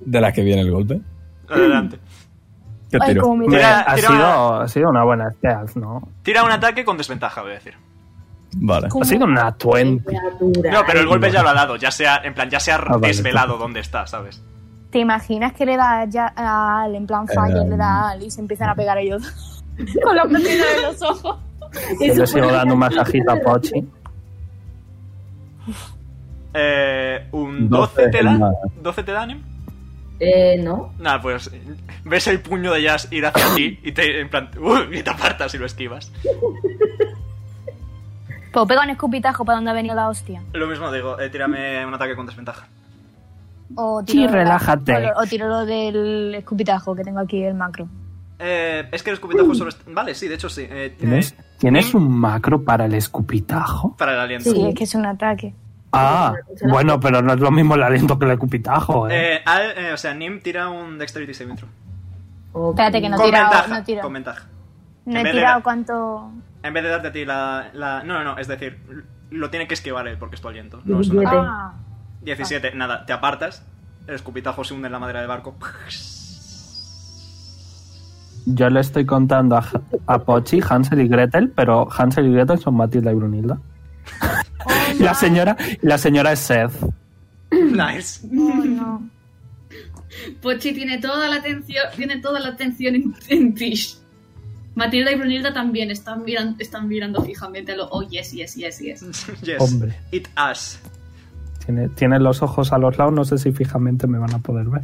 de la que viene el golpe. Adelante. ¿Qué Ay, tiro? como mi- Hombre, Tira- ha, tira- sido, ha sido una buena stealth, ¿no? Tira un ataque con desventaja, voy a decir. Vale. Ha sido una 20. Natural. No, pero el golpe ya lo ha dado. Ya sea, en plan, ya se ha Ah, vale, desvelado dónde está, ¿sabes? ¿Te imaginas que le da ya a Al, en plan fire, le da a Eh, Al y se empiezan a pegar ellos dos? con los pepinos de los ojos? Yo le sigo dando un masajito a Pochi. Eh, un 12, 12 te da. nada. 12 te da, Nim. Eh, no. Nada, pues eh, ves el puño de Jazz ir hacia ti y te, en plan, ¡uh! y te apartas y lo esquivas. Pues pega un escupitajo para donde ha venido la hostia. Lo mismo digo, eh, tírame un ataque con desventaja. O Sí, tiro lo de la- relájate. o lo- O tiro lo del escupitajo que tengo aquí, el macro. Eh, es que el escupitajo solo está... Vale, sí, de hecho sí. Eh, ¿Tienes, eh, ¿Tienes un macro para el escupitajo? Para el aliento. Sí, es que es un ataque. Ah, bueno, pero no es lo mismo el aliento que el escupitajo, ¿eh? Eh, al- eh, o sea, Nim tira un Dexterity Saving Throw. Ok. Espérate que no con, tirado, ventaja, no tiro. con ventaja. No En he vez de tirado la- cuánto. En vez de darte a ti la, la- No, no, no, es decir, lo tiene que esquivar él porque es tu aliento. No es una... Diecisiete. Ah, 17, nada, te apartas, el escupitajo se hunde en la madera del barco. Yo le estoy contando a, Ja- a Pochi, Hansel y Gretel, pero Hansel y Gretel son Matilda y Brunilda. Y la señora, y la señora es Seth. nice. oh, no. Pochi tiene toda la atención, tiene toda la atención en, en Tish. Matilda y Brunilda también están mirando, están mirando fijamente a lo. Oh, yes, yes, yes, yes. Yes. Hombre. It us. Tiene, tiene los ojos a los lados, no sé si fijamente me van a poder ver.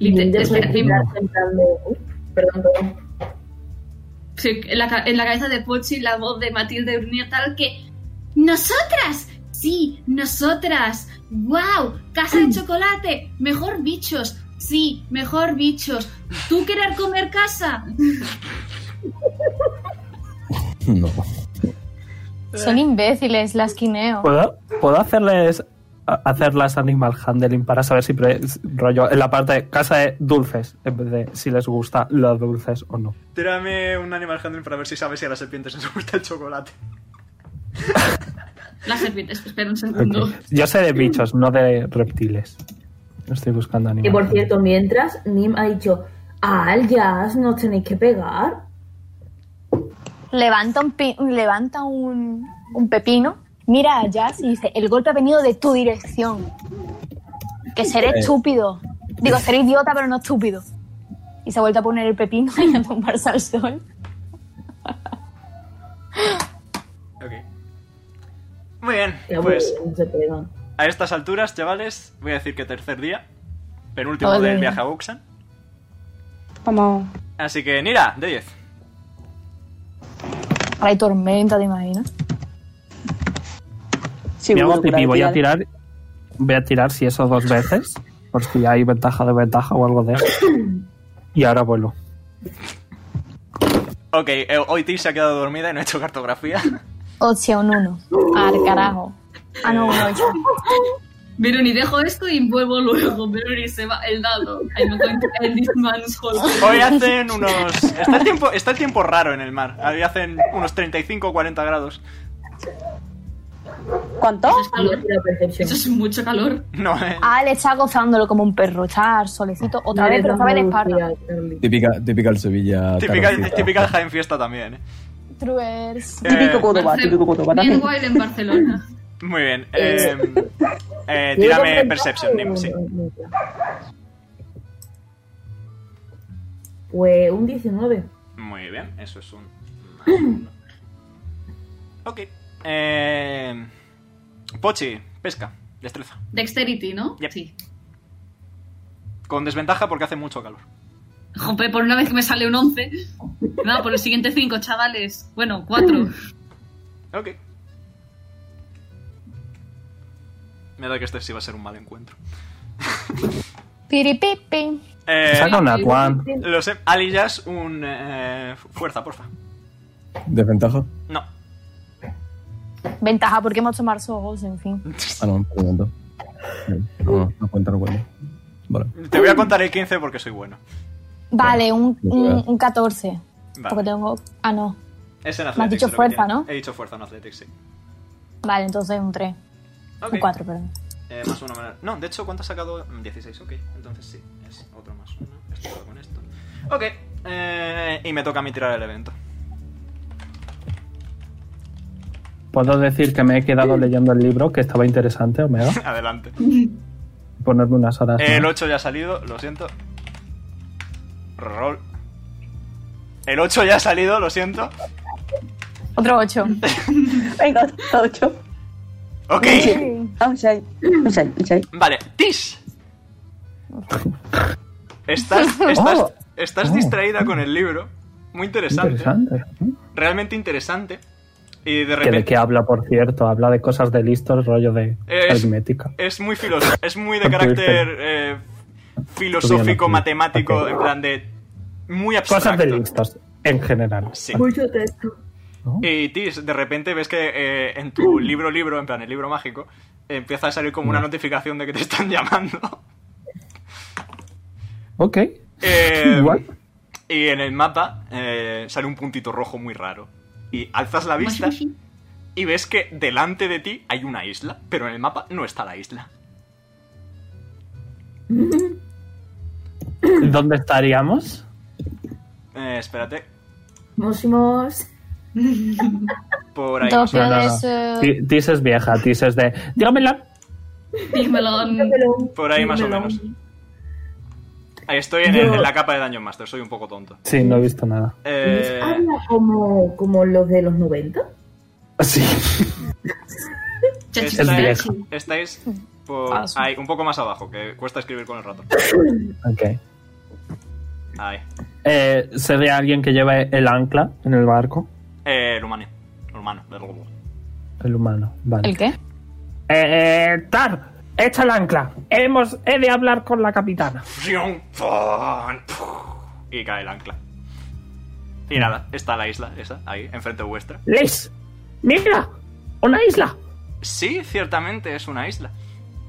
Liter- Yo espera, puedo lim- tirar en plan de- Uy, Perdón, perdón. Sí, en, la, ca- en la cabeza de Pochi la voz de Matilde Brunilda tal que. ¡Nosotras! Sí, nosotras. ¡Wow! Casa de chocolate. Mejor bichos. Sí, mejor bichos. ¿Tú querer comer casa? No. Son imbéciles, las quineo. ¿Puedo, puedo hacerles a- hacer las animal handling para saber si pre- rollo en la parte de casa de dulces en vez de si les gusta los dulces o no Tírame un animal handling para ver si sabes si a las serpientes les gusta el chocolate. La serpiente, espera un Ok. segundo. yo sé de bichos no de reptiles estoy buscando animal Que por handling. cierto, mientras Nim ha dicho, "Ah, al Jazz, no os tenéis que pegar. Levanta un, pi- levanta un, un pepino, mira a Jazz y dice: El golpe ha venido de tu dirección. Que seré Eh. estúpido. Digo, seré idiota, pero no estúpido. Y se ha vuelto a poner el pepino y a tumbarse al sol. Ok. Muy bien, Que pues aburrido, no se pegan. a estas alturas, chavales, voy a decir que tercer día, penúltimo Ole. del viaje a Buxan. Vamos. Así que, Nira, de 10. Ahora hay tormenta, ¿te imaginas? Sí, me hago bueno, pipí claro, voy a claro. tirar voy a tirar si eso dos veces por si hay ventaja de ventaja o algo de eso y ahora vuelo Ok, eh, hoy Tish se ha quedado dormida y no ha hecho cartografía. Oh. Ah, O sea, un uno. Al carajo. Ah, no, un ocho. Veruni, dejo esto y vuelvo luego. Veruni se va el dado. I not going to end this man's hole. Hoy hacen unos. Está el tiempo, está el tiempo raro en el mar. Hoy hacen unos 35 o 40 grados. ¿Cuánto? Eso es mucho calor. No, eh. Ah, le está gozándolo como un perro. Está al solecito otra vez, pero sabe de espalda. Típica, típica el Sevilla. Típica, tardecita. típica de Jaén Fiesta también. eh. Truers. Eh, Típico Córdoba, Marcel, típico Córdoba. también. Meanwhile en Barcelona. muy bien. Eh, eh, tírame Perception, Nim, sí. Pues un 19. Muy bien, eso es un. más uno. ok. Eh, Pochi, pesca, destreza. Dexterity, ¿no? Yep. Sí. Con desventaja porque hace mucho calor. Jope, por una vez que me sale un 11. Nada, por el siguiente 5, chavales. Bueno, 4. Ok. Me da que este sí va a ser un mal encuentro. Piripipi. Eh, Saca una Juan. lo sé. Ali Jazz, un. eh, fuerza, porfa. ¿Desventaja? No. Ventaja porque hemos tomado sojos, en fin. Ah, no, perdón. Uh. No, no cuenta, no cuenta. Vale. Te voy a contar el 15 porque soy bueno. Vale, un, no un, puedo. un 14. Porque Vale. tengo. Ah, no. Es en Athletics. Me has dicho lo que fuerza, tiene. ¿no? He dicho fuerza en Athletics, sí. Vale, entonces un 3. Ok. Un 4, perdón. Eh, más uno menos. No, de hecho, ¿cuánto ha sacado? Mm, 16, ok. Entonces sí, es otro más uno. Esto va con esto. Ok. eh, y me toca a mí tirar el evento. Puedo decir que me he quedado leyendo el libro, que estaba interesante, Omega. Adelante. Ponerme unas horas. El ¿no? 8 ya ha salido, lo siento. Roll. El 8 ya ha salido, lo siento. Otro 8. Venga, hasta ocho. Ok. Vamos ahí, vamos ahí, vamos ahí. Vale, Tish. Estás, estás, Oh. estás Oh. distraída con el libro. Muy interesante. Interesante. Realmente interesante. Y de Que de repente. qué habla, por cierto. Habla de cosas de listos, rollo de Es- aritmética. Es muy filoso- es muy de Porque carácter eh, Todavía filosófico, no. matemático, Ok. en plan de. Muy abstracto. Cosas de listos, en general. Sí. Mucho texto. Y Tis, de repente ves que eh, en tu libro libro, en plan el libro mágico, empieza a salir Mm. como una notificación de que te están llamando. Ok. Eh, Igual. y en el mapa eh, sale un puntito rojo muy raro. Y alzas la vista y ves que delante de ti hay una isla, pero en el mapa no está la isla. ¿Dónde estaríamos? Eh, espérate, Mósimos. por ahí. más Dos o menos. no, no. peores. eh, Ti- Tis es vieja, Tis es de. Dígamela. Dímelo. Por ahí más o menos. Ahí estoy en, el- en la capa de Dungeon Master, soy un poco tonto. Sí, no he visto nada. Eh, Ah, Habla como, como los de los 90. Sí. Chachi, Es estáis, vieja. estáis por Ah, Paso. ahí, un poco más abajo, que cuesta escribir con el rato. Ok. Ahí. Eh, ¿Se ve alguien que lleva el ancla en el barco? Eh, el humano. El humano, del globo. El humano, vale. ¿El qué? Eh, eh, Tar, echa el ancla. Hemos, he de hablar con la capitana. Frion, fon, puf, Y cae el ancla. Y nada, está la isla esa, ahí, enfrente vuestra. Liz, mira, una isla. Sí, ciertamente es una isla.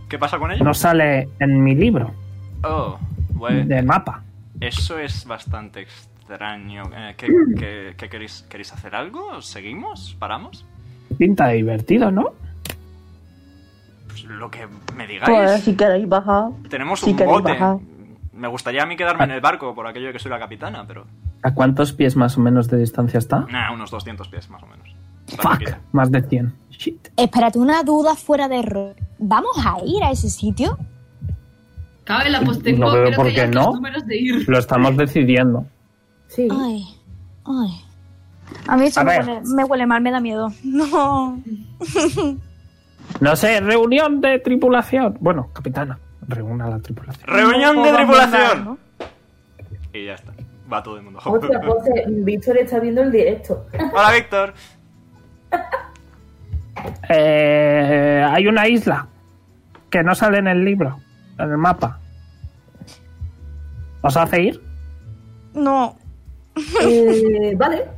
¿Qué pasa con ella? No sale en mi libro Oh, bueno, de mapa. eso es bastante extraño. Eh, ¿Qué, Mm. qué- qué queréis, queréis hacer algo? ¿Seguimos? ¿Paramos? Pinta divertido, ¿no? Pues lo que me Pues, digáis. si queréis bajar. Tenemos si un queréis bote. bajar. Ah. Me gustaría a mí quedarme en el barco por aquello de que soy la capitana, pero... ¿A cuántos pies más o menos de distancia Ah. está? Nah, unos 200 pies más o menos. Está Fuck, cerquita. más de 100. Shit. Espérate, una duda fuera de error. ¿Vamos a ir a ese sitio? Cabe la pues tengo No veo creo por que ya qué los no. números de ir. Lo estamos decidiendo. Sí. Ay, ay. A mí eso A me ver. huele, me huele mal, me da miedo. No. No sé, reunión de tripulación. Bueno, capitana, reúna a la tripulación. Reunión No de puedo tripulación. mandar, ¿no? Y ya está. Va todo el mundo. Hostia, pues, José, Víctor está viendo el directo. Hola, Víctor. Eh, hay una isla que no sale en el libro, en el mapa. ¿Os hace ir? No. Eh, vale.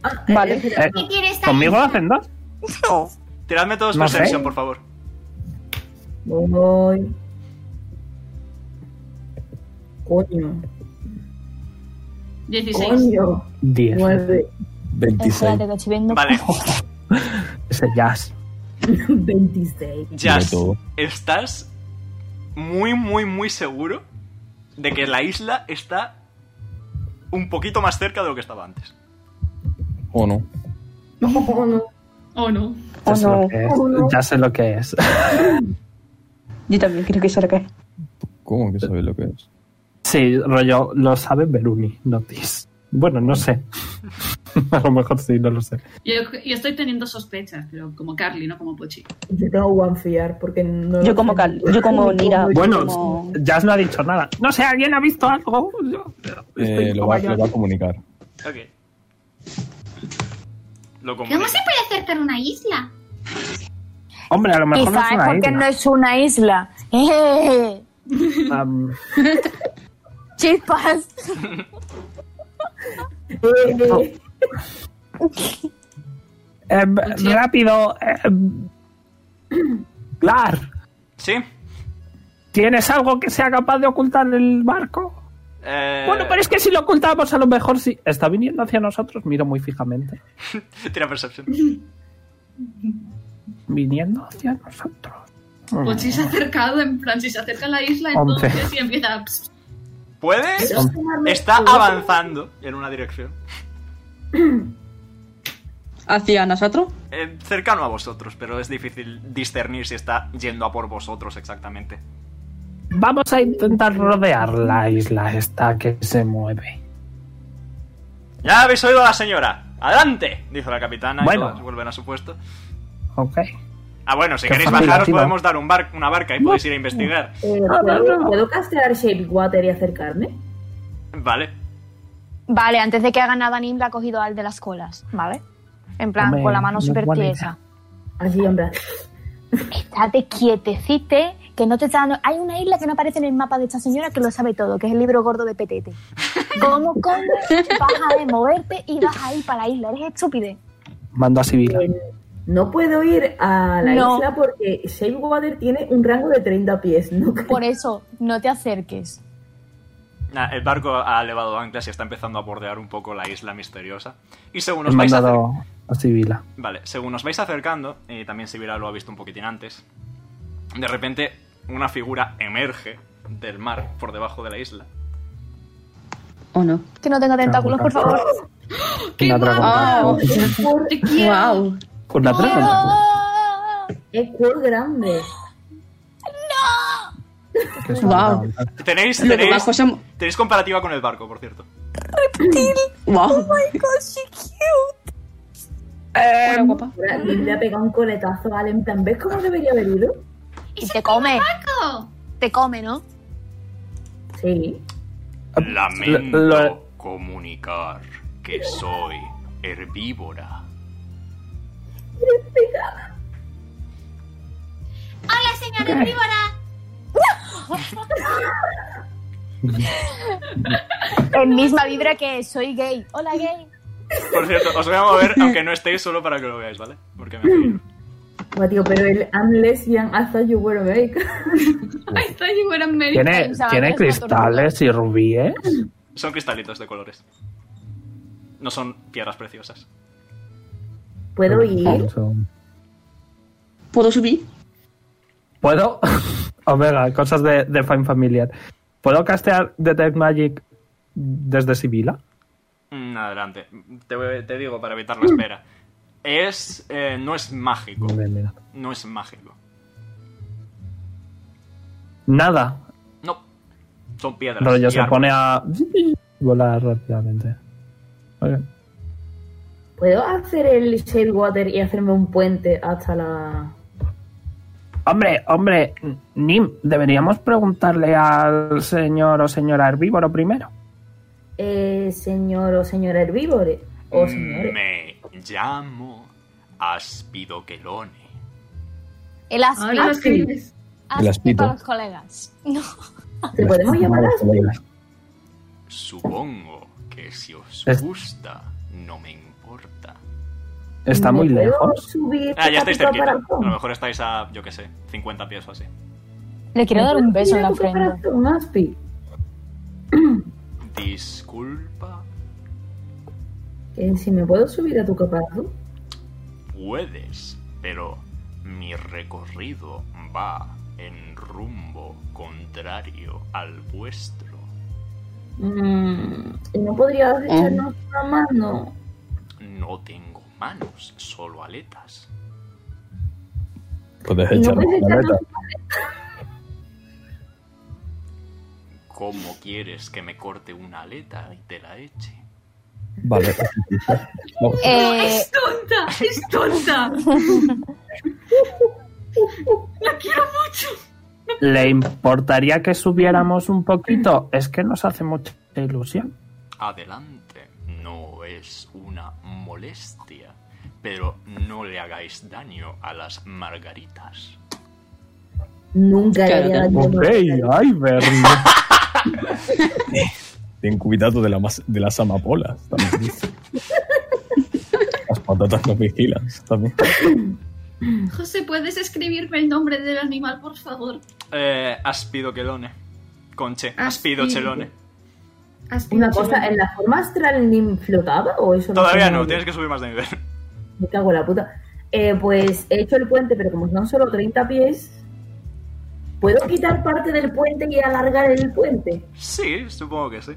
Ah, Vale. eh, Eh, ¿Qué quiere esta ¿Conmigo isla? hacen dos? Tiradme todos No Perception, sé. por favor. Voy. Coño. 16. Coño. 10. Nueve. 26. Espérate, que estoy viendo. Vale, Ese jazz. 26. Jazz, todo. estás muy, muy, muy seguro de que la isla está un poquito más cerca de lo que estaba antes. ¿O no? Oh, no. Oh, no. Ya, Oh, sé no. lo que es. ya sé lo que es. Yo también creo que será que ¿Cómo que sabéis lo que es? Sí, rollo, lo sabe Beruni, no Tis. Bueno, no sé. A lo mejor sí, no lo sé. Yo, yo estoy teniendo sospechas, pero como Carly, no como Pochi. Yo no voy a fiar porque no. Yo como Cal, yo como Nira. Bueno, como- Jazz no ha dicho nada. No sé, ¿alguien ha visto algo? Yo- Eh, estoy lo, va, como lo va a comunicar. Ok. Lo ¿Cómo comunico. se puede acercar una isla? Hombre, a lo mejor no Quizás es es una porque isla. no es una isla. ¡Eh! Am, Chispas. em, rápido. em. Glar, ¿Sí? ¿tienes algo que sea capaz de ocultar el barco? Eh, Bueno, pero es que si lo ocultamos, a lo mejor sí. Está viniendo hacia nosotros, miro muy fijamente. Tira percepción. Viniendo hacia nosotros. Pues Pochi se ha acercado, en plan, si se acerca a la isla, Ah. Once. entonces y empieza a... pss, ¿Puede? Está avanzando en una dirección. ¿Hacia nosotros? Eh, cercano a vosotros, pero es difícil discernir si está yendo a por vosotros exactamente. Vamos a intentar rodear la isla esta que se mueve. Ya habéis oído a la señora. ¡Adelante! Dice la capitana Bueno. y todos vuelven a su puesto. Ok. Ah, bueno, si Qué queréis fácil, bajaros así va. podemos dar un bar- una barca y podéis ir a investigar. Eh, Ah, no, ¿puedo, no. ¿Puedo castear Shape Water y acercarme? Vale. Vale, antes de que haga nada, Nim la ha cogido al de las colas, ¿vale? En plan, Hombre, con la mano no es súper buena tiesa. Así, hombre. Estate quietecite, que no te está dando... Hay una isla que no aparece en el mapa de esta señora que lo sabe todo, que es el libro gordo de Petete. ¿Cómo, cómo vas a moverte y vas a ir para la isla? Eres estúpide. Mando a Sibila. Eh, no puedo ir a la No. isla porque Shape Water tiene un rango de 30 pies. No Por eso, no te acerques. Nah, el barco ha elevado anclas y está empezando a bordear un poco la isla misteriosa. Y según He os vais acer- mandado a Sibila. Vale, según os vais acercando, y también Sibila lo ha visto un poquitín antes, de repente una figura emerge del mar por debajo de la isla. ¿O no? Que no tenga tentáculos, por favor. Oh, ¡Qué Una dragón. guapo! ¡Wow! ¡Te quiero! ¡Wow! Una dragón. ¡Ah! es cuero grande. que es una Wow. dragón. Tenéis, Lo que tenéis, bajo son... tenéis comparativa con el barco, por cierto. Oh ¡Wow! Hola, Em, guapa. Ahora, Le ha pegado un coletazo a Alem. plan, ¿Ves cómo debería haber ido? Y te come, ¡Paco! te come, ¿no? Sí. Lamento lo- comunicar que soy herbívora. ¡Hola, señora herbívora! En misma vibra que soy gay. Hola, gay. Por cierto, os voy a mover, aunque no estéis, solo para que lo veáis, ¿vale? Porque me peligro. Buah, tío, pero el I'm lesbian hasta you were awake. Ahí está, you were American. ¿Tiene, pensaba tiene que es una cristales y rubíes. Son cristalitos de colores. No son piedras preciosas. ¿Puedo ir? ¿Puedo subir? ¿Puedo? Omega, cosas de, de Fine Familiar. ¿Puedo castear Detect Magic desde Sibila? Mm, adelante. Te, voy- te digo para evitar la espera. Es. eh, no es mágico. Hombre, mira. No es mágico. Nada. No. Son piedras. Rollo y se ar- pone a volar rápidamente. Ok. ¿Puedo hacer el Shape Water y hacerme un puente hasta la. Hombre, hombre, Nim, deberíamos preguntarle al señor o señora herbívoro primero. Eh, señor o señora herbívore? O señores. Me llamo Aspidoquelone. El aspi. Ahora lo escribes. Aspi El aspito. para los colegas. No. ¿Te podemos llamar así? Supongo que si os Es- gusta, no me importa. Está ¿Me muy puedo lejos. subir Ah, ya estáis poquito cerquita. para- A lo mejor estáis a, yo qué sé, 50 pies o así. Le quiero dar un beso en la Mira tu frente. corazón, Aspi. Disculpa, Eh, Que si me puedo subir a tu caparazón. puedes, pero mi recorrido va en rumbo contrario al vuestro. Mm, ¿Y no Eh. podrías echarnos una mano? No tengo manos, solo aletas. Puedes Y no echarnos puedes una echarnos aleta. ¿Cómo quieres que me corte una aleta y te la eche? Vale. Vamos. Eh, ¡Tonta! ¡Es tonta! ¡La quiero mucho! ¿Le importaría que subiéramos un poquito? Es que nos hace mucha ilusión. Adelante, no es una molestia, pero no le hagáis daño a las margaritas. Nunca Claro que haría daño. Ok, ay, Bernie. Ten cuidado de, la mas- de las amapolas. También dice. las patatas nos vigilan. También. José, ¿puedes escribirme el nombre del animal, por favor? Eh, Aspido Chelone. Conche, Aspido. Aspido Chelone. Una cosa, ¿en la forma astral ni flotaba o eso Todavía no, flotaba? tienes que subir más de nivel. Me cago en la puta. Eh, pues he hecho el puente, pero como son solo 30 pies, ¿puedo quitar parte del puente y alargar el puente? Sí, supongo que sí.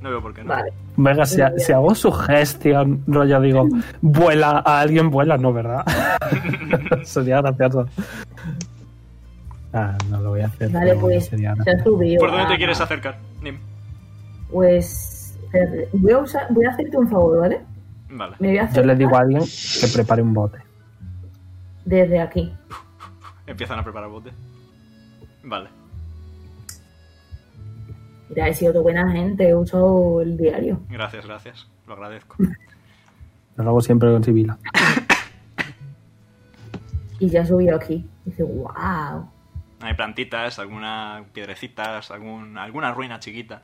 No veo por qué no. Vale. Venga, si, ha- si hago sugestión, rollo digo, vuela a alguien, vuela, no, ¿verdad? sería gracioso. Ah, no lo voy a hacer. Vale, pero pues se sería ha gracioso. subido. ¿Por dónde Ah, te quieres acercar, Nim? Pues espérate, voy a, usar, voy a hacerte un favor, ¿vale? Vale. Me voy a Yo hacer le digo a alguien que prepare un bote. desde aquí. Empiezan a preparar bote. Vale. Mira, he sido de buena gente, he usado el diario. Gracias, gracias. Lo agradezco. Yo lo hago siempre con Sibila. Y ya he subido aquí. Dice, wow. Hay plantitas, algunas piedrecitas, algún, alguna ruina chiquita.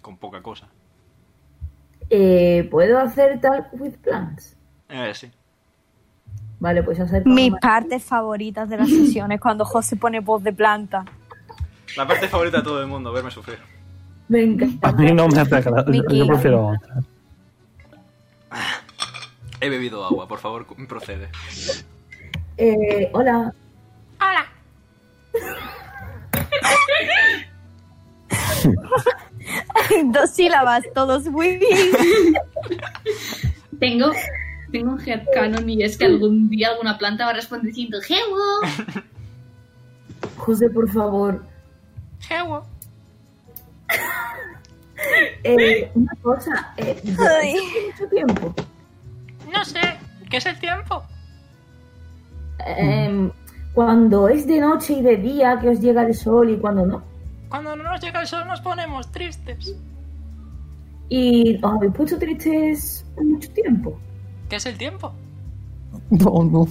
Con poca cosa. Eh, ¿Puedo hacer tal with plants? Eh, sí. Vale, pues hacer. mis partes favoritas de las sesiones cuando José pone voz de planta. La parte favorita de todo el mundo, verme sufrir. Me encanta. A mí no me hace gracia. Yo, Mickey. yo prefiero otra. He bebido agua, por favor, cu- procede. Eh, hola. Hola. Dos sílabas, todos muy bien. Tengo, tengo un headcanon y es que algún día alguna planta va a responder diciendo ¡Hello! José, por favor. Hello. Eh, una cosa. Eh, yo- Ay. mucho tiempo. No sé. ¿Qué es el tiempo? Em, cuando es de noche y de día que os llega el sol y cuando no. Cuando no nos llega el sol nos ponemos tristes. Y os habéis puesto tristes por mucho tiempo. ¿Qué es el tiempo? No, no.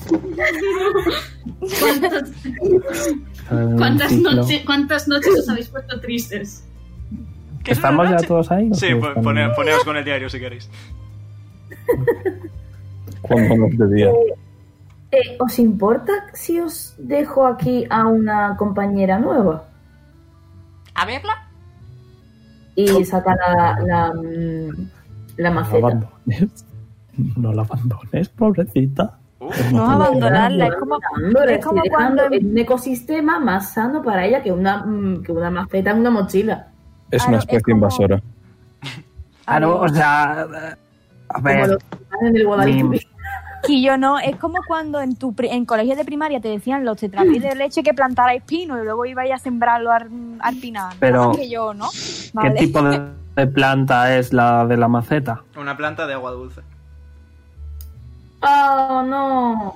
¿Cuántas, cuántas noches, ¿Cuántas noches os habéis puesto tristes? ¿Qué es una ¿Estamos ya noche? todos ahí? Sí, ¿O po- están- pone- poneos con el diario si queréis. Cuando nos de día. Eh, ¿Os importa si os dejo aquí a una compañera nueva? ¿A verla? Y saca la, la, mm, la No la maceta. abandones. No la abandones, pobrecita. Uh, No abandonarla, es como, Dando, le es como estoy cuando. em dejando en un ecosistema más sano para ella que una, mm, que una maceta en una mochila. Es Claro, una es especie como- invasora. Claro, o sea. A Como ver. los que están en el Guadalquivir. Quillo no, es como cuando en tu pri- en colegio de primaria te decían los tetrapiés de leche que plantarais pino y luego ibais a sembrarlo al, al pinar. Pero- que yo, ¿no? ¿Qué Vale. tipo de, de planta es la de la maceta? Una planta de agua dulce. Oh, no.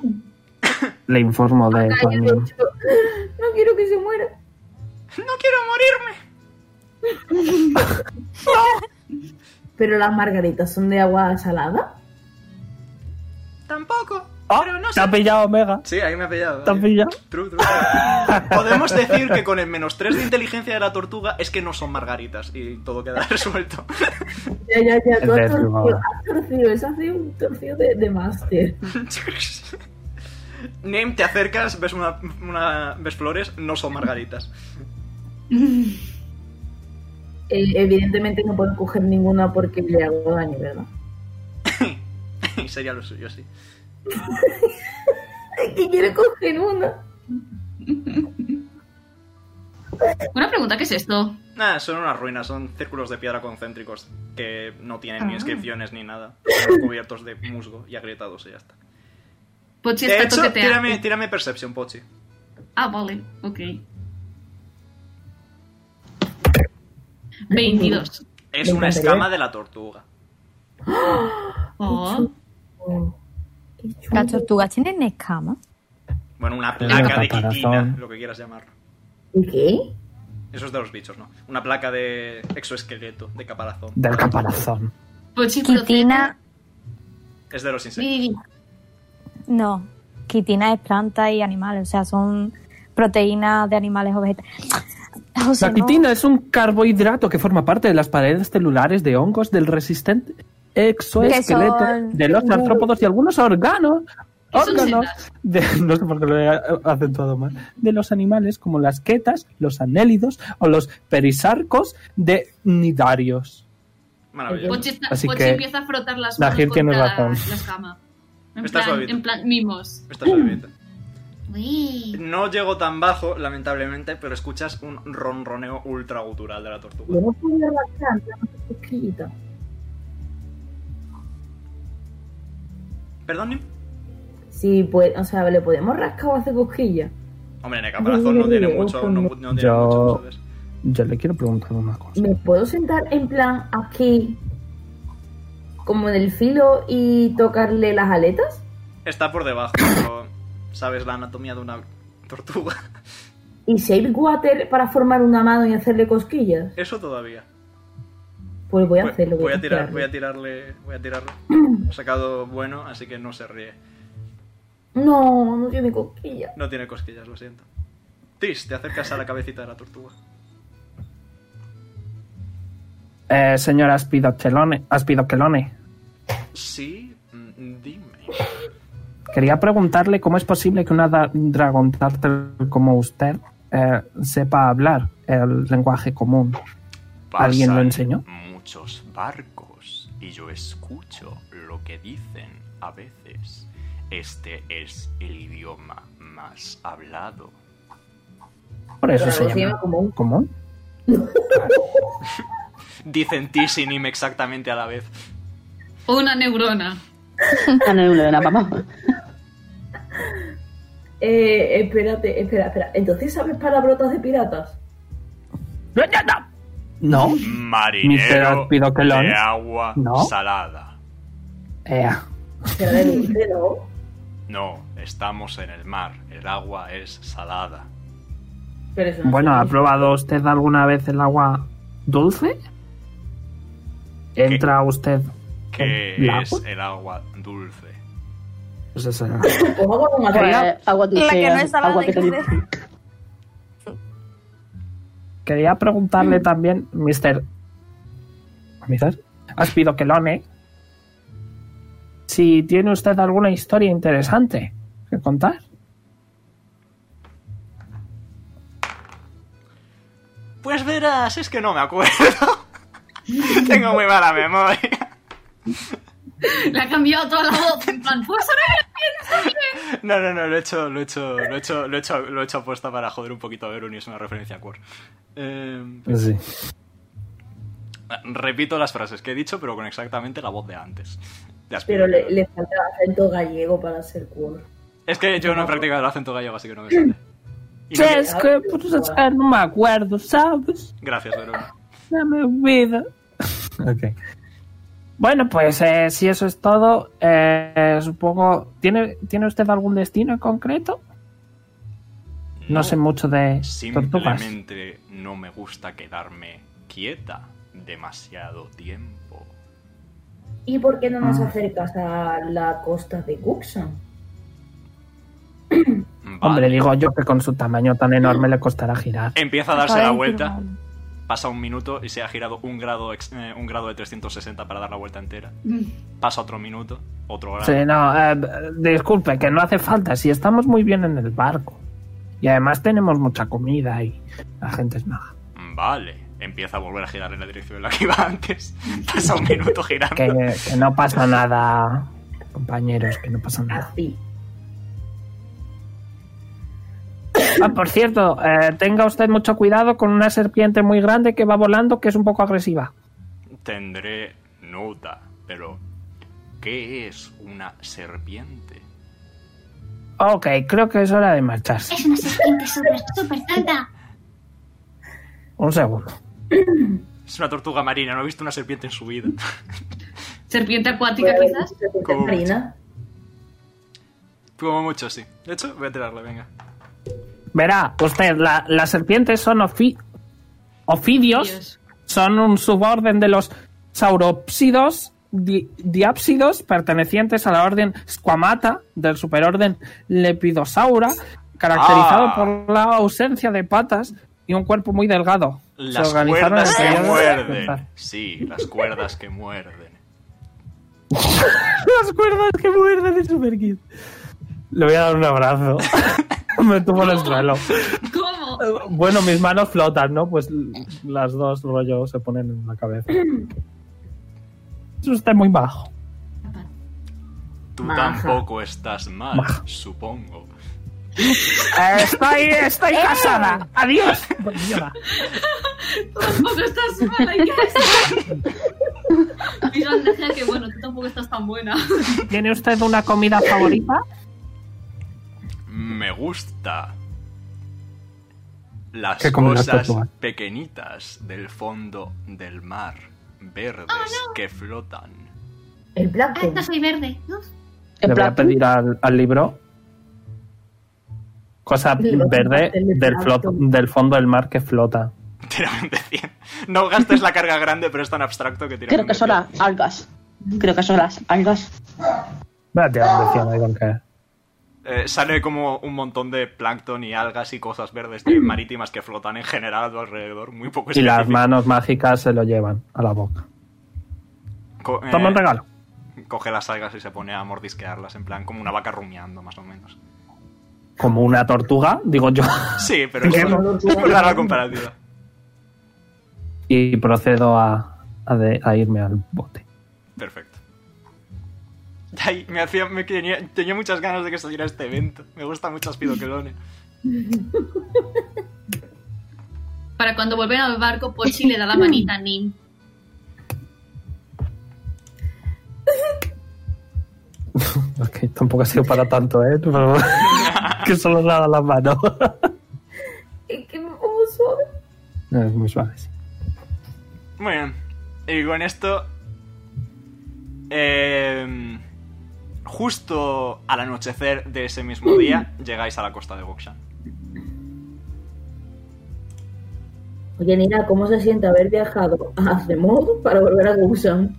Le informo de Ay, yo- también. yo- no quiero que se muera. ¡No quiero morirme! Pero las margaritas son de agua salada. Tampoco. ¡Ah! Pero no ¿Te ha sé. pillado Omega? Sí, ahí me ha pillado. ¿Te ha ahí. pillado? True, true. Podemos decir que con el menos 3 de inteligencia de la tortuga es que no son margaritas y todo queda resuelto. Ya, ya, ya. Tú Es has torcido, de Extremadura. has torcido. Eso ha sido un torcido de, de máster. Name, te acercas, ves una, una- ves flores, no son margaritas. Eh, evidentemente no puedo coger ninguna porque le hago daño, ¿verdad? Sería lo suyo, sí. que quiero coger una. Una pregunta, ¿qué es esto? Nada, son unas ruinas, son círculos de piedra concéntricos que no tienen ni Ah. inscripciones ni nada. Están cubiertos de musgo y agrietados y ya está. Pochi De está hecho, toqueteando. tírame, tírame Perception, Pochi. Ah, vale, ok. 22. Es Me una encantaría. escama de la tortuga. Ah. Oh. Las tortugas tienen escamas. Bueno, una Tiene un placa de quitina, caparazón. lo que quieras llamarlo. ¿Qué? Eso es de los bichos, ¿no? Una placa de exoesqueleto, de caparazón. Del caparazón. Quitina, Es de los insectos. no. Quitina es planta y animales, o sea, son proteínas de animales o vegetales. José, La no. quitina es un carbohidrato que forma parte de las paredes celulares de hongos del resistente exoesqueleto Que son- de los artrópodos y algunos órganos. Que son Órganos de, no sé por qué lo he acentuado mal, de los animales como las quetas, los anélidos o los perisarcos de nidarios. Maravilloso. Pochi, está- Así Pochi que empieza a frotar las la manos Gil tiene contra la, razón. la escama. En, Está plan, suavito. en plan, mimos. Esta es la bebida. Uy. No llego tan bajo, lamentablemente, pero escuchas un ronroneo ultra gutural de la tortuga. Yo no puedo arrancar, ya no tengo esquilita. ¿Perdón, Nim? Sí, pues, o sea, le podemos rascar o hacer cosquillas. Hombre, en el caparazón no tiene mucho. No, no tiene Yo, mucho. yo le quiero preguntar una cosa. ¿Me puedo sentar en plan aquí, como en el filo, y tocarle las aletas? Está por debajo, pero sabes la anatomía de una tortuga. ¿Y save water para formar una mano y hacerle cosquillas? Eso todavía. Pues voy a Voy- hacerlo. Voy a tirar, hacerlo. voy a tirarle, voy a tirarle. Ha sacado bueno, así que no se ríe. No, no tiene cosquillas. No tiene cosquillas, lo siento. Tis, te acercas a la cabecita de la tortuga. Eh, señora Aspidoquelone, Aspidoquelone, Sí, mm, dime. Quería preguntarle cómo es posible que una da- Dragon Turtle como usted eh, sepa hablar el lenguaje común. ¿Alguien lo Pasan enseñó? Muchos barcos y yo escucho lo que dicen a veces. Este es el idioma más hablado. Por eso se Traducirlo llama común. común. Dicen Tis y Nim exactamente a la vez. Una neurona. Ah, no, no, no, vamos. Eh, espérate, espera, espera. Entonces, ¿sabes palabrotas de piratas? No. Mister Marinero Aspidoquelone. de agua No. salada. Ea. Pero de dulce, ¿no? No, estamos en el mar. El agua es salada. Pero eso no Bueno, ¿ha probado usted alguna vez el agua dulce? ¿Entra usted? ¿Qué ¿El lago? es el agua dulce? Pues esa era. Pues agua con Quería- Pues, agua dulce, La que no es salada, agua que te- dice. Quería preguntarle también, Mr. ¿Mister? Aspidoquelone, si tiene usted alguna historia interesante que contar. Pues verás, es que no me acuerdo. Tengo muy mala memoria. Le ha cambiado toda la voz. En plan, pues ahora me pienso bien. No, no, no, lo he hecho, lo he hecho, lo he hecho, lo he hecho, lo he hecho apuesta para joder un poquito a Veruni, es una referencia a Quor. Eh, Ah, Sí. repito las frases que he dicho, pero con exactamente la voz de antes. De Pero Aspidoquelone. le, le falta acento gallego para ser cool. Es que yo no he practicado el acento gallego, así que no me sale. Y no- es que pues, es que no me acuerdo, ¿sabes? Gracias, Veruni. No me olvido. ok. Bueno, pues eh, si eso es todo, eh, supongo... ¿tiene, ¿Tiene usted algún destino en concreto? No, sé mucho de tortugas. Simplemente no me gusta quedarme quieta demasiado tiempo. ¿Y por qué no Ah. nos acercas a la costa de Cuxan? Hombre, digo yo que con su tamaño tan enorme le costará girar. Empieza a darse Acaba la de vuelta. Pasa un minuto y se ha girado un grado, ex- eh, un grado de 360 para dar la vuelta entera. Mm. Pasa otro minuto, otro grado. Sí, no, eh, disculpe, que no hace falta. Si estamos muy bien en el barco. Y además tenemos mucha comida y la gente es maja. Vale. Empieza a volver a girar en la dirección en la que iba antes. Pasa un minuto girando. Que, que no pasa nada, compañeros, que no pasa nada. Ah, por cierto, eh, tenga usted mucho cuidado con una serpiente muy grande que va volando, que es un poco agresiva. Tendré nota, pero ¿qué es una serpiente? Ok, creo que es hora de marcharse. Es una serpiente súper, súper tonta. Un segundo. Es una tortuga marina, no he visto una serpiente en su vida. Serpiente acuática, Pues, quizás. Como mucho. Como mucho, sí. De hecho, voy a tirarle, venga. Verá, usted, la- las serpientes son ofi- ofidios, son un suborden de los saurópsidos, di- diápsidos, pertenecientes a la orden Squamata, del superorden Lepidosaura, caracterizado Ah. por la ausencia de patas y un cuerpo muy delgado. Las cuerdas que en periodos- muerden. Sí, las cuerdas que muerden. Las cuerdas que muerden de Superkid. Le voy a dar un abrazo. Me tuvo en el suelo. ¿Cómo? Bueno, mis manos flotan, ¿no? Pues las dos rollo se ponen en la cabeza. Es usted muy bajo. Tú Maja. tampoco estás mal, supongo. Estoy, estoy casada. Adiós. Mierda. Tampoco estás mala, ¿y qué haces? Digo, Andrea, que bueno, tú tampoco estás tan buena. ¿Tiene usted una comida favorita? Me gusta las ¿Qué comen las cosas tortugas? pequeñitas del fondo del mar, verdes que flotan. El Ah, no soy verde. ¿no? Le voy a pedir al, al libro cosa Libro con verde pastel de del, flot- plancton. del fondo del mar que flota. No gastes la carga grande, pero es tan abstracto que tira. Creo que son las algas. Creo que son las algas. Voy ah. a tirar un de con caer. Eh, sale como un montón de plancton y algas y cosas verdes de marítimas que flotan en general a tu alrededor. Muy poco y las específico. manos mágicas se lo llevan a la boca. Co- eh, Toma un regalo. Coge las algas y se pone a mordisquearlas, en plan como una vaca rumiando, más o menos. Como una tortuga, digo yo. Sí, pero ¿Qué? es una la comparativa. Y procedo a, a de- a irme al bote. Perfecto. Ay, me hacía, me tenía, tenía muchas ganas de que saliera este evento. Me gusta mucho Aspidoquelone. Para cuando vuelven al barco, Pochi le da la manita a Nim. Ok, tampoco ha sido para tanto, ¿eh? Pero- que solo nada las manos. Es que oh, como suave. No, es muy suave, sí. Muy bien. Y con esto. eh, justo al anochecer de ese mismo día, llegáis a la costa de Bokshan. Oye, Nina, ¿cómo se siente haber viajado a Zemod para volver a Gushan?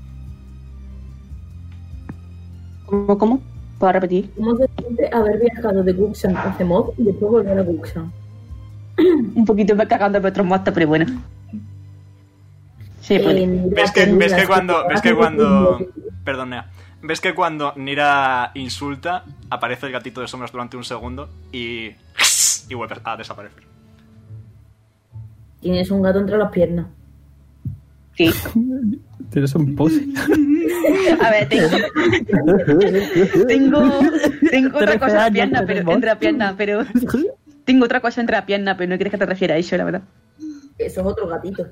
¿Cómo? ¿Cómo? ¿Puedo repetir? ¿Cómo se siente haber viajado de Gushan a Zemod y después volver a Gushan? Un poquito me cagando pero muertos, pero bueno. Sí, Eh, pues, bueno. ¿Ves que, ves que cuando. Ves que cuando. Perdón, Nea. ¿Ves que cuando Nira insulta, aparece el gatito de sombras durante un segundo y. Y vuelve a desaparecer. Tienes un gato entre las piernas. Sí. Tienes un pose. A ver, tengo, tengo, tengo otra Trece cosa años en pierna, pero, tenemos. entre la pierna, pero... Tengo otra cosa entre la pierna, pero no quieres que te refiera a eso, la verdad. Eso es otro gatito.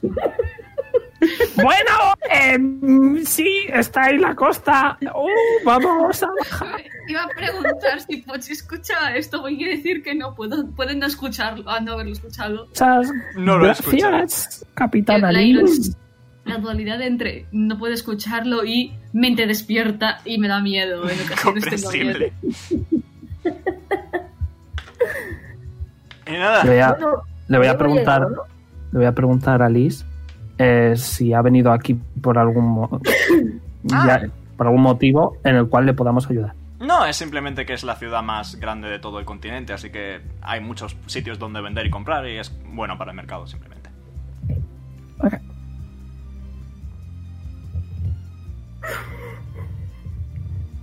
Bueno, em, sí, está ahí la costa. Uh, vamos a bajar. Iba a preguntar si Pochi escucha esto. Voy a decir que no puedo. Pueden no escucharlo, a no haberlo escuchado. Muchas No lo he escuchado. gracias, Capitana La Lynn. iros- La dualidad entre no puedo escucharlo y mente despierta y me da miedo. En ocasiones tengo miedo. Comprensible. Y nada. Le voy a, Bueno, le voy a hemos preguntar, llegado, le voy a preguntar a Liz eh, si ha venido aquí por algún mo- ya- por algún motivo en el cual le podamos ayudar. No, es simplemente que es la ciudad más grande de todo el continente, así que hay muchos sitios donde vender y comprar y es bueno para el mercado simplemente.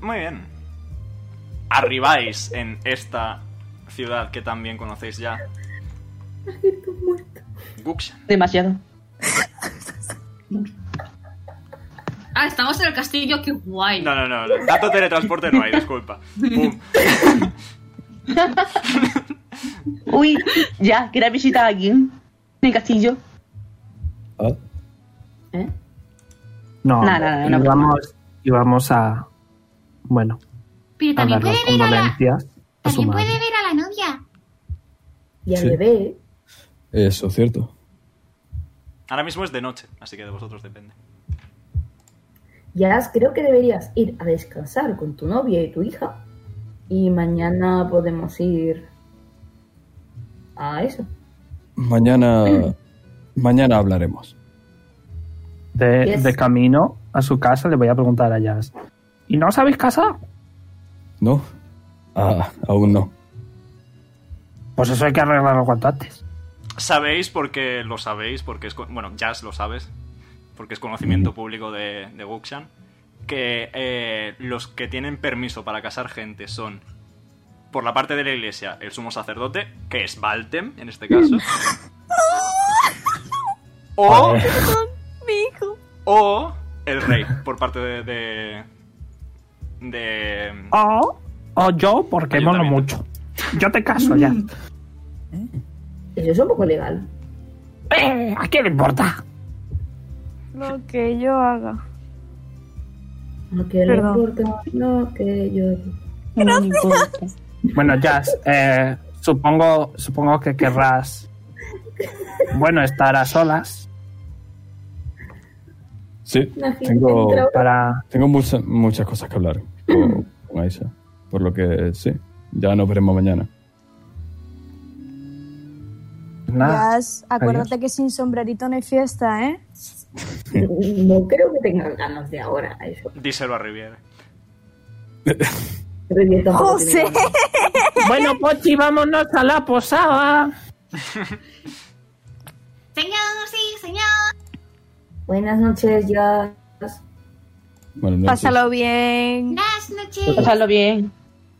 Muy bien. Arribáis en esta ciudad que también conocéis ya Demasiado. Ah, estamos en el castillo, qué guay. No, no, no, no. Tanto teletransporte no hay, disculpa. Boom. Uy, ya, quería visitar a alguien en el castillo. No, Nada, nada, no. íbamos, íbamos a. Bueno, Pero a también dar las puede ver a la, condolencias a su también madre. puede ver a la novia. Y al Sí. bebé. Eso, cierto. Ahora mismo es de noche, así que de vosotros depende. Y ahora creo que deberías ir a descansar con tu novia y tu hija. Y mañana podemos ir a eso. Mañana. mañana hablaremos. De, Yes. de camino a su casa le voy a preguntar a Jazz. ¿Y no os habéis casado? ¿No? Ah, aún no. Pues eso hay que arreglarlo cuanto antes. Sabéis porque lo sabéis, porque es. co- Bueno, Jazz lo sabes, porque es conocimiento público de, de Guxan, que eh, los que tienen permiso para casar gente son, por la parte de la iglesia, el sumo sacerdote, que es Baltem en este caso. o. O el rey, por parte de. de. de- O, o yo, porque mono mucho. Yo te caso ya. Mm. Eso es un poco legal. Eh, ¿A quién le importa? Lo que yo haga. No que le Perdón. importa, no que yo. No me importa. Bueno, Jazz, eh, supongo, supongo que querrás. Bueno, estar a solas Sí, Imagínate, tengo, entra para... tengo mucha- muchas cosas que hablar con, con Aisha. Por lo que sí, ya nos veremos mañana. Jazz, acuérdate que sin sombrerito no hay fiesta, ¿eh? No creo que tengan ganas de ahora a eso. díselo a Riviera. ¡José! Bueno, Pochi, vámonos a la posada. Señor, sí, señor. Buenas noches, ya. Bueno, no sé. Pásalo bien. Buenas noches. Pasadlo bien.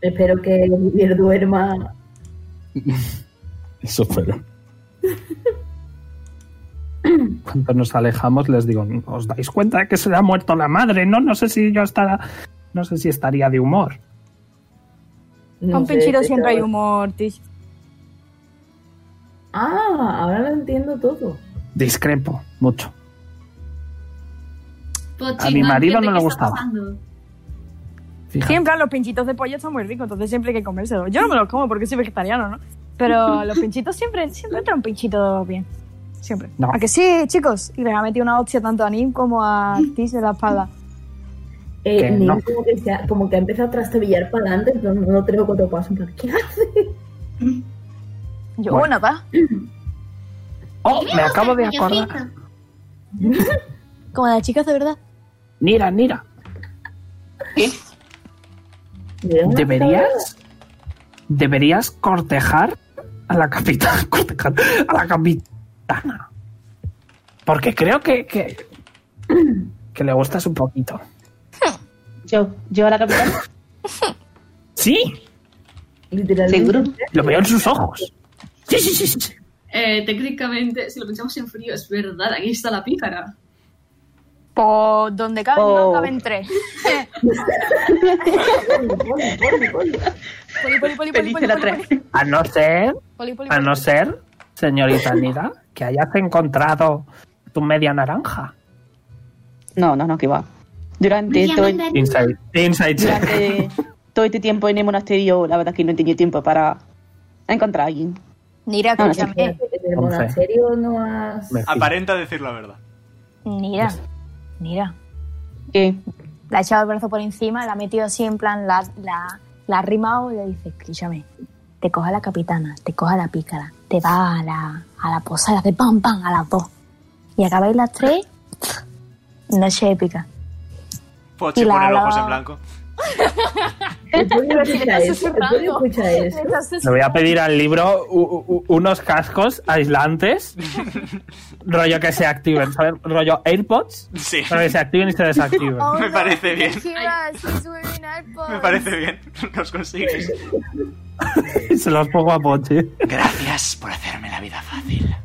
Espero que Javier duerma. Eso espero. Cuando nos alejamos les digo, ¿os dais cuenta de que se le ha muerto la madre? No, no sé si yo estará, no sé si estaría de humor. Con sé, Pinchiro este siempre hay chaval. humor, tío. Ah, ahora lo entiendo todo. Discrepo mucho. Pochi, Pues A mi marido entiende no le qué está gustaba. pasando. Sí, en plan, los pinchitos de pollo están muy ricos, entonces siempre hay que comérselos. Yo no me los como porque soy vegetariano, ¿no? Pero los pinchitos siempre, siempre entra un pinchito bien. Siempre. No. ¿A que sí, chicos? Y les ha metido una hostia tanto a Nim como a Tis en la espalda. Eh, Que Neil no. como, que se ha, como que ha empezado a trastabillar para adelante, entonces no tres o cuatro pasos. en plan, ¿Qué hace? Yo, bueno, Bueno. ta. Oh, me acabo de acordar. Como las chicas de verdad. Mira, mira. Mira, una Deberías, deberías cortejar a la capitana, cortejar a la capitana. Porque creo que, que, que le gustas un poquito. Yo, yo a la capital. Sí, Literalmente. Seguro. lo veo en sus ojos. Sí, sí, sí, sí, sí. Eh, técnicamente, si lo pensamos en frío, es verdad, aquí está la pícara. Por donde caben, Oh. no caben tres. Poli, poli, poli, poli, Feliz poli, la poli, trae. A Ah, no ser poli, poli, Ah, A poli. no ser, señorita Nira, que hayas encontrado tu media naranja. No, no, no, que va. Durante Media todo, mandarina. Inside. Inside. durante todo este tiempo en el monasterio, la verdad es que no he tenido tiempo para encontrar a alguien. Mira, Ah, escúchame. En Eh, el monasterio no has. Me fijo. Aparenta decir la verdad. Mira, mira. ¿Qué? La ha echado el brazo por encima, la ha metido así en plan, la, la, la ha arrimado y le dice, escúchame, te coja la capitana, te coja la pícara, te va a la, a la posada, de pam, pam, a las dos. Y acabáis las tres, noche épica. Pochi Y la- pone los ojos la- en blanco. El pueblo escucha eso. El pueblo escucha eso. Le voy a pedir al libro u- u- unos cascos aislantes, rollo que se activen, ¿sabes? Rollo AirPods, Sí, pero que se activen y se desactiven. me parece bien. Me Me parece bien. Los consigues. Y se los pongo a Pochi. Gracias por hacerme la vida fácil.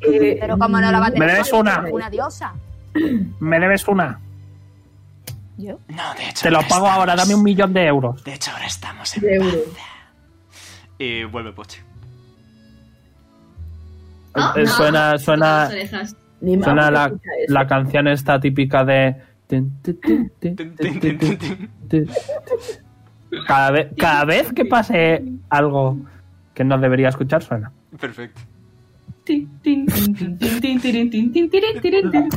Pero como no la va a tener me debes con una. una diosa. Me debes una. ¿Yo? No, de hecho. Te lo ahora pago estamos- ahora, dame un millón de euros. De hecho, ahora estamos De en paz. euros. Y vuelve Pochi. Ah, Eh, no, suena suena, las orejas. suena la, la canción esta típica de... tin, tin, tin, tin, tin, tin, tin, tin. Cada vez, cada vez que pase algo que no debería escuchar, suena. Perfecto. Tin, tin, tin, tin, tin, tin, tin, tin, tin, tin, tin, tin.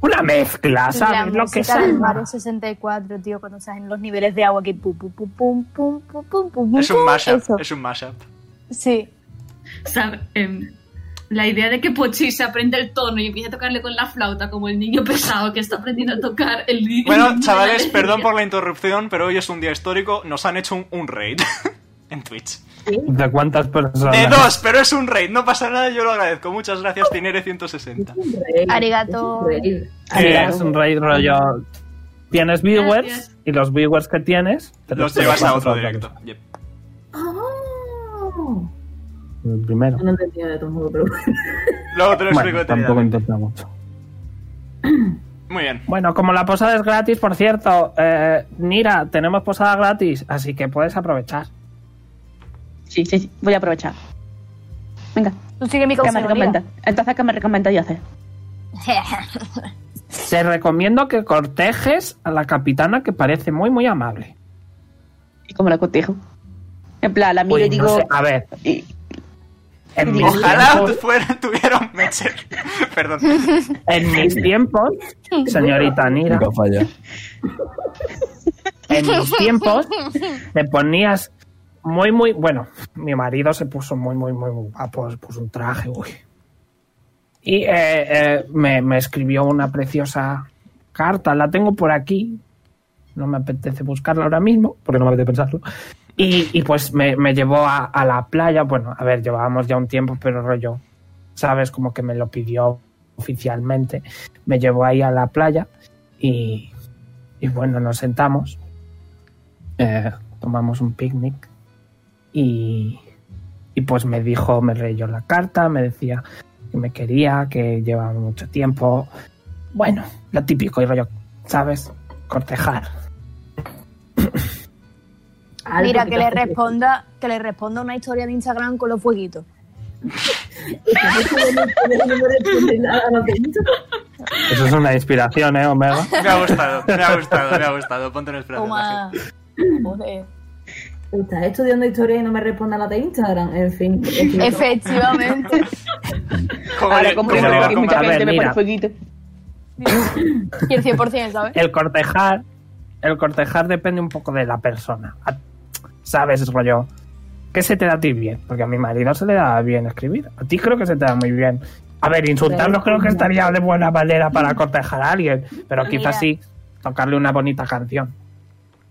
Una mezcla, ¿sabes? la Lo que música del salva. Mario 64, tío, cuando estás en los niveles de agua que pum, pum, pum, pum, pum, pum, pum, pum, Es un pum, mashup. eso. Es un mashup. Sí. Sabe, em, la idea de que Pochi se aprende el tono y empiece a tocarle con la flauta como el niño pesado que está aprendiendo a tocar el el Bueno, himno de chavales, la perdón alegría. por la interrupción, pero hoy es un día histórico. Nos han hecho un, un raid en Twitch. ¿De cuántas personas? De dos, pero es un raid. No pasa nada, yo lo agradezco. Muchas gracias, Tinere160. Arigato. Sí, es un raid rollo. Tienes viewers Gracias. y los viewers que tienes te Los llevas a otro pasas directo. Yep. El primero. No entendía de todo modo, pero Luego te lo explico Bueno, tampoco intenta mucho. Muy bien. Bueno, como la posada es gratis, por cierto, eh, Nira, tenemos posada gratis, así que puedes aprovechar. Sí, sí, sí, voy a aprovechar. Venga. Tú sigue mi ¿Qué me consejo, Nira. recomiendas? Entonces, ¿qué me recomiendas yo hacer? Te recomiendo que cortejes a la capitana que parece muy, muy amable. ¿Y cómo la cotejo? En plan, la miro Uy, y no digo... sé, a ver. En mis Ojalá tiempos- fuera- tuviera un Mecher. Perdón. En mis tiempos, señorita Nira, Nunca falla. en mis tiempos te ponías muy, muy. Bueno, mi marido se puso muy, muy, muy guapo, se puso un traje, uy. Y eh, eh, me, me escribió una preciosa carta, la tengo por aquí. No me apetece buscarla ahora mismo, porque no me apetece pensarlo. Y, y pues me, me llevó a, a la playa. Bueno, a ver, llevábamos ya un tiempo, pero rollo, ¿sabes? Como que me lo pidió oficialmente. Me llevó ahí a la playa y, y bueno, nos sentamos, eh, tomamos un picnic y, y pues me dijo, me leyó la carta, me decía que me quería, que llevaba mucho tiempo. Bueno, lo típico, y rollo, ¿sabes? Cortejar. Mira, que le responda, que le responda una historia de Instagram con los fueguitos. Eso es una inspiración, ¿eh, Omega? Me ha gustado, me ha gustado, me ha gustado. Ponte en el plan. Toma. Estás estudiando historia y no me responde a la de Instagram. En fin. Efectivamente. Ahora, como Pero- que mucha a ver, gente me pone mira. fueguito. Y el 100%, ¿sabes? El cortejar, el cortejar depende un poco de la persona. A- ¿Sabes, rollo? ¿Qué se te da a ti bien? Porque a mi marido se le da bien escribir. A ti creo que se te da muy bien. A ver, insultarlo creo que estaría de buena manera para cortejar a alguien, pero Mira. quizás sí tocarle una bonita canción.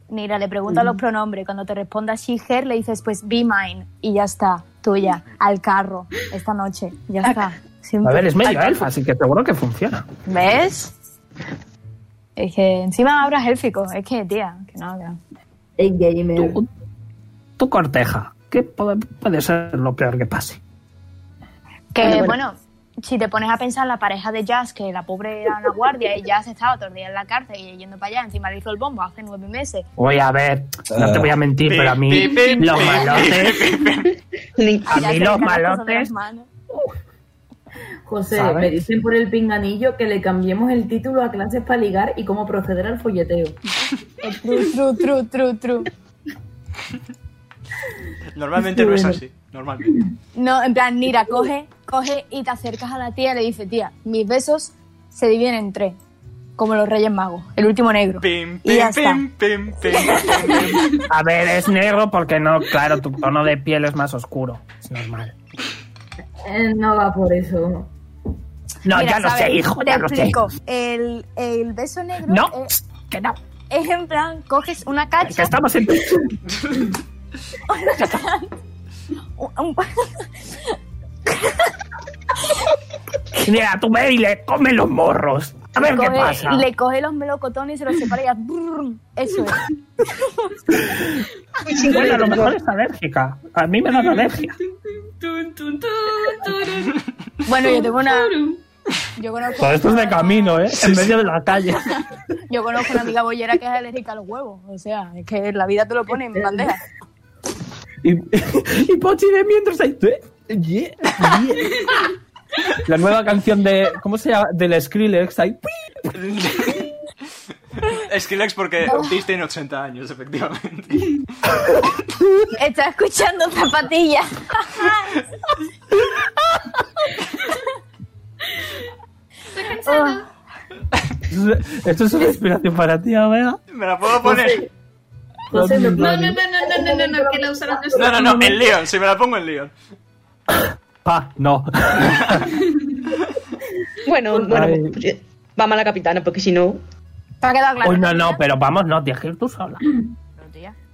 Mira, le pregunta los pronombres. Cuando te responda she, her, le dices, pues be mine. Y ya está, tuya, al carro, esta noche. Ya está. A Simple. ver, es medio elfa, así que seguro que funciona. ¿Ves? Es que encima ahora élfico. Es que, tía, que no, que no. Tú, tú corteja. ¿Qué puede, puede ser lo peor que pase? Que Vale, vale. bueno, si te pones a pensar la pareja de Jazz, que la pobre era una guardia y Jazz estaba todo el día en la cárcel y yendo para allá, encima le hizo el bombo hace nueve meses. Voy a ver, no te voy a mentir, pero a mí los malotes, a Ya mí se los dejan las cosas de malotes las manos. José, ¿Sabes? me dicen por el pinganillo que le cambiemos el título a clases para ligar y cómo proceder al folleteo. Es True, true, true, true, true. Normalmente no es así. Normalmente. No, en plan, mira, coge, coge y te acercas a la tía y le dices, tía, mis besos se dividen en tres, como los Reyes Magos, el último negro. Pim, Y ya pim, está. pim, pim, pim. A ver, es negro porque no, claro, tu tono de piel es más oscuro. Es normal. Eh, no va por eso. No, Mira, ya lo ¿sabes? sé, hijo, Te ya lo sé. explico. El, el beso negro No, es, que no. es en plan, coges una cacha. Que estamos en. un- un- Mira, tú ve y le come los morros. A ver qué coge- pasa. Le coge los melocotones y se los separa y ya, brrr, eso es. Pues Bueno, a lo mejor es alérgica. A mí me da alergia. Tun, tun, tun, turun. Bueno, yo tengo una. Yo conozco, Todo esto es de camino, ¿eh? en medio de la calle. yo conozco una amiga bollera que es alérgica a los huevos. O sea, es que la vida te lo pone en bandeja. Y, y Pochi de mientras ahí. ¿eh? Yeah, yeah. La nueva canción de. ¿Cómo se llama? Del Skrillex. Ahí. Skrillex porque Ah. Otis tiene 80 años, efectivamente. Está escuchando zapatillas. Esto es una inspiración para ti, Omega. ¿Me la puedo poner? José, No, no, no, no, no, no, no, no, que la usaron No, no, no, el Leon, si me la pongo el Leon. Pa, no. Bueno, Ay. bueno, pues, eh, vamos a la capitana, porque si no. ¿Te ha quedado Uy, Pues no, no, pero vamos, no, tienes que ir tú sola.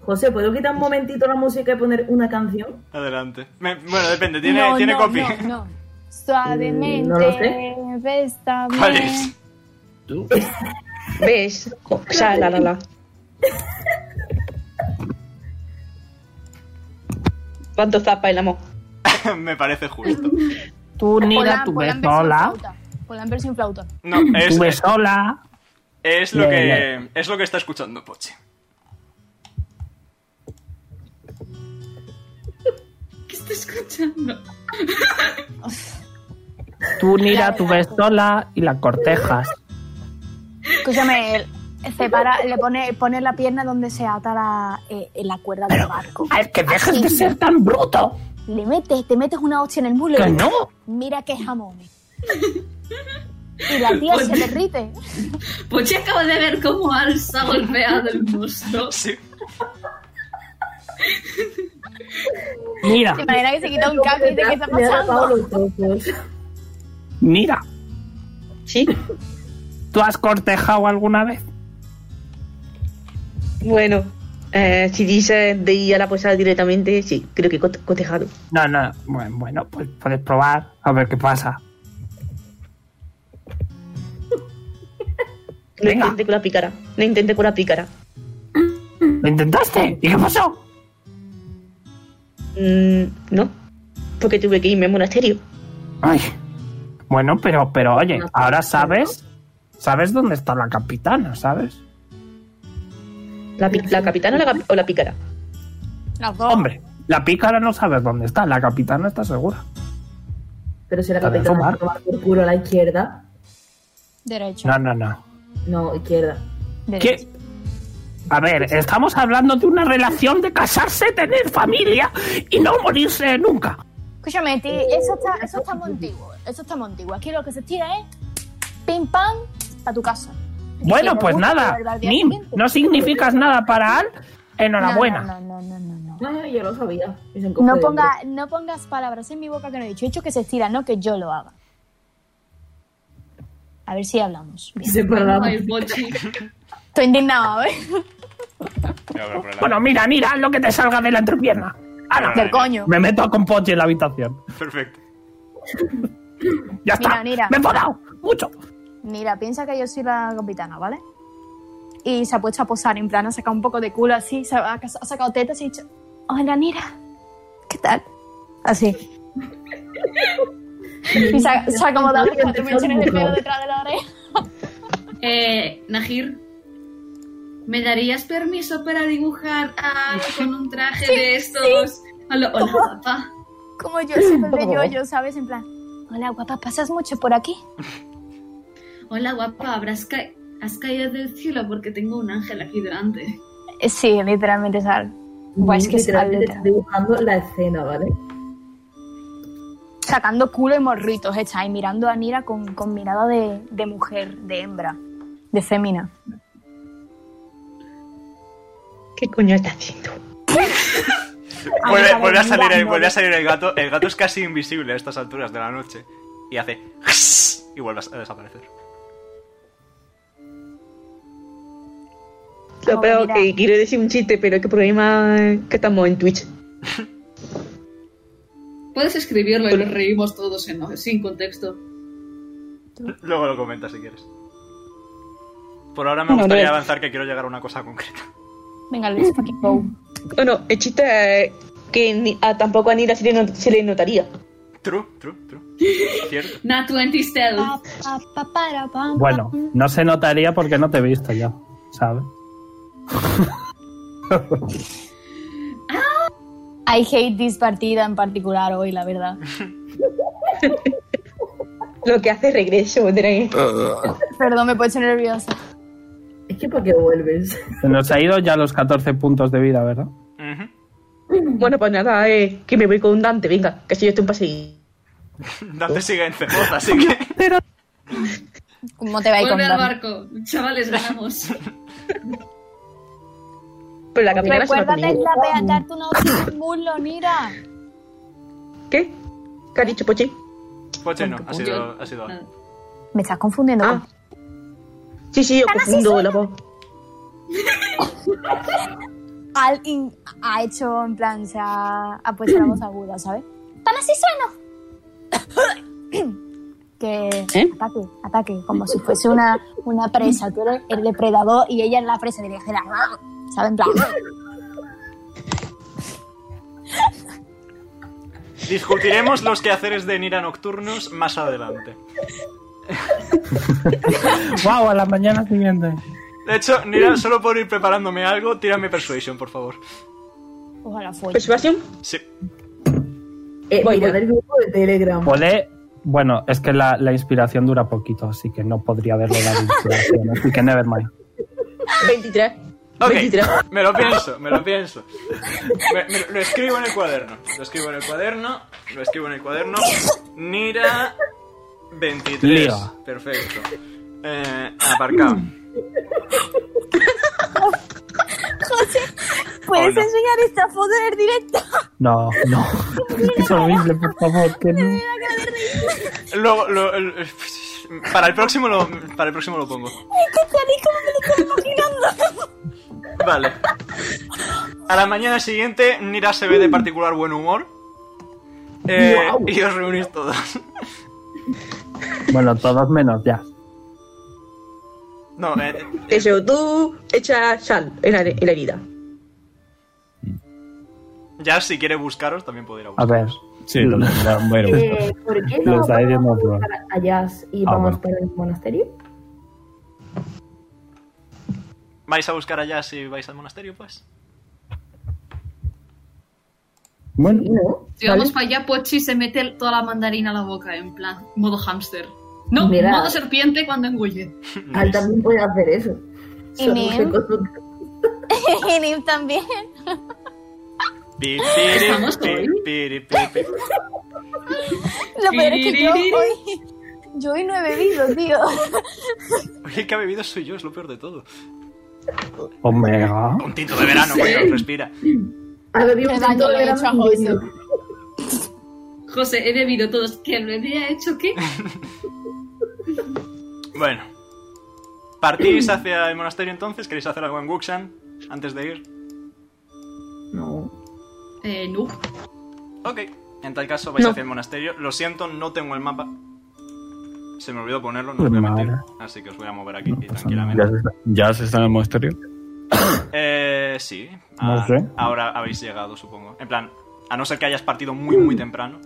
José, ¿puedo quitar un momentito la música y poner una canción? Adelante. Me- bueno, depende, tiene, No, tiene no, copy. no, no. Suavemente. No lo sé. bésame. ¿Cuál es? ¿Ves? O sea, la, la, la. ¿Cuánto zapa el amor? me parece justo. Tú, Ponla- Nina, tú ponla ves en versión sola. flauta. Ponla en versión flauta. No, es, Tú ves sola. es lo Ya, que, es lo que está escuchando Pochi. ¿Qué está escuchando? Tú, Nira, tú ves sola y la cortejas. Escúchame, él separa, le pone, pone la pierna donde se ata la, eh, eh, la cuerda del barco. ¡Ay, que dejes Así. de ser tan bruto! Le metes, te metes una hostia en el muslo. y ¡Que dices, no! Mira qué jamones. Y la tía Pues se derrite. Pochi acaba Pues de ver cómo Al se ha golpeado el muslo. Sí. Mira, ¿Te imaginas que se quita un cable y dice, ¿qué está pasando? mira. ¿Sí? ¿Tú has cortejado alguna vez? Bueno, eh, si dices de ir a la posada directamente, sí, creo que he cote- cotejado. No, no. Bueno, bueno, pues puedes probar a ver qué pasa. No intenté con la pícara. No intenté con la pícara. ¿Lo intentaste? ¿Y qué pasó? Mm, no. Porque tuve que irme al monasterio. Ay. Bueno, pero, pero oye, ahora sabes. ¿Sabes dónde está la capitana, sabes? ¿La, pi- la capitana o la, capi- o la pícara? Las dos. Hombre, la pícara no sabes dónde está. La capitana está segura. Pero si la Para capitana fumar. toma por culo a la izquierda. Derecho. No, no, no. No, izquierda. ¿Qué? A ver, estamos hablando de una relación de casarse, tener familia y no morirse nunca. Escúchame, ti, eso está, eso está muy antiguo. Eso está muy antiguo. Aquí lo que se tira es pim pam para tu casa. Bueno, Sí, pues me gusta, nada, pero al día Nim, siguiente. no significas nada para Al. Enhorabuena. No, no, no, no, no. No, Ah, yo lo sabía. Es en No, cojo de ponga- no pongas palabras en mi boca que no he dicho. He dicho que se estira, no que yo lo haga. A ver si hablamos. hombro. Separado. Ay, Pochi. Estoy indignado, ¿eh? Bueno, mira, mira, haz lo que te salga de la entrepierna. Ala, Del coño. Me meto con Pochi en la habitación. Perfecto. Ya está. Mira, mira. Me he enfadado. Mucho. Mira, piensa que yo soy la capitana, ¿vale? Y se ha puesto a posar, en plan, ha sacado un poco de culo así, se ha, ha sacado tetas y ha dicho, hola, Nira, ¿qué tal? Así. y se ha, se ha acomodado las cuatro mechones de pelo detrás de la oreja. Eh, Najir, ¿me darías permiso para dibujar a- con un traje de estos? Hola, hola, papá. Como yo, siempre de yo, yo, ¿sabes? En plan, hola, guapa, ¿pasas mucho por aquí? Hola, guapa, habrás ca- has caído del cielo porque tengo un ángel aquí delante. Eh, Sí, literalmente es al... Guau, es que es al Literalmente literal. estoy dibujando la escena, ¿vale? Sacando culo y morritos, está, y mirando a Nira con, con mirada de, de mujer, de hembra, de fémina. ¿Qué coño está haciendo? Vuelve, Amiga, vuelve a venga, salir, el- no. vuelve a salir el gato. El gato es casi invisible a estas alturas de la noche. Y hace... Y vuelve a desaparecer. Lo Oh, peor mira. que quiero decir un chiste, pero qué problema es que estamos en Twitch. Puedes escribirlo y nos reímos todos en, sin contexto. Luego lo comentas si quieres. Por ahora me Bueno, gustaría no es- avanzar que quiero llegar a una cosa concreta. Venga, Luis, fucking go. Bueno, el Oh, chiste es que ni- a- tampoco a Nira se le, not- se le notaría. True, true, true. Cierto. Nat 20 stealth. Bueno, no se notaría porque no te he visto ya, ¿sabes? Ah. I hate this partida en particular hoy, la verdad. Lo que hace regreso, Drake. Perdón, me he puesto nerviosa. Es que ¿para qué vuelves? Se nos ha ido ya los 14 puntos de vida, ¿verdad? Bueno, pues nada, eh, que me voy con Dante, venga, que si yo estoy un paseí. Oh. Dante sigue en cebotas, así que. ¿Cómo te va a ir con Vuelve al Dante? barco. Chavales, ganamos. Pero la capitana se va Recuérdate conmigo. chapeatarte una hostia en el muslo, mira. ¿Qué? ¿Qué ha dicho Pochi? Poche no, ha sido. Ha sido. Me estás confundiendo. con- Ah. Sí, sí, yo Están así confundo la voz. Al in- ha hecho, en plan, se ha, ha puesto la voz aguda, ¿sabes? ¡Tan así sueno! que ¿Eh? ataque, ataque, como si fuese una, una presa. Tú eres el depredador y ella es la presa. Diría, "Jera, ah", ¿sabes? En plan, Discutiremos los quehaceres de Nira Nocturnos más adelante. ¡Wow! A la mañana siguiente. De hecho, Nira, solo por ir preparándome algo, tírame Persuasion, por favor. ojalá fuera. ¿Persuasión? Sí. Eh, Voy, mirad voy. el grupo de Telegram. Pole- bueno, es que la, la inspiración dura poquito, así que no podría haberle dado inspiración, así que nevermind. 23. Ok, 23. me lo pienso, me lo pienso. Me- me- lo escribo en el cuaderno. Lo escribo en el cuaderno. Lo escribo en el cuaderno. Nira 23. Lío. Perfecto. Eh, aparcado. José, ¿puedes Hola. enseñar esta foto del directo? No, no. Es horrible, por favor, que no. Luego, lo- el- para el próximo lo, para el próximo lo pongo. Vale. A la mañana siguiente, Nira se ve de particular buen humor. Eh, Guau. Y os reunís todos. Bueno, todos menos ya. No, eh, Eso, tú echa sal en la, en la herida. ya si quiere buscaros, también podría buscar. A ver. Sí, lo- lo- bueno. Eh, ¿Por qué Lo no está diciendo vamos Flor. para allá y Ah, vamos bueno. para el monasterio? ¿Vais a buscar allá si vais al monasterio, pues? Bueno, Si vamos para allá, Pochi se mete toda la mandarina a la boca, en plan, modo hámster. No, Mira. modo serpiente cuando engulle. Al también puede hacer eso. Y Solo Nim. se con- y Nim también. Pi, piri, ¿Estamos pi, hoy? piri, pi, pi. Lo peor es que yo hoy, yo hoy no he bebido, tío. Oye, el que ha bebido soy yo, es lo peor de todo. Omega. Un tinto de verano, Sí. coño, respira. Ha bebido un Verdad, tinto yo de le he hecho a verano José. indio. José, he bebido todos. ¿Qué me había hecho qué? Bueno. ¿Partís hacia el monasterio entonces? ¿Queréis hacer algo en Wuxan antes de ir? Eh, no. Ok. En tal caso vais No. hacia el monasterio. Lo siento, no tengo el mapa. Se me olvidó ponerlo, no os voy a mentir. Madre. Así que os voy a mover aquí ¿Ya tranquilamente. se, está, ¿Ya se está en el monasterio? Eh, sí. No Ah, sé. Ahora habéis llegado, supongo. En plan, a no ser que hayas partido muy, muy temprano.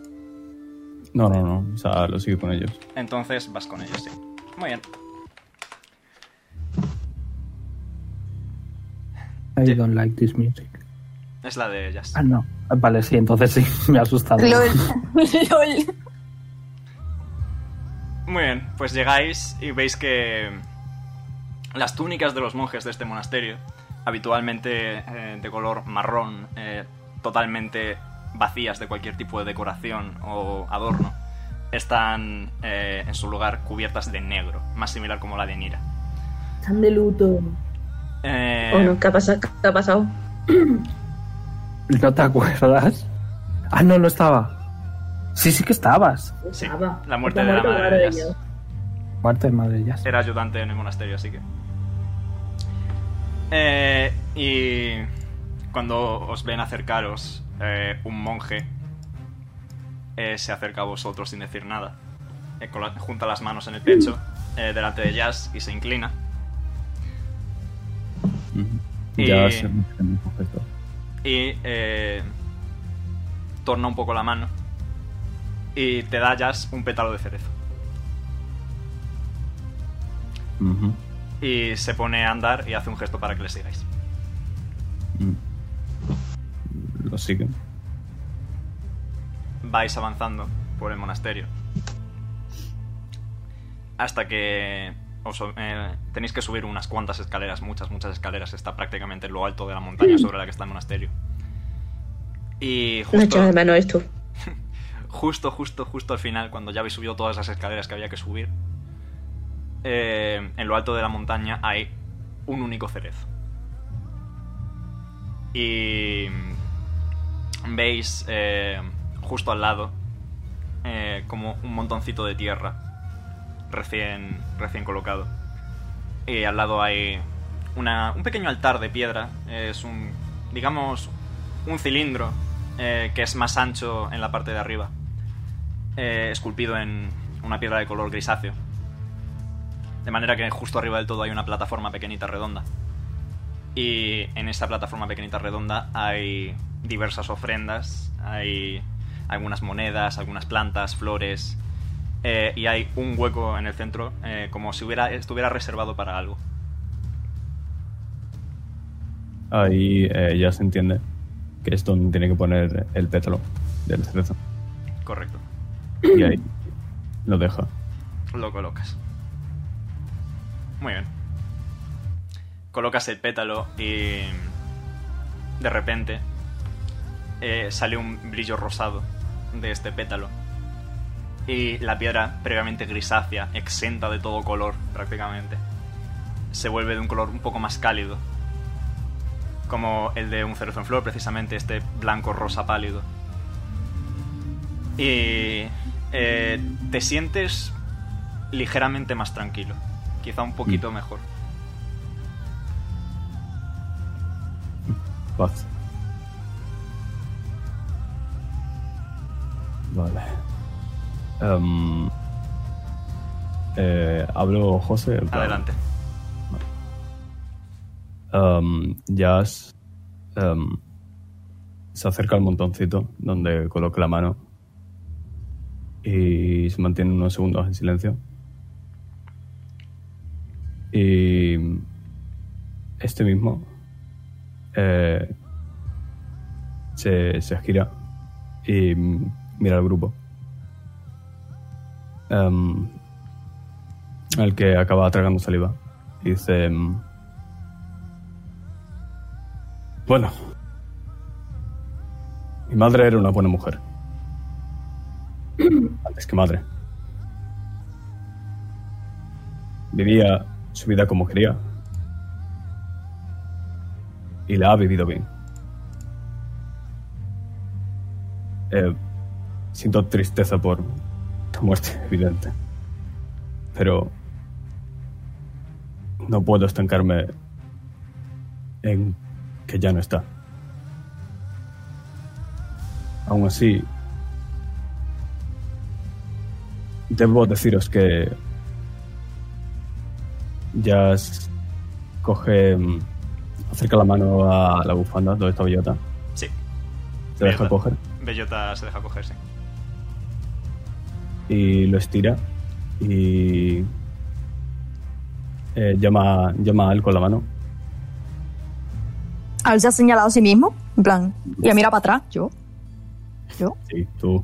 No, no, no. O sea, lo sigo con ellos. Entonces vas con ellos, sí. Muy bien. I don't like this music. Es la de ellas. Ah, no. Ah, Vale, sí, entonces sí, me ha asustado. Muy bien, pues llegáis y veis que las túnicas de los monjes de este monasterio, habitualmente eh, de color marrón, eh, totalmente vacías de cualquier tipo de decoración o adorno, están eh, en su lugar cubiertas de negro, más similar como la de Nira. Están de luto. Eh, Oh, no, ¿qué ha pasado? ¿Qué ha pasado? ¿No te acuerdas? Ah, no, no estaba. Sí, sí que estabas. sí, la muerte de la muerte de madre la de de ellas. Muerte de madre ya. Era ayudante en el monasterio, así que. Eh, y cuando os ven acercaros, eh, un monje eh, se acerca a vosotros sin decir nada. Eh, con la- junta las manos en el pecho eh, delante de Jazz y se inclina. Y- Ya se... Y eh, torna un poco la mano y te da Jazz un pétalo de cerezo. Ujú. Y se pone a andar y hace un gesto para que le sigáis. Lo siguen. Vais avanzando por el monasterio. Hasta que os, eh, tenéis que subir unas cuantas escaleras, muchas, muchas escaleras. Está prácticamente en lo alto de la montaña sobre la que está el monasterio. Y No justo, echas de menos esto. justo, justo, justo al final, cuando ya habéis subido todas las escaleras que había que subir, eh, en lo alto de la montaña hay un único cerezo. Y veis eh, justo al lado eh, como un montoncito de tierra recién, recién colocado. Y al lado hay una- un pequeño altar de piedra. Es un, digamos, un cilindro eh, que es más ancho en la parte de arriba. eh, esculpido en una piedra de color grisáceo. De manera que justo arriba del todo hay una plataforma pequeñita redonda. Y en esa plataforma pequeñita redonda hay diversas ofrendas. Hay algunas monedas, algunas plantas, flores. eh, y hay un hueco en el centro eh, como si hubiera, estuviera reservado para algo. Ahí eh, ya se entiende que es donde tiene que poner el pétalo del cerezo. Correcto. Y ahí lo deja. Lo colocas. Muy bien. Colocas el pétalo y de repente eh, sale un brillo rosado de este pétalo. Y la piedra, previamente grisácea, exenta de todo color prácticamente, se vuelve de un color un poco más cálido. Como el de un cerezo en flor, precisamente este blanco rosa pálido. Y eh, te sientes ligeramente más tranquilo. Quizá un Mm. poquito mejor. Paz. Vale. Em, eh, Hablo José. En plan, Adelante. em, Jazz em, se acerca al montoncito donde coloca la mano y se mantiene unos segundos en silencio. Y este mismo eh, se, se gira y mm, mira al grupo. Em, al que acaba tragando saliva. Y dice... em, bueno. Mi madre era una buena mujer. Antes que madre. Vivía su vida como quería. Y la ha vivido bien. Eh, siento tristeza por tu muerte, evidente. Pero no puedo estancarme en que ya no está. Aún así, debo deciros que Jazz coge, mm, acerca la mano a la bufanda donde está Bellota. Sí. Se deja coger Bellota se deja cogerse. y lo estira y eh, llama, llama a él con la mano. A él se ha señalado a sí mismo, en plan, y a mira para atrás, yo, yo, Sí, tú.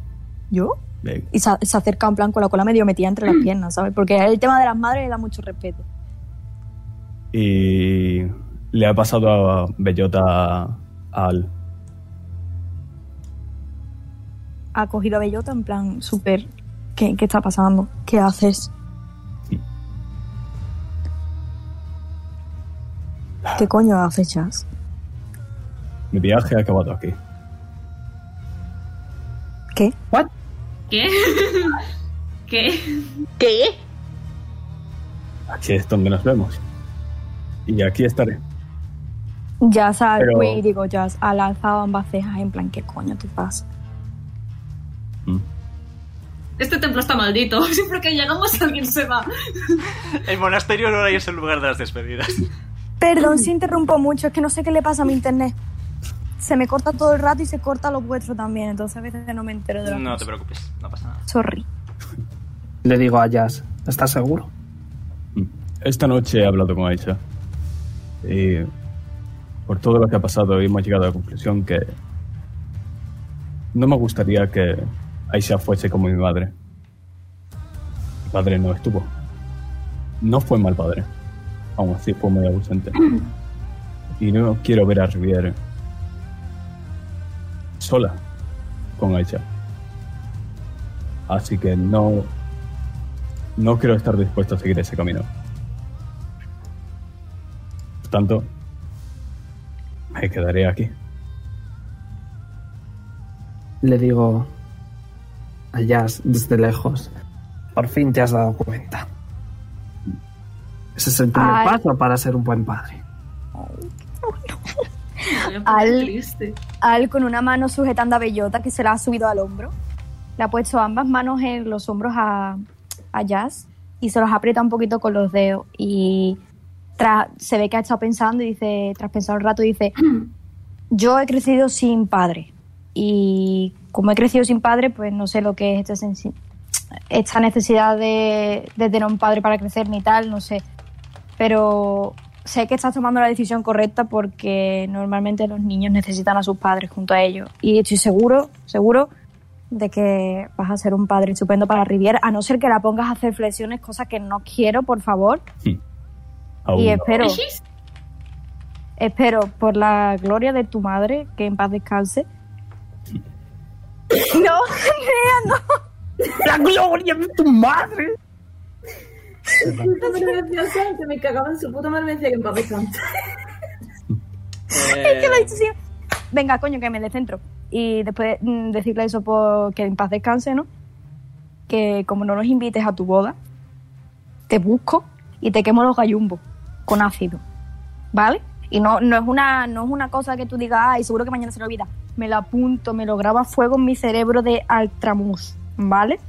yo. Ven. Y se, se acerca en plan con la cola medio metida entre las piernas, ¿sabes? Porque el tema de las madres le da mucho respeto. Y le ha pasado a Bellota al... Ha cogido a Bellota en plan súper, ¿qué, ¿qué está pasando? ¿Qué haces? ¿Qué coño haces, Jazz? Mi viaje ha acabado aquí. ¿Qué? ¿What? ¿Qué? ¿Qué? ¿Qué? Aquí es donde nos vemos. Y aquí estaré. Jazz al Pero- güey, digo, Jazz ha lanzado ambas cejas en plan, ¿qué coño te pasa? Este templo está maldito. Siempre que llegamos alguien se va. El monasterio no es el lugar de las despedidas. Perdón si interrumpo mucho, es que no sé qué le pasa a mi internet. se me corta todo el rato y se corta lo vuestro también, entonces a veces no me entero de las No cosas. te preocupes, no pasa nada. Sorry. Le digo a Jazz, ¿estás seguro? Esta noche he hablado con Aisha. Y por todo lo que ha pasado hemos llegado a la conclusión que no me gustaría que Aisha fuese como mi madre. Mi padre no estuvo. No fue mal padre. Aún así fue muy ausente. Y no quiero ver a Riviere sola con Aisha. Así que no... No quiero estar dispuesto a seguir ese camino. Por tanto, me quedaré aquí. Le digo a Jazz desde lejos, por fin te has dado cuenta. Ese es el primer Ay. paso para ser un buen padre. Al, Al con una mano sujetando a Bellota que se la ha subido al hombro. Le ha puesto ambas manos en los hombros a, a Jazz y se los aprieta un poquito con los dedos. Y tras- se ve que ha estado pensando y dice, tras pensar un rato, dice, yo he crecido sin padre. Y como he crecido sin padre, pues no sé lo que es este sensi- esta necesidad de, de tener un padre para crecer ni tal, no sé pero sé que estás tomando la decisión correcta porque normalmente los niños necesitan a sus padres junto a ellos. Y estoy seguro, seguro de que vas a ser un padre estupendo para Riviera, a no ser que la pongas a hacer flexiones, cosa que no quiero, por favor. Aún y no. espero, espero, por la gloria de tu madre, que en paz descanse. No, Andrea, no. ¡La gloria de tu madre! Entonces, graciosa, que me cagaba en su puta madre me decía que me va a descansar. Eh, Es que lo he dicho siempre. Venga, coño, que me descentro. Y después mm, decirle eso por que en paz descanse, ¿no? Que como no nos invites a tu boda, te busco y te quemo los gallumbos con ácido. ¿Vale? Y no, no, es una, no es una cosa que tú digas, ay, seguro que mañana se lo olvida. Me lo apunto, me lo grabo a fuego en mi cerebro de Altramuz, ¿vale?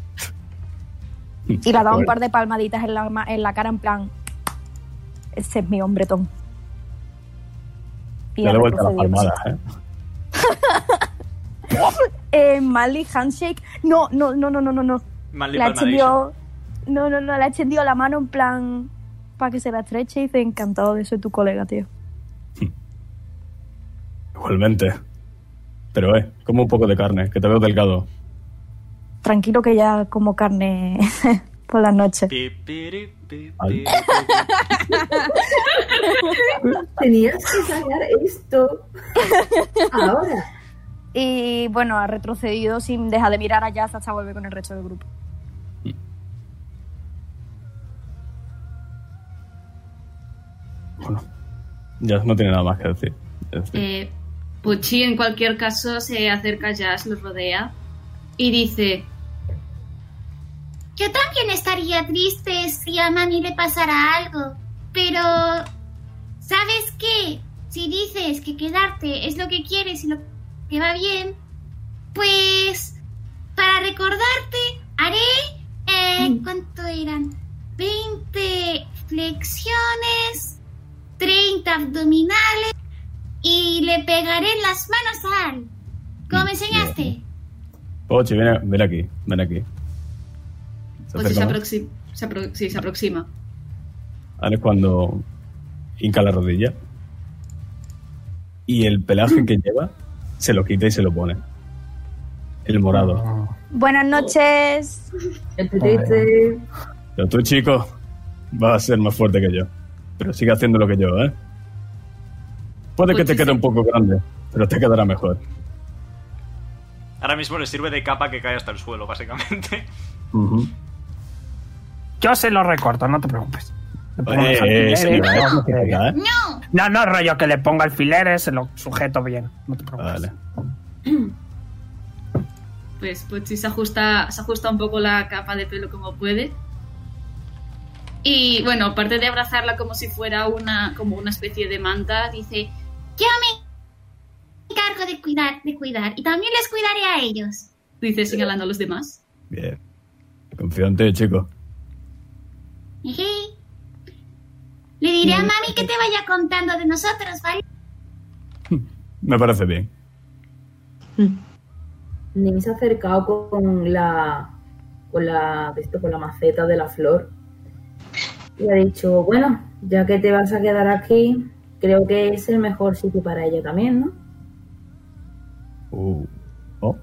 Y le da un par de palmaditas en la, ma- en la cara en plan, ese es mi hombretón. Y Ya ha le he vuelto las retrocedido. palmadas, ¿eh? eh, Mali handshake. No, no, no, no, no, no, no. Manly Le ha palmadation. extendido, no, no, no, le ha extendido la mano en plan para que se la estreche y dice encantado de ser tu colega, tío. Igualmente. Pero, eh, como un poco de carne, que te veo delgado. Tranquilo que ya como carne por las noches. Ay, Tenías que sacar esto. Ahora. Y bueno, ha retrocedido sin dejar de mirar a Jazz hasta volver con el resto del grupo. ya no tiene nada más que decir. Es decir, Eh, Pochi, en cualquier caso, se acerca a Jazz, los rodea y dice: Yo también estaría triste si a Manny le pasara algo, pero ¿sabes qué? Si dices que quedarte es lo que quieres y lo que va bien, pues para recordarte haré... eh, ¿Cuánto eran? 20 flexiones, 30 abdominales y le pegaré en las manos a Al. ¿Cómo me enseñaste? Mm. Pochi, ven, a- ven aquí, ven aquí. Se Pochi se acerca. aproxima. Se apro- sí, se aproxima. Ahora es cuando hinca la rodilla. Y el pelaje que lleva se lo quita y se lo pone. El morado. Buenas noches. Pero tú, chico, vas a ser más fuerte que yo. Pero sigue haciendo lo que yo, ¿eh? Puede que te quede un poco grande, pero te quedará mejor. Ahora mismo le sirve de capa que cae hasta el suelo, básicamente. Yo se lo recorto, no te preocupes. Le pongo Eh, unos eh, alfileres, señora, no, no, que- no, ¿eh? no, no, rollo que le ponga alfileres, se lo sujeto bien. No te preocupes. Pues Pochi se ajusta, se ajusta un poco la capa de pelo como puede. Y bueno, aparte de abrazarla como si fuera una, como una especie de manta, dice, Yo me encargo de cuidar, de cuidar. Y también les cuidaré a ellos. dice señalando a los demás. Bien. Confío en ti, chico. Eje. Le diré a mami que te vaya contando de nosotros, ¿vale? Me parece bien. Nim se ha acercado con la con la esto, con la maceta de la flor y ha dicho, bueno, ya que te vas a quedar aquí, creo que es el mejor sitio para ella también, ¿no? Uh, oh.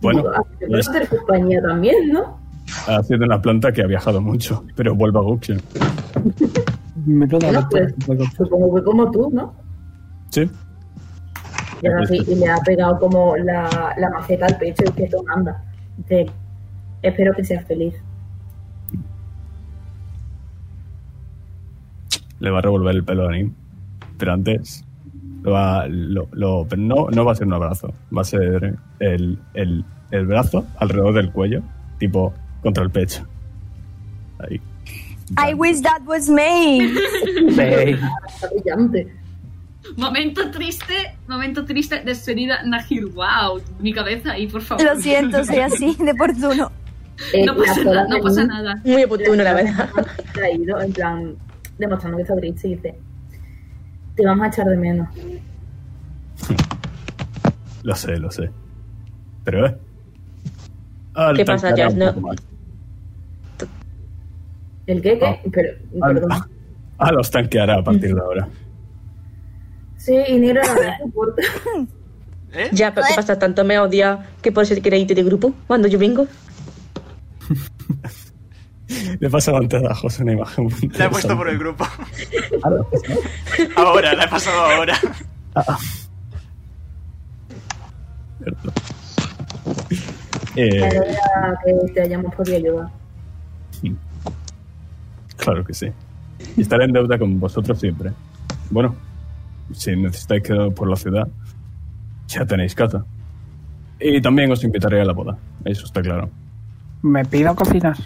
Bueno, Digo, "Ah, te puedo pues, hacer compañía también, ¿no? ha sido una planta que ha viajado mucho, pero vuelvo a Guxian. Me lo da Bueno, la pues, supongo que como tú, ¿no? Sí. Y, pues ahora sí, y le ha pegado como la, la maceta al pecho y que esto anda. Dice, espero que seas feliz. Le va a revolver el pelo a Nim. Pero antes. Lo va, lo- lo- pero no, no va a ser un abrazo. Va a ser el, el- el brazo alrededor del cuello, tipo contra el pecho. Ahí. I wish that was me. Está brillante. Momento triste, momento triste, despedida, Nahir. Wow, mi cabeza ahí, por favor. Lo siento, soy así de oportuno. Eh, No pasa nada, no pasa nada. Muy oportuno, la verdad. Caído, en plan, demostrando que está triste y dice, te vamos a echar de menos. Lo sé, lo sé. Pero, eh. al ¿Qué pasa, tancar Jazz? un No- poco más. ¿El qué? Ah, qué? Pero, Al- perdón. a Ah, los tanqueará a partir de ahora. Sí, y negro la verdad, no importa. Ya, pero ¿qué pasa? Tanto me odia que por eso te queréis irte de grupo cuando yo vengo. Le pasa antes a José una imagen. La he puesto por el grupo. ahora, la he pasado ahora. Ah, Eh, Eh. Me alegra que te hayamos podido ayudar. Claro que sí. Y estaré en deuda con vosotros siempre. Bueno, si necesitáis quedar por la ciudad, ya tenéis casa. Y también os invitaré a la boda, eso está claro. Me pido cocinar.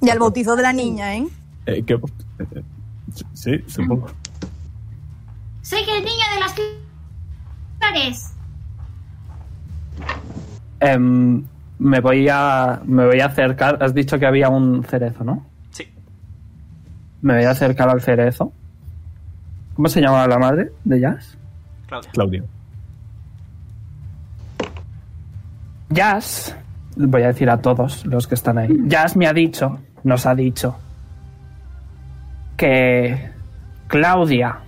Y al bautizo de la niña, ¿eh? Eh, ¿qué- eh, Sí, supongo. Soy el niño de las flores. Em, me voy a me voy a acercar. Has dicho que había un cerezo, ¿no? Sí. Me voy a acercar al cerezo. ¿Cómo se llama la madre de Jazz? Claudia. Jazz, voy a decir a todos los que están ahí. Jazz me ha dicho, nos ha dicho, que Claudia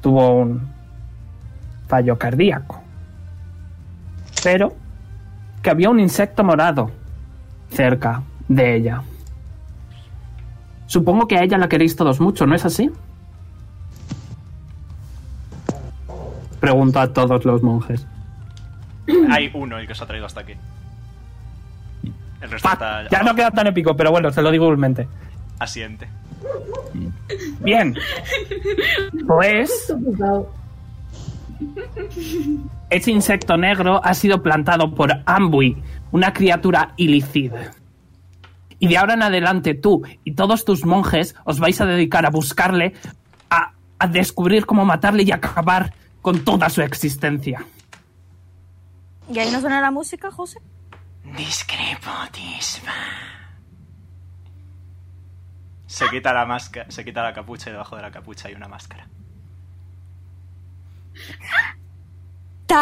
tuvo un fallo cardíaco. Pero que había un insecto morado cerca de ella. Supongo que a ella la queréis todos mucho, ¿no es así? Pregunto a todos los monjes. Hay uno el que os ha traído hasta aquí. El resto está Ya no queda tan épico, pero bueno, se lo digo igualmente. asiente. Bien. Pues ese insecto negro ha sido plantado por Ambui, una criatura ilicida. Y de ahora en adelante tú y todos tus monjes os vais a dedicar a buscarle, a, a descubrir cómo matarle y acabar con toda su existencia. ¿Y ahí no suena la música, José? Se quita la máscara, se quita la capucha y debajo de la capucha hay una máscara.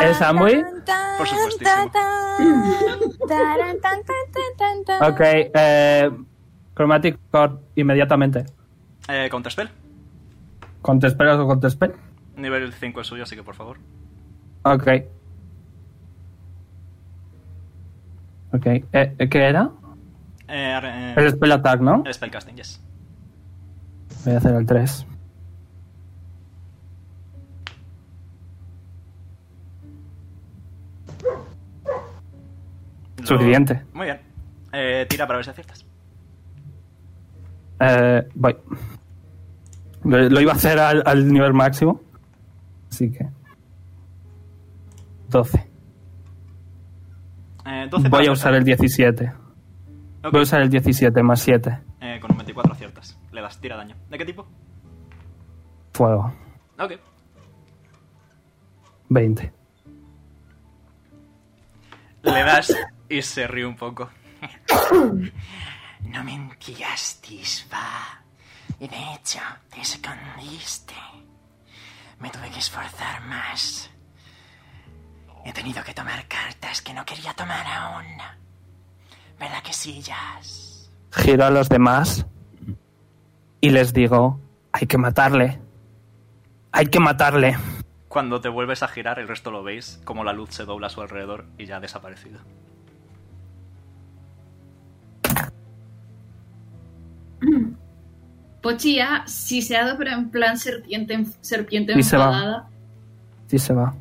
¿Es Ambui? Por supuestísimo. Taran, tan, tan, tan, tan, tan. Ok, eh, Chromatic Core inmediatamente. Eh, Counterspell. ¿Con te esperas o con te esper- Nivel 5 es suyo, así que por favor. Ok. Ok. eh, eh, ¿Qué era? Eh, eh, El spell attack, ¿no? El spellcasting, yes. Voy a hacer el 3. Lo- Suficiente. Muy bien. Eh, tira para ver si aciertas. Eh, voy. Lo, lo iba a hacer al, al nivel máximo. Así que. 12. Eh, 12 Voy para a usar el 17. Ok. Voy a usar el 17 más 7. Eh, con un 24 aciertas. Le das, tira daño. ¿De qué tipo? Fuego. Ok. 20. Le das y se ríe un poco. No mentiasteis, va. Y de hecho, te escondiste. Me tuve que esforzar más. He tenido que tomar cartas que no quería tomar aún. ¿Verdad que sí, Jazz? Giro a los demás y les digo, hay que matarle. Hay que matarle. Cuando te vuelves a girar, el resto lo veis, como la luz se dobla a su alrededor y ya ha desaparecido. Pochi ya, si se ha dado, pero en plan serpiente, enf- serpiente Y se va. enfadada. Sí se va.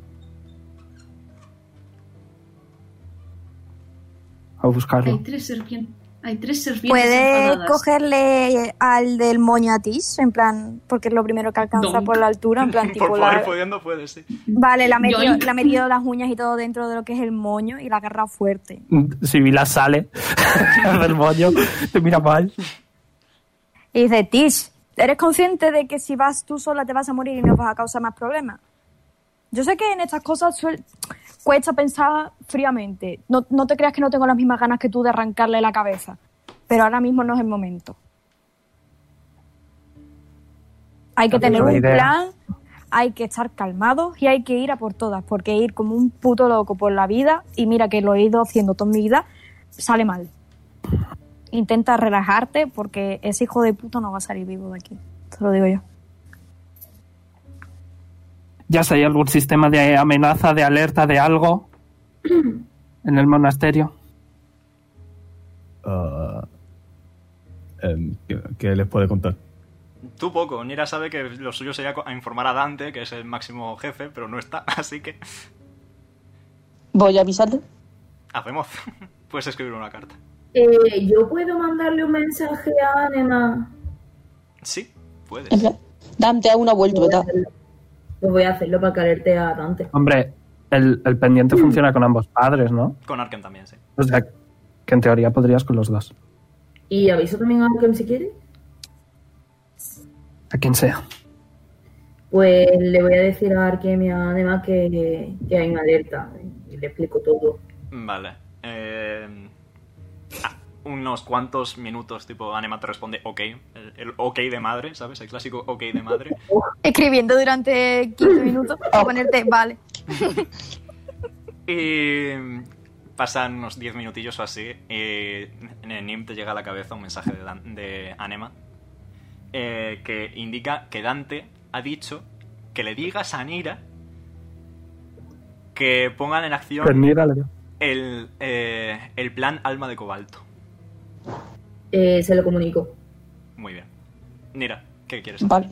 A buscarlo. Hay tres serpientes. Hay tres serpientes Puede enfadadas. cogerle al del moñatis, en plan, porque es lo primero que alcanza Donk. por la altura, en plan, tipo Por la- poder pudiendo puede, sí. Vale, le ha, metido, Yoink. le ha metido las uñas y todo dentro de lo que es el moño y la ha agarrado fuerte. Sibila sale del moño, te mira mal. Y dice, Tish, ¿eres consciente de que si vas tú sola te vas a morir y nos vas a causar más problemas? Yo sé que en estas cosas suel- cuesta pensar fríamente. No, no te creas que no tengo las mismas ganas que tú de arrancarle la cabeza. Pero ahora mismo no es el momento. Hay que Esa es tener la un idea. plan, hay que estar calmados y hay que ir a por todas, porque ir como un puto loco por la vida, y mira que lo he ido haciendo toda mi vida, sale mal. Intenta relajarte porque ese hijo de puta no va a salir vivo de aquí. Te lo digo yo. Ya sé, ¿hay algún sistema de amenaza, de alerta, de algo en el monasterio? Ah, em, ¿qué, qué les puede contar? Tú poco. Nira sabe que lo suyo sería co- a informar a Dante, que es el máximo jefe, pero no está, así que Voy a avisarle. hacemos. Puedes escribir una carta. Eh, yo puedo mandarle un mensaje a Anema. Sí, puedes. En plan, Dante a una vuelta, ¿verdad? Pues voy a hacerlo para caerte a Dante. Hombre, el, el pendiente funciona con ambos padres, ¿no? Con Arkham también, sí. O sea, que en teoría podrías con los dos. Y aviso también a Arkham si quiere. A quien sea. Pues le voy a decir a Arkham y a Anema que, que hay una alerta. Y le explico todo. Vale. Eh, ah, unos cuantos minutos, tipo, Anema te responde ok. El, el ok de madre, ¿sabes? El clásico ok de madre. Escribiendo durante 15 minutos para ponerte, vale. Y mm, pasan unos 10 minutillos o así. Y en el NIM te llega a la cabeza un mensaje de, Dan- de Anema eh, que indica que Dante ha dicho que le digas a Nira que pongan en acción Pues mira, le digo, el, eh, el plan Alma de Cobalto. Eh, se lo comunico. Muy bien. Nira, ¿qué quieres? Vale.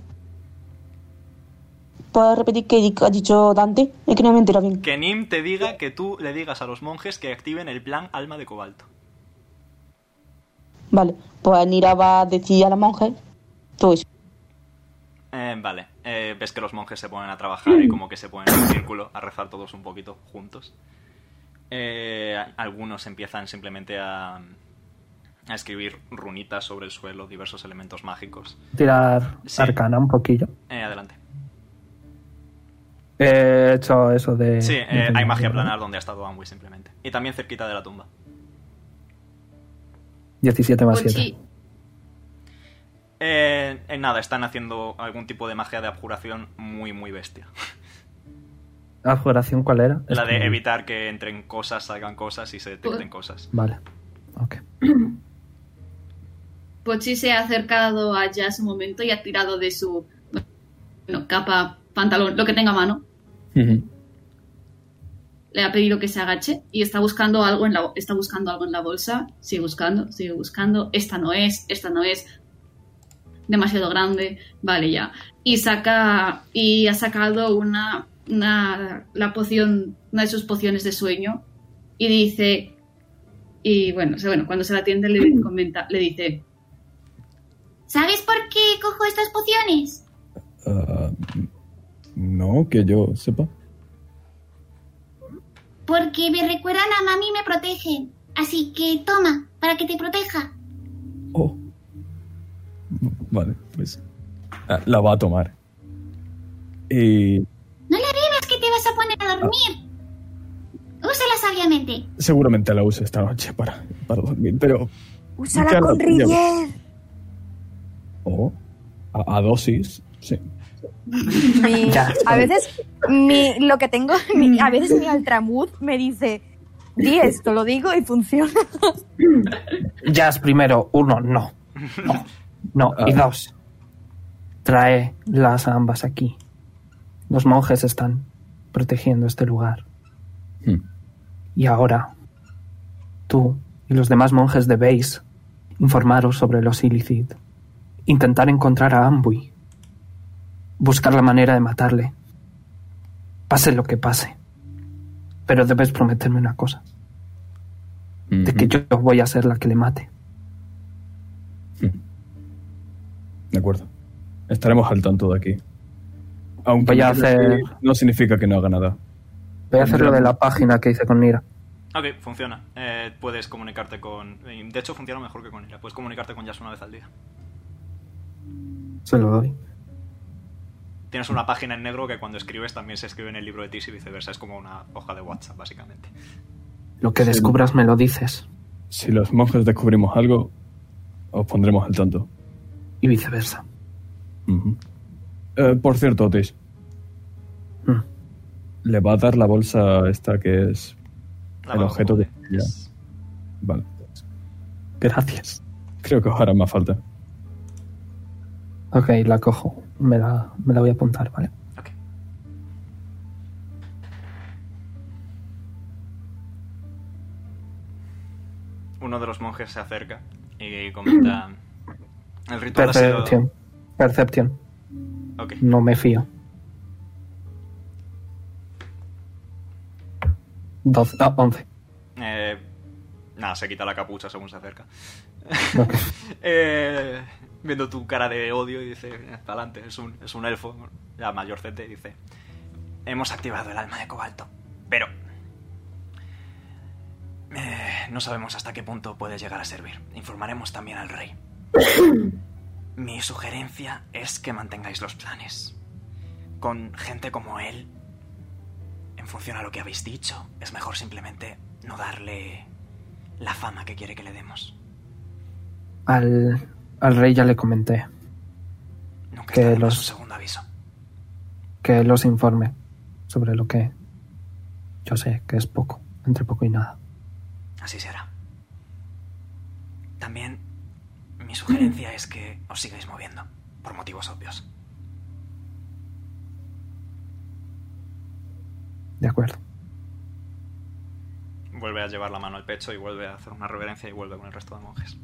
¿Puedo repetir qué ha dicho Dante? Es que no me he enterado bien. Que Nim te diga que tú le digas a los monjes que activen el plan Alma de Cobalto. Vale, pues Nira va a decir a la monja ¿eh? todo eso. Eh, vale, Eh, ves que los monjes se ponen a trabajar y como que se ponen en un círculo a rezar todos un poquito juntos. Eh, a- algunos empiezan simplemente a, a escribir runitas sobre el suelo, diversos elementos mágicos. Tirar arcana un poquillo. Eh, adelante. He hecho eso de. Sí, eh, hay magia plana. planar donde ha estado Amwi simplemente. Y también cerquita de la tumba. 17 más 7. Pochi, Eh, eh, nada, están haciendo algún tipo de magia de abjuración muy, muy bestia. ¿Abjuración cuál era? La Es de que- evitar que entren cosas, salgan cosas y se detecten cosas. Vale. Pochi se ha acercado a Jazz un momento y ha tirado de su bueno, capa, pantalón, lo que tenga a mano. Le ha pedido que se agache y está buscando algo en la está buscando algo en la bolsa. Sigue buscando, sigue buscando. Esta no es, esta no es. Demasiado grande. Vale, ya. Y saca y ha sacado una una la poción, una de sus pociones de sueño y dice y bueno, se- bueno, cuando se la atiende le comenta, le dice ¿Sabes por qué cojo estas pociones? Ah, no, que yo sepa. Porque me recuerdan a mami y me protegen. Así que toma, para que te proteja. Oh. Vale, pues ah, la va a tomar. Y No le bebas que te vas a poner a dormir. Ah. Úsala sabiamente. seguramente la use esta noche para, para dormir, pero... Úsala Claro, con ya- Rivier. Oh, a, a dosis, sí. Mi- Ya. a veces mi, lo que tengo, mi- a veces mi altramud me dice, di esto, lo digo y funciona. Jazz primero, uno, no. No, no. Y dos, trae las ambas aquí. Los monjes están protegiendo este lugar. Hmm. Y ahora, tú y los demás monjes debéis informaros sobre los illicit. Intentar encontrar a Ambui. Buscar la manera de matarle. Pase lo que pase. Pero debes prometerme una cosa. De que yo voy a ser la que le mate. De acuerdo. Estaremos al tanto de aquí. Aunque Voy a no significa- hacer- no significa que no haga nada. Voy a hacer lo de la página que hice con Nira. Ok, funciona. Eh, puedes comunicarte con... eh, De hecho, funciona mejor que con ella. Puedes comunicarte con Jazz una vez al día. Se lo doy. Tienes una página en negro que cuando escribes también se escribe en el libro de Tis y viceversa. Es como una hoja de WhatsApp, básicamente. Lo que descubras me lo dices. Si los monjes descubrimos algo, os pondremos al tanto. Y viceversa. Ujú. Eh, por cierto, Otis. Mm. ¿Le va a dar la bolsa esta que es el objeto de... Ya. Vale. Gracias. Creo que os hará más falta. Ok, la cojo. Me la, me la voy a apuntar, ¿vale? Uno de los monjes se acerca y comenta... El ritual ha sido... Percepción. Percepción. Ok. No me fío. Doce, ah, once. Eh, nada, se quita la capucha según se acerca. Eh, viendo tu cara de odio y dice, para adelante, es un, es un elfo, la mayor y dice, hemos activado el alma de cobalto, pero eh, no sabemos hasta qué punto puede llegar a servir. Informaremos también al rey. Mi sugerencia es que mantengáis los planes. Con gente como él, en función a lo que habéis dicho, es mejor simplemente no darle la fama que quiere que le demos. Al, al rey ya le comenté. que Un los, segundo aviso. que los informe sobre lo que yo sé que es poco, entre poco y nada. Así será. También mi sugerencia es que os sigáis moviendo, por motivos obvios. De acuerdo. Vuelve a llevar la mano al pecho y vuelve a hacer una reverencia y vuelve con el resto de monjes.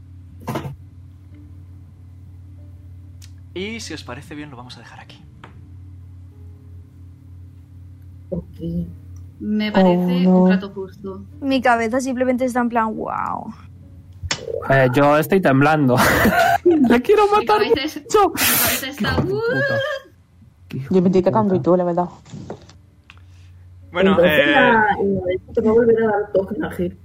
Y si os parece bien, lo vamos a dejar aquí. Me parece Oh, no. un trato justo. Mi cabeza simplemente está en plan, wow. Eh, yo estoy temblando. ¡Le quiero matar! Mi cabeza, es- mi cabeza está... Yo me estoy cagando y todo, la verdad. Bueno, Entonces, eh, la- la- te va a volver a dar toque, Ángel.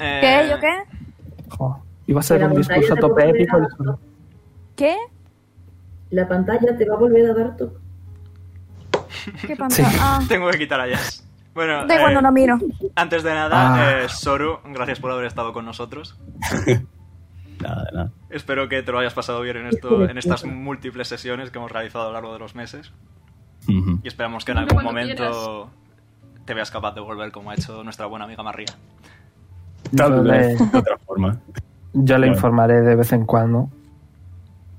eh, ¿Qué? ¿Yo qué? Iba a ser La un pantalla te discurso va a tope volver épico. a- ¿Qué? La pantalla te va a volver a dar toque. ¿Qué pantalla? Ah, Tengo que quitar a Jazz. Bueno, da igual, eh, no lo miro. antes de nada, Ah. eh, Soru, gracias por haber estado con nosotros. Nada, nada. Espero que te lo hayas pasado bien en, esto, en estas múltiples sesiones que hemos realizado a lo largo de los meses. Ujú. Y esperamos que en Hombre, algún cuando momento te veas capaz de volver como ha hecho nuestra buena amiga María. Yo Tal le, vez, de otra forma. yo le Claro. informaré de vez en cuando.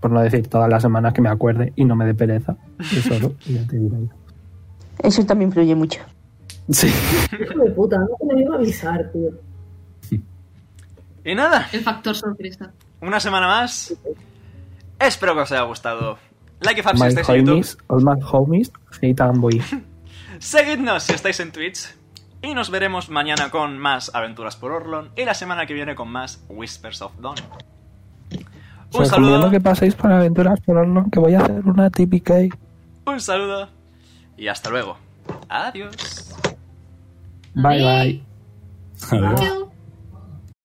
Por no decir todas las semanas que me acuerde y no me dé pereza. Y solo, y ya te diré. Eso también influye mucho. Sí. Hijo de puta, no te lo iba a avisar, tío. Y nada, El factor sorpresa. una semana más. Espero que os haya gustado. Like y fab si My estáis en YouTube. homies, all my homies, hate and boy. Seguidnos si estáis en Twitch. Y nos veremos mañana con más Aventuras por Orlon. Y la semana que viene con más Whispers of Dawn. Un Os recomiendo saludo, que paséis por aventuras por Orlon, que voy a hacer una típica. un saludo. Y hasta luego. Adiós. Bye bye. Adiós. Chao.